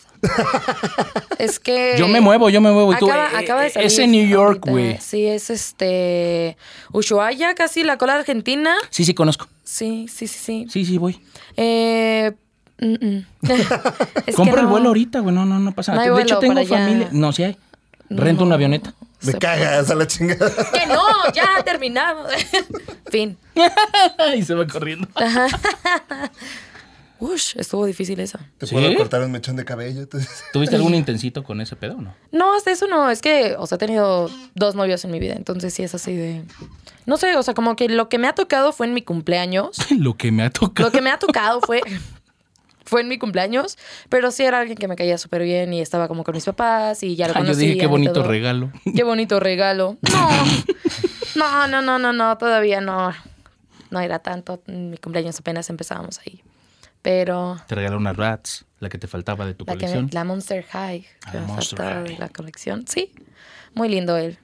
[SPEAKER 3] Es que.
[SPEAKER 2] Yo me muevo, yo me muevo. Y tú,
[SPEAKER 3] Acaba,
[SPEAKER 2] eh,
[SPEAKER 3] acaba de
[SPEAKER 2] eh,
[SPEAKER 3] salir.
[SPEAKER 2] Es en New York,
[SPEAKER 3] ahorita.
[SPEAKER 2] güey.
[SPEAKER 3] Sí, es este. Ushuaia, casi la cola argentina.
[SPEAKER 2] Sí, sí, conozco.
[SPEAKER 3] Sí, sí, sí, sí.
[SPEAKER 2] Sí, sí, voy.
[SPEAKER 3] Eh. mm, mm. [laughs] Es
[SPEAKER 2] Compro
[SPEAKER 3] que
[SPEAKER 2] el
[SPEAKER 3] no.
[SPEAKER 2] vuelo ahorita, güey. No, no, no pasa
[SPEAKER 3] No
[SPEAKER 2] nada.
[SPEAKER 3] hay
[SPEAKER 2] de hecho,
[SPEAKER 3] vuelo
[SPEAKER 2] tengo
[SPEAKER 3] para allá.
[SPEAKER 2] familia. No, sí hay. Rento una
[SPEAKER 3] [laughs]
[SPEAKER 2] avioneta. [laughs]
[SPEAKER 4] Me cagas a la chingada.
[SPEAKER 3] Que no, ya terminamos. [laughs] fin.
[SPEAKER 2] y se va
[SPEAKER 3] [laughs]
[SPEAKER 2] corriendo.
[SPEAKER 3] Ush, estuvo difícil eso.
[SPEAKER 4] Te
[SPEAKER 2] ¿Sí?
[SPEAKER 4] puedo cortar un mechón de cabello. entonces. [laughs]
[SPEAKER 2] ¿Tuviste algún intensito con ese pedo o no?
[SPEAKER 3] No, hasta eso no. Es que, o sea, he tenido dos novios en mi vida. Entonces sí es así de. No sé, o sea, como que lo que me ha tocado fue en mi cumpleaños.
[SPEAKER 2] [laughs] Lo que me ha tocado. [laughs]
[SPEAKER 3] Lo que me ha tocado fue. [laughs] Fue en mi cumpleaños, pero sí era alguien que me caía súper bien y estaba como con mis papás y ya lo
[SPEAKER 2] Ah, yo
[SPEAKER 3] conocía.
[SPEAKER 2] dije, qué bonito
[SPEAKER 3] todo.
[SPEAKER 2] regalo. [laughs]
[SPEAKER 3] Qué bonito regalo. No, no, no, no, no, no, todavía no. No era tanto. En Mi cumpleaños apenas empezábamos ahí. Pero
[SPEAKER 2] Te regaló unas rats, la que te faltaba de tu
[SPEAKER 3] la, que me-
[SPEAKER 2] colección.
[SPEAKER 3] la Monster High.
[SPEAKER 2] Ah,
[SPEAKER 3] que me
[SPEAKER 2] Monster
[SPEAKER 3] faltaba de
[SPEAKER 2] High.
[SPEAKER 3] La colección. Sí. Muy lindo él.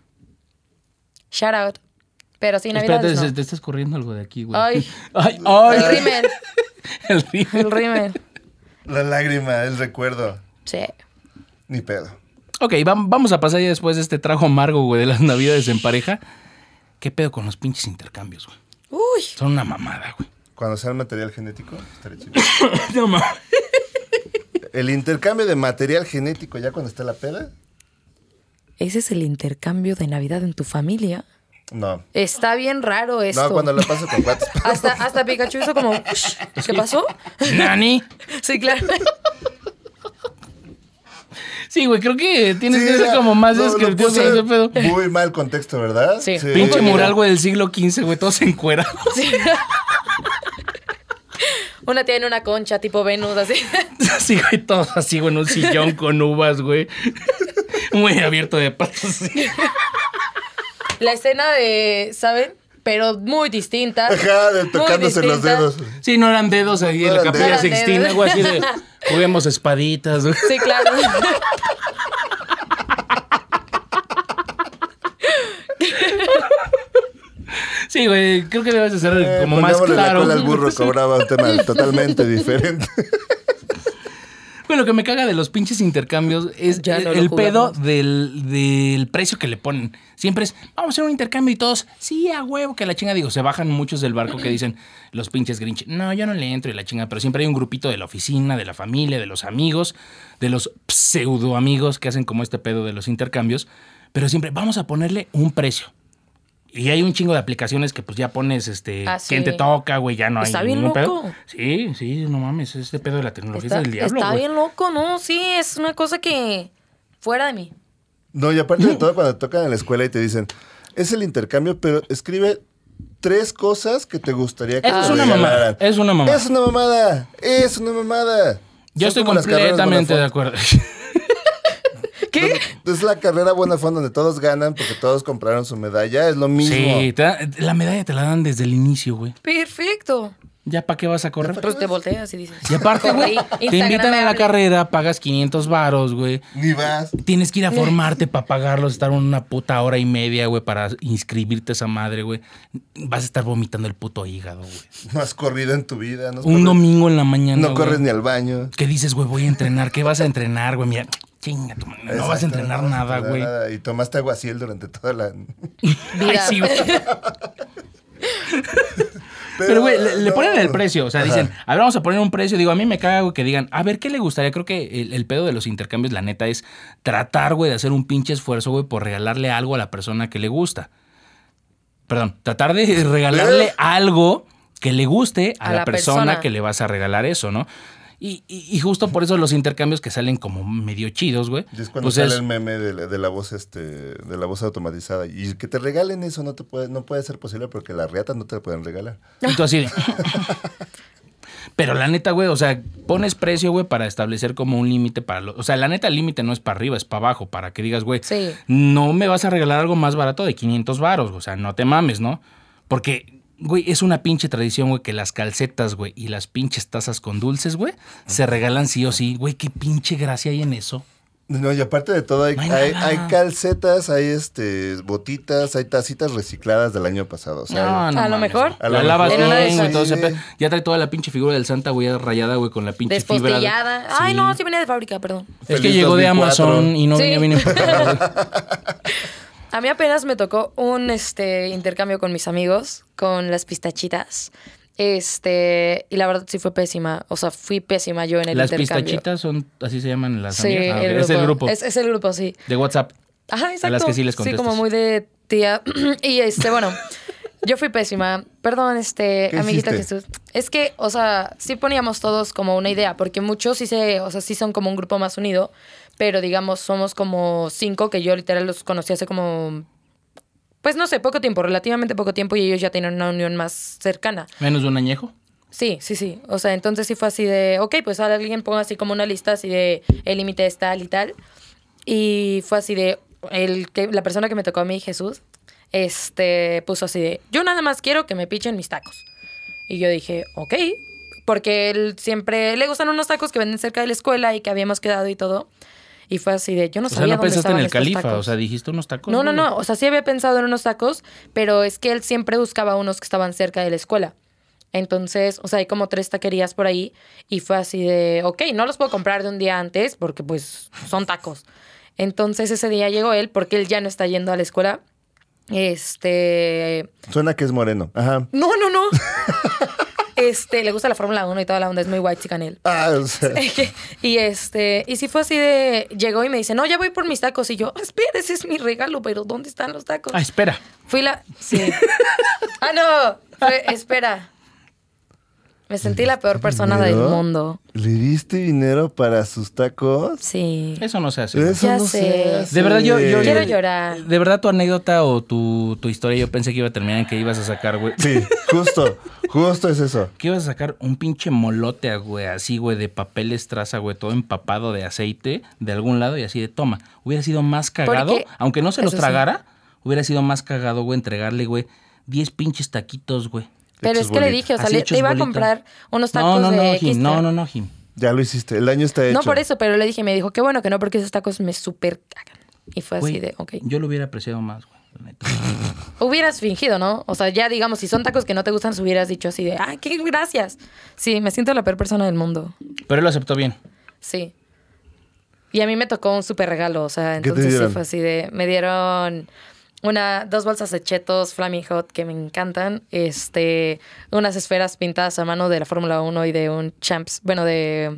[SPEAKER 3] Shout out. Pero sí, Navidad.
[SPEAKER 2] Espérate,
[SPEAKER 3] No.
[SPEAKER 2] se- te estás corriendo algo de aquí, güey.
[SPEAKER 3] Ay.
[SPEAKER 2] [laughs] ay, ay.
[SPEAKER 3] El rímel.
[SPEAKER 2] [laughs] El rímel.
[SPEAKER 3] El rímel.
[SPEAKER 4] La lágrima, el recuerdo.
[SPEAKER 3] Sí.
[SPEAKER 4] Ni pedo.
[SPEAKER 2] Ok, vam- vamos a pasar ya después de este trago amargo, güey, de las navidades en pareja. ¿Qué pedo con los pinches intercambios, güey?
[SPEAKER 3] Uy.
[SPEAKER 2] Son una mamada, güey.
[SPEAKER 4] Cuando sea el material genético, estaré chido.
[SPEAKER 2] No mames.
[SPEAKER 4] El intercambio de material genético ya cuando está la peda.
[SPEAKER 3] Ese es el intercambio de Navidad en tu familia.
[SPEAKER 4] No.
[SPEAKER 3] Está bien raro esto.
[SPEAKER 4] No, cuando la paso
[SPEAKER 2] [laughs]
[SPEAKER 4] con cuates.
[SPEAKER 3] hasta, hasta Pikachu hizo como, "Ush, ¿qué pasó?
[SPEAKER 2] Nani.
[SPEAKER 3] Sí, claro.
[SPEAKER 2] Sí, güey, creo que tienes
[SPEAKER 4] Sí,
[SPEAKER 2] que ser
[SPEAKER 4] ya.
[SPEAKER 2] como más
[SPEAKER 4] Lo- lo
[SPEAKER 2] descriptivo
[SPEAKER 4] puse
[SPEAKER 2] de ese pedo.
[SPEAKER 4] Muy mal contexto, ¿verdad?
[SPEAKER 3] Sí.
[SPEAKER 2] Pinche
[SPEAKER 3] Sí.
[SPEAKER 2] mural, güey, del siglo XV, güey, todos encuerados.
[SPEAKER 3] Sí. Una tiene una concha tipo Venus, así.
[SPEAKER 2] [laughs] Así, güey, todos así, güey, en un sillón con uvas, güey. [laughs] Muy abierto de patas. así.
[SPEAKER 3] La escena de, ¿saben? Pero muy distinta.
[SPEAKER 4] Ajá, de
[SPEAKER 3] Muy
[SPEAKER 4] tocándose los
[SPEAKER 3] distinta.
[SPEAKER 4] dedos.
[SPEAKER 2] Sí, no eran dedos ahí
[SPEAKER 4] No
[SPEAKER 2] en la
[SPEAKER 4] eran
[SPEAKER 2] capilla
[SPEAKER 4] dedos.
[SPEAKER 2] sextina, güey, así de. Juguemos espaditas, güey. [laughs]
[SPEAKER 3] Sí, claro.
[SPEAKER 2] Sí, güey, creo que debes de ser
[SPEAKER 4] Eh,
[SPEAKER 2] como más
[SPEAKER 4] ponémosle
[SPEAKER 2] claro.
[SPEAKER 4] La cola al burro cobraba un [laughs] tema totalmente diferente.
[SPEAKER 2] Bueno, lo que me caga de los pinches intercambios es
[SPEAKER 3] Ya
[SPEAKER 2] el,
[SPEAKER 3] no lo
[SPEAKER 2] el pedo
[SPEAKER 3] jugamos.
[SPEAKER 2] del, del precio que le ponen. Siempre es, vamos a hacer un intercambio y todos, sí, a huevo, que la chinga. Digo, se bajan muchos del barco que dicen, los pinches grinch. No, yo no le entro y la chinga, pero siempre hay un grupito de la oficina, de la familia, de los amigos, de los pseudo amigos que hacen como este pedo de los intercambios. Pero siempre, vamos a ponerle un precio. Y hay un chingo de aplicaciones que pues ya pones, este,
[SPEAKER 3] Ah, sí.
[SPEAKER 2] quién te toca, güey, ya no
[SPEAKER 3] Está
[SPEAKER 2] hay
[SPEAKER 3] bien
[SPEAKER 2] ningún pedo.
[SPEAKER 3] loco.
[SPEAKER 2] Sí, sí, no mames, este pedo de la tecnología
[SPEAKER 3] Está,
[SPEAKER 2] es del diablo,
[SPEAKER 3] está
[SPEAKER 2] güey.
[SPEAKER 3] bien loco, ¿no? Sí, es una cosa que fuera de mí.
[SPEAKER 4] No, y aparte de todo, cuando tocan en la escuela y te dicen, es el intercambio, pero escribe tres cosas que te gustaría que
[SPEAKER 2] Eso
[SPEAKER 4] te
[SPEAKER 2] es una
[SPEAKER 4] regalaran".
[SPEAKER 2] mamada, es una mamada.
[SPEAKER 4] Es una mamada. Es una mamada.
[SPEAKER 2] Yo
[SPEAKER 4] Son
[SPEAKER 2] estoy
[SPEAKER 4] como las carreras
[SPEAKER 2] completamente de
[SPEAKER 4] Bonafont.
[SPEAKER 2] acuerdo.
[SPEAKER 3] ¿Qué?
[SPEAKER 4] Es la carrera buena fue donde todos ganan porque todos compraron su medalla. Es lo mismo.
[SPEAKER 2] Sí, te da- la medalla te la dan desde el inicio, güey.
[SPEAKER 3] Perfecto.
[SPEAKER 2] ¿Ya para qué vas a correr?
[SPEAKER 3] Pues te volteas y dices.
[SPEAKER 2] Y aparte, güey,
[SPEAKER 3] Corrí,
[SPEAKER 2] te invitan a la
[SPEAKER 3] Instagramable.
[SPEAKER 2] carrera, pagas 500 varos, güey.
[SPEAKER 4] Ni vas.
[SPEAKER 2] Tienes que ir a formarte para pagarlos, estar una puta hora y media, güey, para inscribirte a esa madre, güey. Vas a estar vomitando el puto hígado, güey.
[SPEAKER 4] No has corrido en tu vida. No, has
[SPEAKER 2] Un
[SPEAKER 4] corrido-
[SPEAKER 2] domingo en la mañana.
[SPEAKER 4] no
[SPEAKER 2] güey,
[SPEAKER 4] corres ni al baño.
[SPEAKER 2] ¿Qué dices, güey? Voy a entrenar. ¿Qué vas a entrenar, güey? Mira, chinga tu madre. No vas a
[SPEAKER 4] Exacto,
[SPEAKER 2] entrenar
[SPEAKER 4] no vas a
[SPEAKER 2] nada,
[SPEAKER 4] entrenar
[SPEAKER 2] güey.
[SPEAKER 4] nada. Y tomaste aguaciel durante toda la.
[SPEAKER 2] Ay, sí, güey. Pero, güey, le, le
[SPEAKER 4] no.
[SPEAKER 2] ponen el precio. O sea,
[SPEAKER 4] Ajá.
[SPEAKER 2] dicen, a ver, vamos a poner un precio. Digo, a mí me caga, güey, que digan, a ver, ¿qué le gustaría? Creo que el, el pedo de los intercambios, la neta, es tratar, güey, de hacer un pinche esfuerzo, güey, por regalarle algo a la persona que le gusta. Perdón, tratar de [laughs] regalarle
[SPEAKER 4] ¿Eh?
[SPEAKER 2] algo que le guste a,
[SPEAKER 3] A
[SPEAKER 2] la,
[SPEAKER 3] la
[SPEAKER 2] persona,
[SPEAKER 3] persona.
[SPEAKER 2] que le vas a regalar eso, ¿no? Y, y- y justo por eso los intercambios que salen como medio chidos, güey.
[SPEAKER 4] Y es cuando
[SPEAKER 2] pues
[SPEAKER 4] sale
[SPEAKER 2] es-
[SPEAKER 4] el meme de la, de la voz este de la voz automatizada y que te regalen eso no te puede no puede ser posible porque las reatas no te la pueden regalar.
[SPEAKER 2] Y tú
[SPEAKER 3] [laughs]
[SPEAKER 2] así de- Pero la neta, güey, o sea, pones precio, güey, para establecer como un límite para lo- O sea, la neta, el límite no es para arriba, es para abajo, para que digas, güey,
[SPEAKER 3] Sí.
[SPEAKER 2] no me vas a regalar algo más barato de 500 varos, o sea, no te mames, ¿no? Porque, güey, es una pinche tradición, güey, que las calcetas, güey, y las pinches tazas con dulces, güey, se regalan sí o sí. Güey, qué pinche gracia hay en eso.
[SPEAKER 4] No, y aparte de todo, hay,
[SPEAKER 2] No hay
[SPEAKER 4] hay-
[SPEAKER 2] nada.
[SPEAKER 4] hay calcetas, hay este botitas, hay tacitas recicladas del año pasado. O sea,
[SPEAKER 2] No, no
[SPEAKER 3] A lo
[SPEAKER 2] mames.
[SPEAKER 3] mejor.
[SPEAKER 4] A lo
[SPEAKER 2] La
[SPEAKER 4] mejor.
[SPEAKER 2] lavas
[SPEAKER 3] En una de
[SPEAKER 2] bien, güey,
[SPEAKER 3] esas.
[SPEAKER 2] todo ese
[SPEAKER 4] Sí.
[SPEAKER 2] pe- Ya trae toda la pinche figura del Santa, güey, rayada, güey, con la pinche fibra. de-
[SPEAKER 3] Despostillada. Ay,
[SPEAKER 2] Sí.
[SPEAKER 3] no, sí venía de fábrica, perdón.
[SPEAKER 2] Es que
[SPEAKER 4] Feliz
[SPEAKER 2] llegó de
[SPEAKER 4] 2004.
[SPEAKER 2] Amazon y no
[SPEAKER 3] Sí.
[SPEAKER 2] venía
[SPEAKER 3] [laughs]
[SPEAKER 2] bien empacada. güey.
[SPEAKER 3] A mí apenas me tocó un este, intercambio con mis amigos, con las pistachitas. Este, y la verdad sí fue pésima. O sea, fui pésima yo en el
[SPEAKER 2] Las
[SPEAKER 3] intercambio.
[SPEAKER 2] pistachitas son, así se llaman las
[SPEAKER 3] Sí,
[SPEAKER 2] amigas. Ah,
[SPEAKER 3] el
[SPEAKER 2] ok. Es el grupo
[SPEAKER 3] Es, es el grupo, sí.
[SPEAKER 2] de WhatsApp.
[SPEAKER 3] Ajá, exacto.
[SPEAKER 2] que sí les
[SPEAKER 3] Sí,
[SPEAKER 2] contestas.
[SPEAKER 3] como muy de tía. [clears throat] y este, bueno, yo fui pésima. Perdón, este,
[SPEAKER 4] ¿Qué
[SPEAKER 3] amiguito
[SPEAKER 4] hiciste?
[SPEAKER 3] Jesús. Es que, o sea, sí poníamos todos como una idea, porque muchos sí se, o sea, sí son como un grupo más unido, pero digamos, somos como cinco que yo literal los conocí hace como. Pues no sé, poco tiempo, relativamente poco tiempo, y ellos ya tienen una unión más cercana.
[SPEAKER 2] Menos de un añejo.
[SPEAKER 3] Sí, sí, sí. O sea, entonces sí fue así de, ok, pues ahora alguien ponga así como una lista así de el límite es tal y tal. Y fue así de, el que, la persona que me tocó a mí, Jesús, este, puso así de, yo nada más quiero que me pichen mis tacos. Y yo dije, ok, porque él siempre le gustan unos tacos que venden cerca de la escuela y que habíamos quedado y todo. Y fue así de, yo no
[SPEAKER 2] o sea,
[SPEAKER 3] sabía
[SPEAKER 2] no
[SPEAKER 3] dónde
[SPEAKER 2] pensaste en
[SPEAKER 3] estaban
[SPEAKER 2] el
[SPEAKER 3] estos
[SPEAKER 2] califa,
[SPEAKER 3] tacos.
[SPEAKER 2] o sea, dijiste unos tacos.
[SPEAKER 3] No, no,
[SPEAKER 2] güey?
[SPEAKER 3] no. O sea, sí había pensado en unos tacos, pero es que él siempre buscaba unos que estaban cerca de la escuela. Entonces, o sea, hay como tres taquerías por ahí y fue así de, ok, no los puedo comprar de un día antes porque pues son tacos. Entonces ese día llegó él porque él ya no está yendo a la escuela. Este...
[SPEAKER 4] suena que es moreno. Ajá.
[SPEAKER 3] No, no, no. Este, le gusta la Fórmula 1 y toda la onda, es muy white chican él. [laughs]
[SPEAKER 4] Ah, o sea,
[SPEAKER 3] y este, y si fue así de, llegó y me dice, no, ya voy por mis tacos. Y yo, espérese, ese es mi regalo, pero ¿dónde están los tacos?
[SPEAKER 2] Ah, espera.
[SPEAKER 3] Fui la. Sí. ah, no. Fue- espera. Me sentí la peor persona del
[SPEAKER 4] ¿Dinero?
[SPEAKER 3] mundo.
[SPEAKER 4] ¿Le diste dinero para sus tacos?
[SPEAKER 3] Sí.
[SPEAKER 2] Eso no se hace. güey.
[SPEAKER 4] Eso
[SPEAKER 3] Ya
[SPEAKER 4] no
[SPEAKER 3] sé.
[SPEAKER 4] se hace.
[SPEAKER 2] De verdad, yo, yo-
[SPEAKER 3] Quiero llorar.
[SPEAKER 2] De verdad, tu anécdota o tu, tu historia, yo pensé que iba a terminar en que ibas a sacar, [laughs] güey.
[SPEAKER 4] Sí, justo, justo es eso.
[SPEAKER 2] Que ibas a sacar un pinche molote, güey, así, güey, de papel estraza, güey, todo empapado de aceite de algún lado y así de toma. Hubiera sido más cagado,
[SPEAKER 3] Porque-
[SPEAKER 2] aunque no se lo
[SPEAKER 3] eso sí.
[SPEAKER 2] tragara, hubiera sido más cagado, güey, entregarle, güey, 10 pinches taquitos, güey.
[SPEAKER 3] Pero
[SPEAKER 4] Hechos
[SPEAKER 3] es que le
[SPEAKER 4] bolita.
[SPEAKER 3] dije, o sea,
[SPEAKER 2] Así
[SPEAKER 3] le,
[SPEAKER 2] hechos
[SPEAKER 3] le iba a
[SPEAKER 2] bolita.
[SPEAKER 3] comprar unos tacos
[SPEAKER 2] no, no,
[SPEAKER 3] de
[SPEAKER 2] no, Jim,
[SPEAKER 3] Xtra.
[SPEAKER 2] no, no, no, Jim.
[SPEAKER 4] Ya lo hiciste, el año está hecho.
[SPEAKER 3] No, por eso, pero le dije, me dijo, qué bueno que no, porque esos tacos me super cagan. Y fue así
[SPEAKER 2] Güey,
[SPEAKER 3] de, ok.
[SPEAKER 2] Yo lo hubiera apreciado más, güey. la neta.
[SPEAKER 3] Hubieras fingido, ¿no? O sea, ya digamos, si son tacos que no te gustan, hubieras dicho así de, ah, qué gracias. Sí, me siento la peor persona del mundo.
[SPEAKER 2] Pero él lo aceptó
[SPEAKER 3] [laughs]
[SPEAKER 2] bien.
[SPEAKER 3] Sí. Y a mí me tocó un súper regalo, o sea,
[SPEAKER 4] te
[SPEAKER 3] entonces sí
[SPEAKER 4] dieron?
[SPEAKER 3] fue así de... Me dieron una, dos bolsas de chetos Flaming Hot que me encantan, este, unas esferas pintadas a mano de la Fórmula 1 y de un champs, bueno, de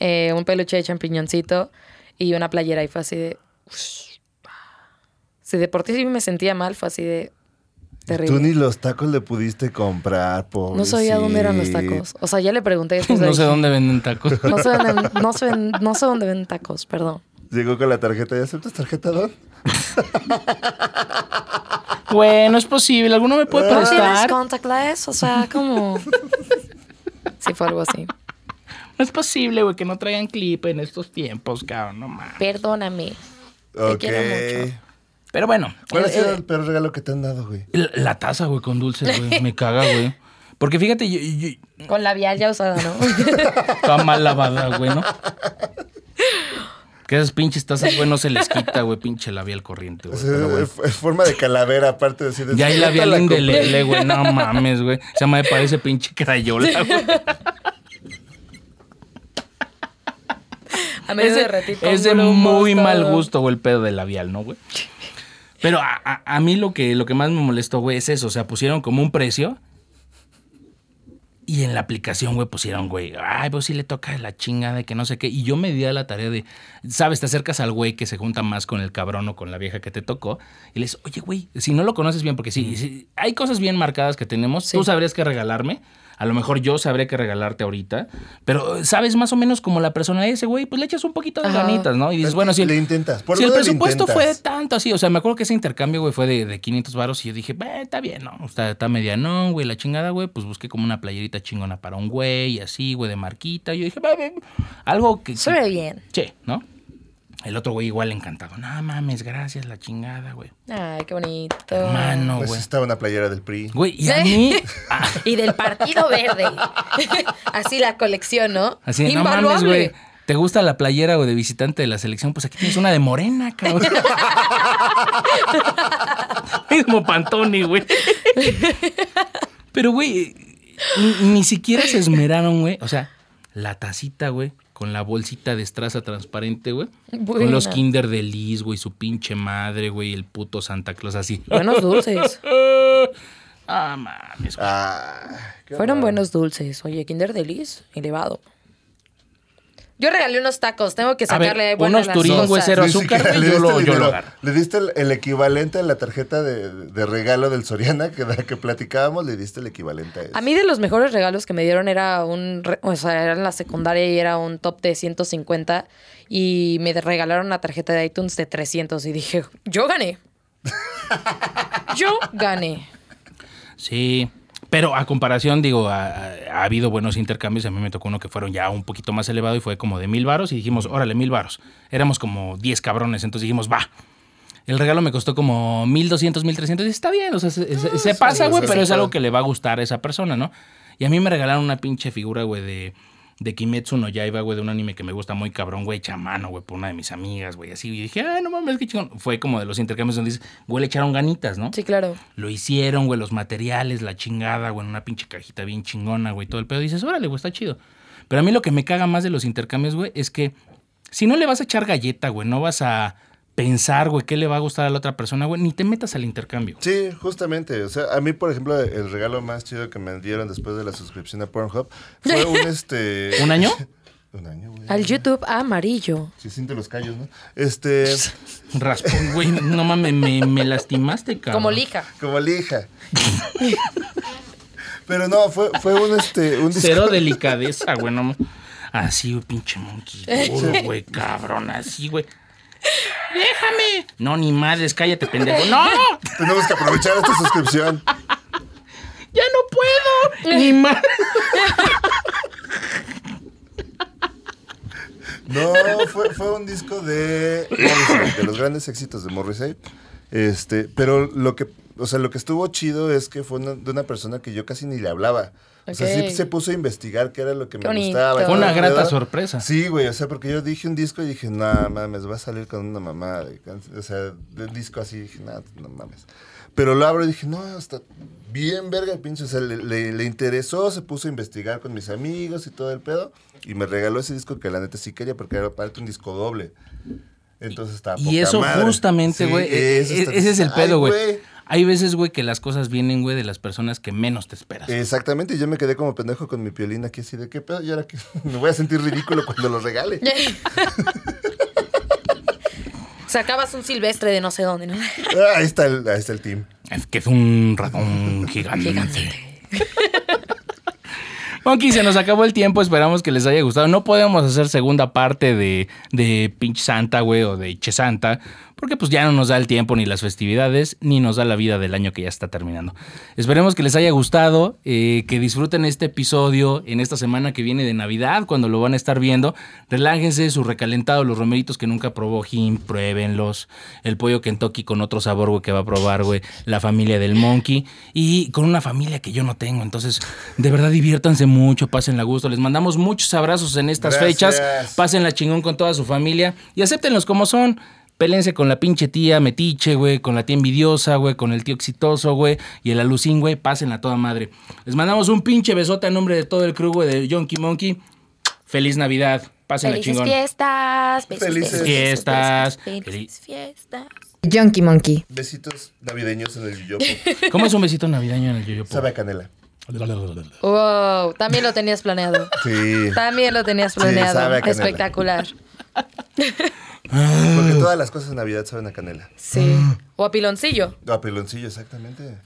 [SPEAKER 3] eh, un peluche de champiñoncito y una playera y fue así de... ush. Si de por ti sí me sentía mal, fue así de...
[SPEAKER 4] Tú
[SPEAKER 3] Terrible.
[SPEAKER 4] ni los tacos le pudiste comprar, por
[SPEAKER 3] No sabía dónde eran los tacos. O sea, ya le pregunté después
[SPEAKER 2] [laughs]
[SPEAKER 3] le
[SPEAKER 2] No sé
[SPEAKER 3] dije,
[SPEAKER 2] dónde venden tacos.
[SPEAKER 3] Pues [laughs] No sé, dónde, no, sé, no sé dónde ven tacos, perdón.
[SPEAKER 4] Llegó con la tarjeta. ¿Ya aceptas tarjeta, Don?
[SPEAKER 2] Bueno, es posible. ¿Alguno me puede
[SPEAKER 3] ¿No tienes
[SPEAKER 2] prestar? No
[SPEAKER 3] contactless? O sea, como... [laughs] Sí, fue algo así.
[SPEAKER 2] es posible, güey, que no traigan clip en estos tiempos, cabrón. No mames.
[SPEAKER 3] Perdóname.
[SPEAKER 4] Ok.
[SPEAKER 3] quiero mucho.
[SPEAKER 2] Pero bueno.
[SPEAKER 4] ¿Cuál ha
[SPEAKER 2] eh,
[SPEAKER 4] sido
[SPEAKER 2] eh,
[SPEAKER 4] el peor regalo que te han dado, güey?
[SPEAKER 2] La, la taza, güey, con dulces, güey. Me caga, güey. Porque fíjate, yo, yo-
[SPEAKER 3] Con labial ya usada, ¿no?
[SPEAKER 2] está mal lavada, güey, ¿no? Que esas pinches tazas, güey, no se les quita, güey, pinche labial corriente, güey.
[SPEAKER 4] Es,
[SPEAKER 2] pero Pues bueno.
[SPEAKER 4] es- es forma de calavera, aparte de decir...
[SPEAKER 2] Ya hay labial
[SPEAKER 4] la compré.
[SPEAKER 2] indelele, güey. No mames, güey. Se me parece pinche crayola, güey.
[SPEAKER 3] [laughs] A medio
[SPEAKER 2] Es
[SPEAKER 3] de
[SPEAKER 2] de,
[SPEAKER 3] retín.
[SPEAKER 2] es de muy mal gusto, güey, el pedo del labial, ¿no, güey? Pero a, a- a mí lo que, lo que más me molestó, güey, es eso. O sea, pusieron como un precio. Y en la aplicación, güey, pusieron, güey, ay, pues sí le toca de la chingada, que no sé qué. Y yo me di a la tarea de, sabes, te acercas al güey que se junta más con el cabrón o con la vieja que te tocó. Y le dices, oye, güey, si no lo conoces bien, porque sí, sí, hay cosas bien marcadas que tenemos. Tú sabrías qué regalarme. A lo mejor yo sabré qué regalarte ahorita. Pero eh, sabes más o menos como la personalidad de ese güey, pues le echas un poquito de
[SPEAKER 3] Ajá.
[SPEAKER 2] ganitas, ¿no? Y dices, bueno, si el-
[SPEAKER 4] Le intentas. Por
[SPEAKER 2] si
[SPEAKER 4] lo
[SPEAKER 2] el
[SPEAKER 4] menos le
[SPEAKER 2] presupuesto fue de
[SPEAKER 4] intentas.
[SPEAKER 2] tanto así, o sea, me acuerdo que ese intercambio, güey, fue de, de 500 varos y yo dije, "Bah, está bien, ¿no? Está, está medianón, güey, la chingada, güey. Pues busqué como una playerita chingona para un güey y así, güey, de marquita. Yo dije, "Bah, bah, bah". algo que...
[SPEAKER 3] Se ve bien.
[SPEAKER 2] Che, ¿no? El otro güey igual encantado. No mames, gracias, la chingada, güey.
[SPEAKER 3] Ay, qué bonito.
[SPEAKER 2] Mano,
[SPEAKER 4] Pues
[SPEAKER 2] güey.
[SPEAKER 4] estaba en la playera del PRI.
[SPEAKER 2] Güey, y a
[SPEAKER 3] Sí.
[SPEAKER 2] mí.
[SPEAKER 3] Y del Partido Verde. [laughs] Así la colección, ¿no?
[SPEAKER 2] Así, no mames, güey. ¿Te gusta la playera o de visitante de la selección? Pues aquí tienes una de morena, cabrón. [laughs] Mismo Pantoni, güey. Pero, güey, ni, ni siquiera se esmeraron, güey. O sea, la tacita, güey, con la bolsita de estraza transparente, güey. Con los
[SPEAKER 3] Buena.
[SPEAKER 2] Kinder de Liz, güey, su pinche madre, güey, el puto Santa Claus así.
[SPEAKER 3] Buenos
[SPEAKER 2] [laughs]
[SPEAKER 3] dulces.
[SPEAKER 2] Ah, mames, güey.
[SPEAKER 4] Ah, qué
[SPEAKER 3] Fueron
[SPEAKER 4] horror.
[SPEAKER 3] buenos dulces. Oye, Kinder Delice, elevado. Yo regalé unos tacos, tengo que
[SPEAKER 2] A ver,
[SPEAKER 3] sacarle buenas
[SPEAKER 2] unos Turín, güey, cero. Pero
[SPEAKER 4] Ni
[SPEAKER 2] azúcar,
[SPEAKER 4] siquiera
[SPEAKER 2] güey, yo
[SPEAKER 4] le diste
[SPEAKER 2] lo-
[SPEAKER 4] el
[SPEAKER 2] yo lo
[SPEAKER 4] dinero.
[SPEAKER 2] agarro.
[SPEAKER 4] Le diste el, el equivalente a la tarjeta de, de regalo del Soriana que, [laughs] de la que platicábamos, le diste el equivalente a eso.
[SPEAKER 3] A mí de los mejores regalos que me dieron era un, re- o sea, era en la secundaria y era un top de 150 y me regalaron una tarjeta de iTunes de 300 y dije, yo
[SPEAKER 4] [laughs]
[SPEAKER 3] gané. Yo gané.
[SPEAKER 2] Sí. Pero a comparación, digo, ha, ha- ha habido buenos intercambios. A mí me tocó uno que fueron ya un poquito más elevado y fue como de mil varos. Y dijimos, órale, mil varos. Éramos como 10 cabrones. Entonces dijimos, va. El regalo me costó como 1200, 1300. Y está bien, o sea, se, se- se pasa,
[SPEAKER 4] sí,
[SPEAKER 2] güey,
[SPEAKER 4] sí,
[SPEAKER 2] pero
[SPEAKER 4] sí,
[SPEAKER 2] es algo
[SPEAKER 4] claro.
[SPEAKER 2] que le va a gustar a esa persona, ¿no? Y a mí me regalaron una pinche figura, güey, de, de Kimetsu no Yaiba, güey, de un anime que me gusta muy cabrón, güey, chamano, güey, por una de mis amigas, güey, así. Y dije, ah, no mames, qué chingón. Fue como de los intercambios donde dices, güey, le echaron ganitas, ¿no?
[SPEAKER 3] Sí, claro.
[SPEAKER 2] Lo hicieron, güey, los materiales, la chingada, güey, en una pinche cajita bien chingona, güey, todo el pedo. Dices, órale, güey, está chido. Pero a mí lo que me caga más de los intercambios, güey, es que si no le vas a echar galleta, güey, no vas a pensar, güey, qué le va a gustar a la otra persona, güey, ni te metas al intercambio.
[SPEAKER 4] Sí, justamente. O sea, a mí, por ejemplo, el regalo más chido que me dieron después de la suscripción a Pornhub
[SPEAKER 2] [laughs]
[SPEAKER 4] fue un este.
[SPEAKER 2] ¿Un año?
[SPEAKER 4] [laughs] Un año, güey.
[SPEAKER 3] Al YouTube amarillo.
[SPEAKER 4] Sí, siente los callos, ¿no? Este.
[SPEAKER 2] Raspón, güey, no mames, me, me lastimaste, cabrón.
[SPEAKER 3] Como lija.
[SPEAKER 2] [laughs]
[SPEAKER 4] Como lija. Pero no, fue, fue un este. Un disco-
[SPEAKER 2] Cero delicadeza, güey, no mames. Así, güey, pinche monkey duro, [laughs] güey, cabrón, así, güey. ¡Déjame! No, ni madres, cállate, pendejo. ¡No!
[SPEAKER 4] Tenemos que aprovechar esta suscripción.
[SPEAKER 2] [laughs] ¡Ya no puedo! ¡Ni más!
[SPEAKER 4] No, fue, fue un disco de Morrissey, de los grandes éxitos de Morrissey. Este, pero lo que, o sea, lo que estuvo chido es que fue una- de una persona que yo casi ni le hablaba. O sea,
[SPEAKER 3] Ok.
[SPEAKER 4] sí se puso a investigar qué era lo que
[SPEAKER 3] Qué
[SPEAKER 4] me
[SPEAKER 3] bonito.
[SPEAKER 4] gustaba. y
[SPEAKER 3] Fue
[SPEAKER 4] todo
[SPEAKER 2] una
[SPEAKER 4] el
[SPEAKER 2] grata
[SPEAKER 4] pedo.
[SPEAKER 2] sorpresa.
[SPEAKER 4] Sí, güey, o sea, porque yo dije un disco y dije, no mames, va a salir con una mamada. de can- O sea, del disco así, dije, no, no mames. Pero lo abro y dije, no, está bien verga el pinche. O sea, le, le- le interesó, se puso a investigar con mis amigos y todo el pedo. Y me regaló ese disco que la neta sí quería, porque era parte un disco doble. Entonces estaba
[SPEAKER 2] Y
[SPEAKER 4] poca
[SPEAKER 2] eso
[SPEAKER 4] madre.
[SPEAKER 2] justamente,
[SPEAKER 4] Sí,
[SPEAKER 2] güey. e-
[SPEAKER 4] eso está-
[SPEAKER 2] e- ese es el
[SPEAKER 4] Ay,
[SPEAKER 2] pedo, güey. Hay veces, güey, que las cosas vienen, güey, de las personas que menos te esperas.
[SPEAKER 4] Exactamente, y yo me quedé como pendejo con mi piolín aquí así de qué [laughs] pedo, y ahora que me voy a sentir ridículo cuando lo regale.
[SPEAKER 3] [laughs] Sacabas un silvestre de no sé dónde, ¿no?
[SPEAKER 4] Ah, ahí está el, ahí está el team.
[SPEAKER 2] Es que es un ratón gigante. Monkey, se nos acabó el tiempo, esperamos que les haya gustado. No podemos hacer segunda parte de, de Pinche Santa, güey, o de Che Santa, porque pues ya no nos da el tiempo ni las festividades, ni nos da la vida del año que ya está terminando. Esperemos que les haya gustado, eh, que disfruten este episodio en esta semana que viene de Navidad, cuando lo van a estar viendo. Relájense, su recalentado, los romeritos que nunca probó Jim, pruébenlos. El pollo Kentucky con otro sabor, güey, que va a probar, güey. La familia del Monkey. Y con una familia que yo no tengo. Entonces, de verdad, diviértanse mucho, pásenla a gusto. Les mandamos muchos abrazos en estas
[SPEAKER 4] Gracias.
[SPEAKER 2] fechas. Pásenla chingón con toda su familia. Y acéptenlos como son. Pélense con la pinche tía metiche, güey, con la tía envidiosa, güey, con el tío exitoso, güey, y el alucín, güey, pásenla toda madre. Les mandamos un pinche besote a nombre de todo el crew, güey, de Yonky Monkey. Feliz Navidad, pásenla
[SPEAKER 3] Felices
[SPEAKER 2] chingón.
[SPEAKER 3] fiestas. besos,
[SPEAKER 4] Felices
[SPEAKER 3] besos,
[SPEAKER 2] fiestas.
[SPEAKER 3] besos, besos, Felices fiestas.
[SPEAKER 1] Yonky Monkey.
[SPEAKER 4] Besitos navideños en el yoyopo.
[SPEAKER 2] ¿Cómo es un besito navideño en el yoyopo?
[SPEAKER 4] Sabe a canela.
[SPEAKER 3] Wow, también lo tenías planeado.
[SPEAKER 4] Sí.
[SPEAKER 3] También lo tenías
[SPEAKER 4] Sí,
[SPEAKER 3] planeado.
[SPEAKER 4] sabe a canela.
[SPEAKER 3] Espectacular.
[SPEAKER 4] Mm. Porque todas las cosas de Navidad saben a canela.
[SPEAKER 3] Sí. O a piloncillo.
[SPEAKER 4] O a peloncillo, exactamente.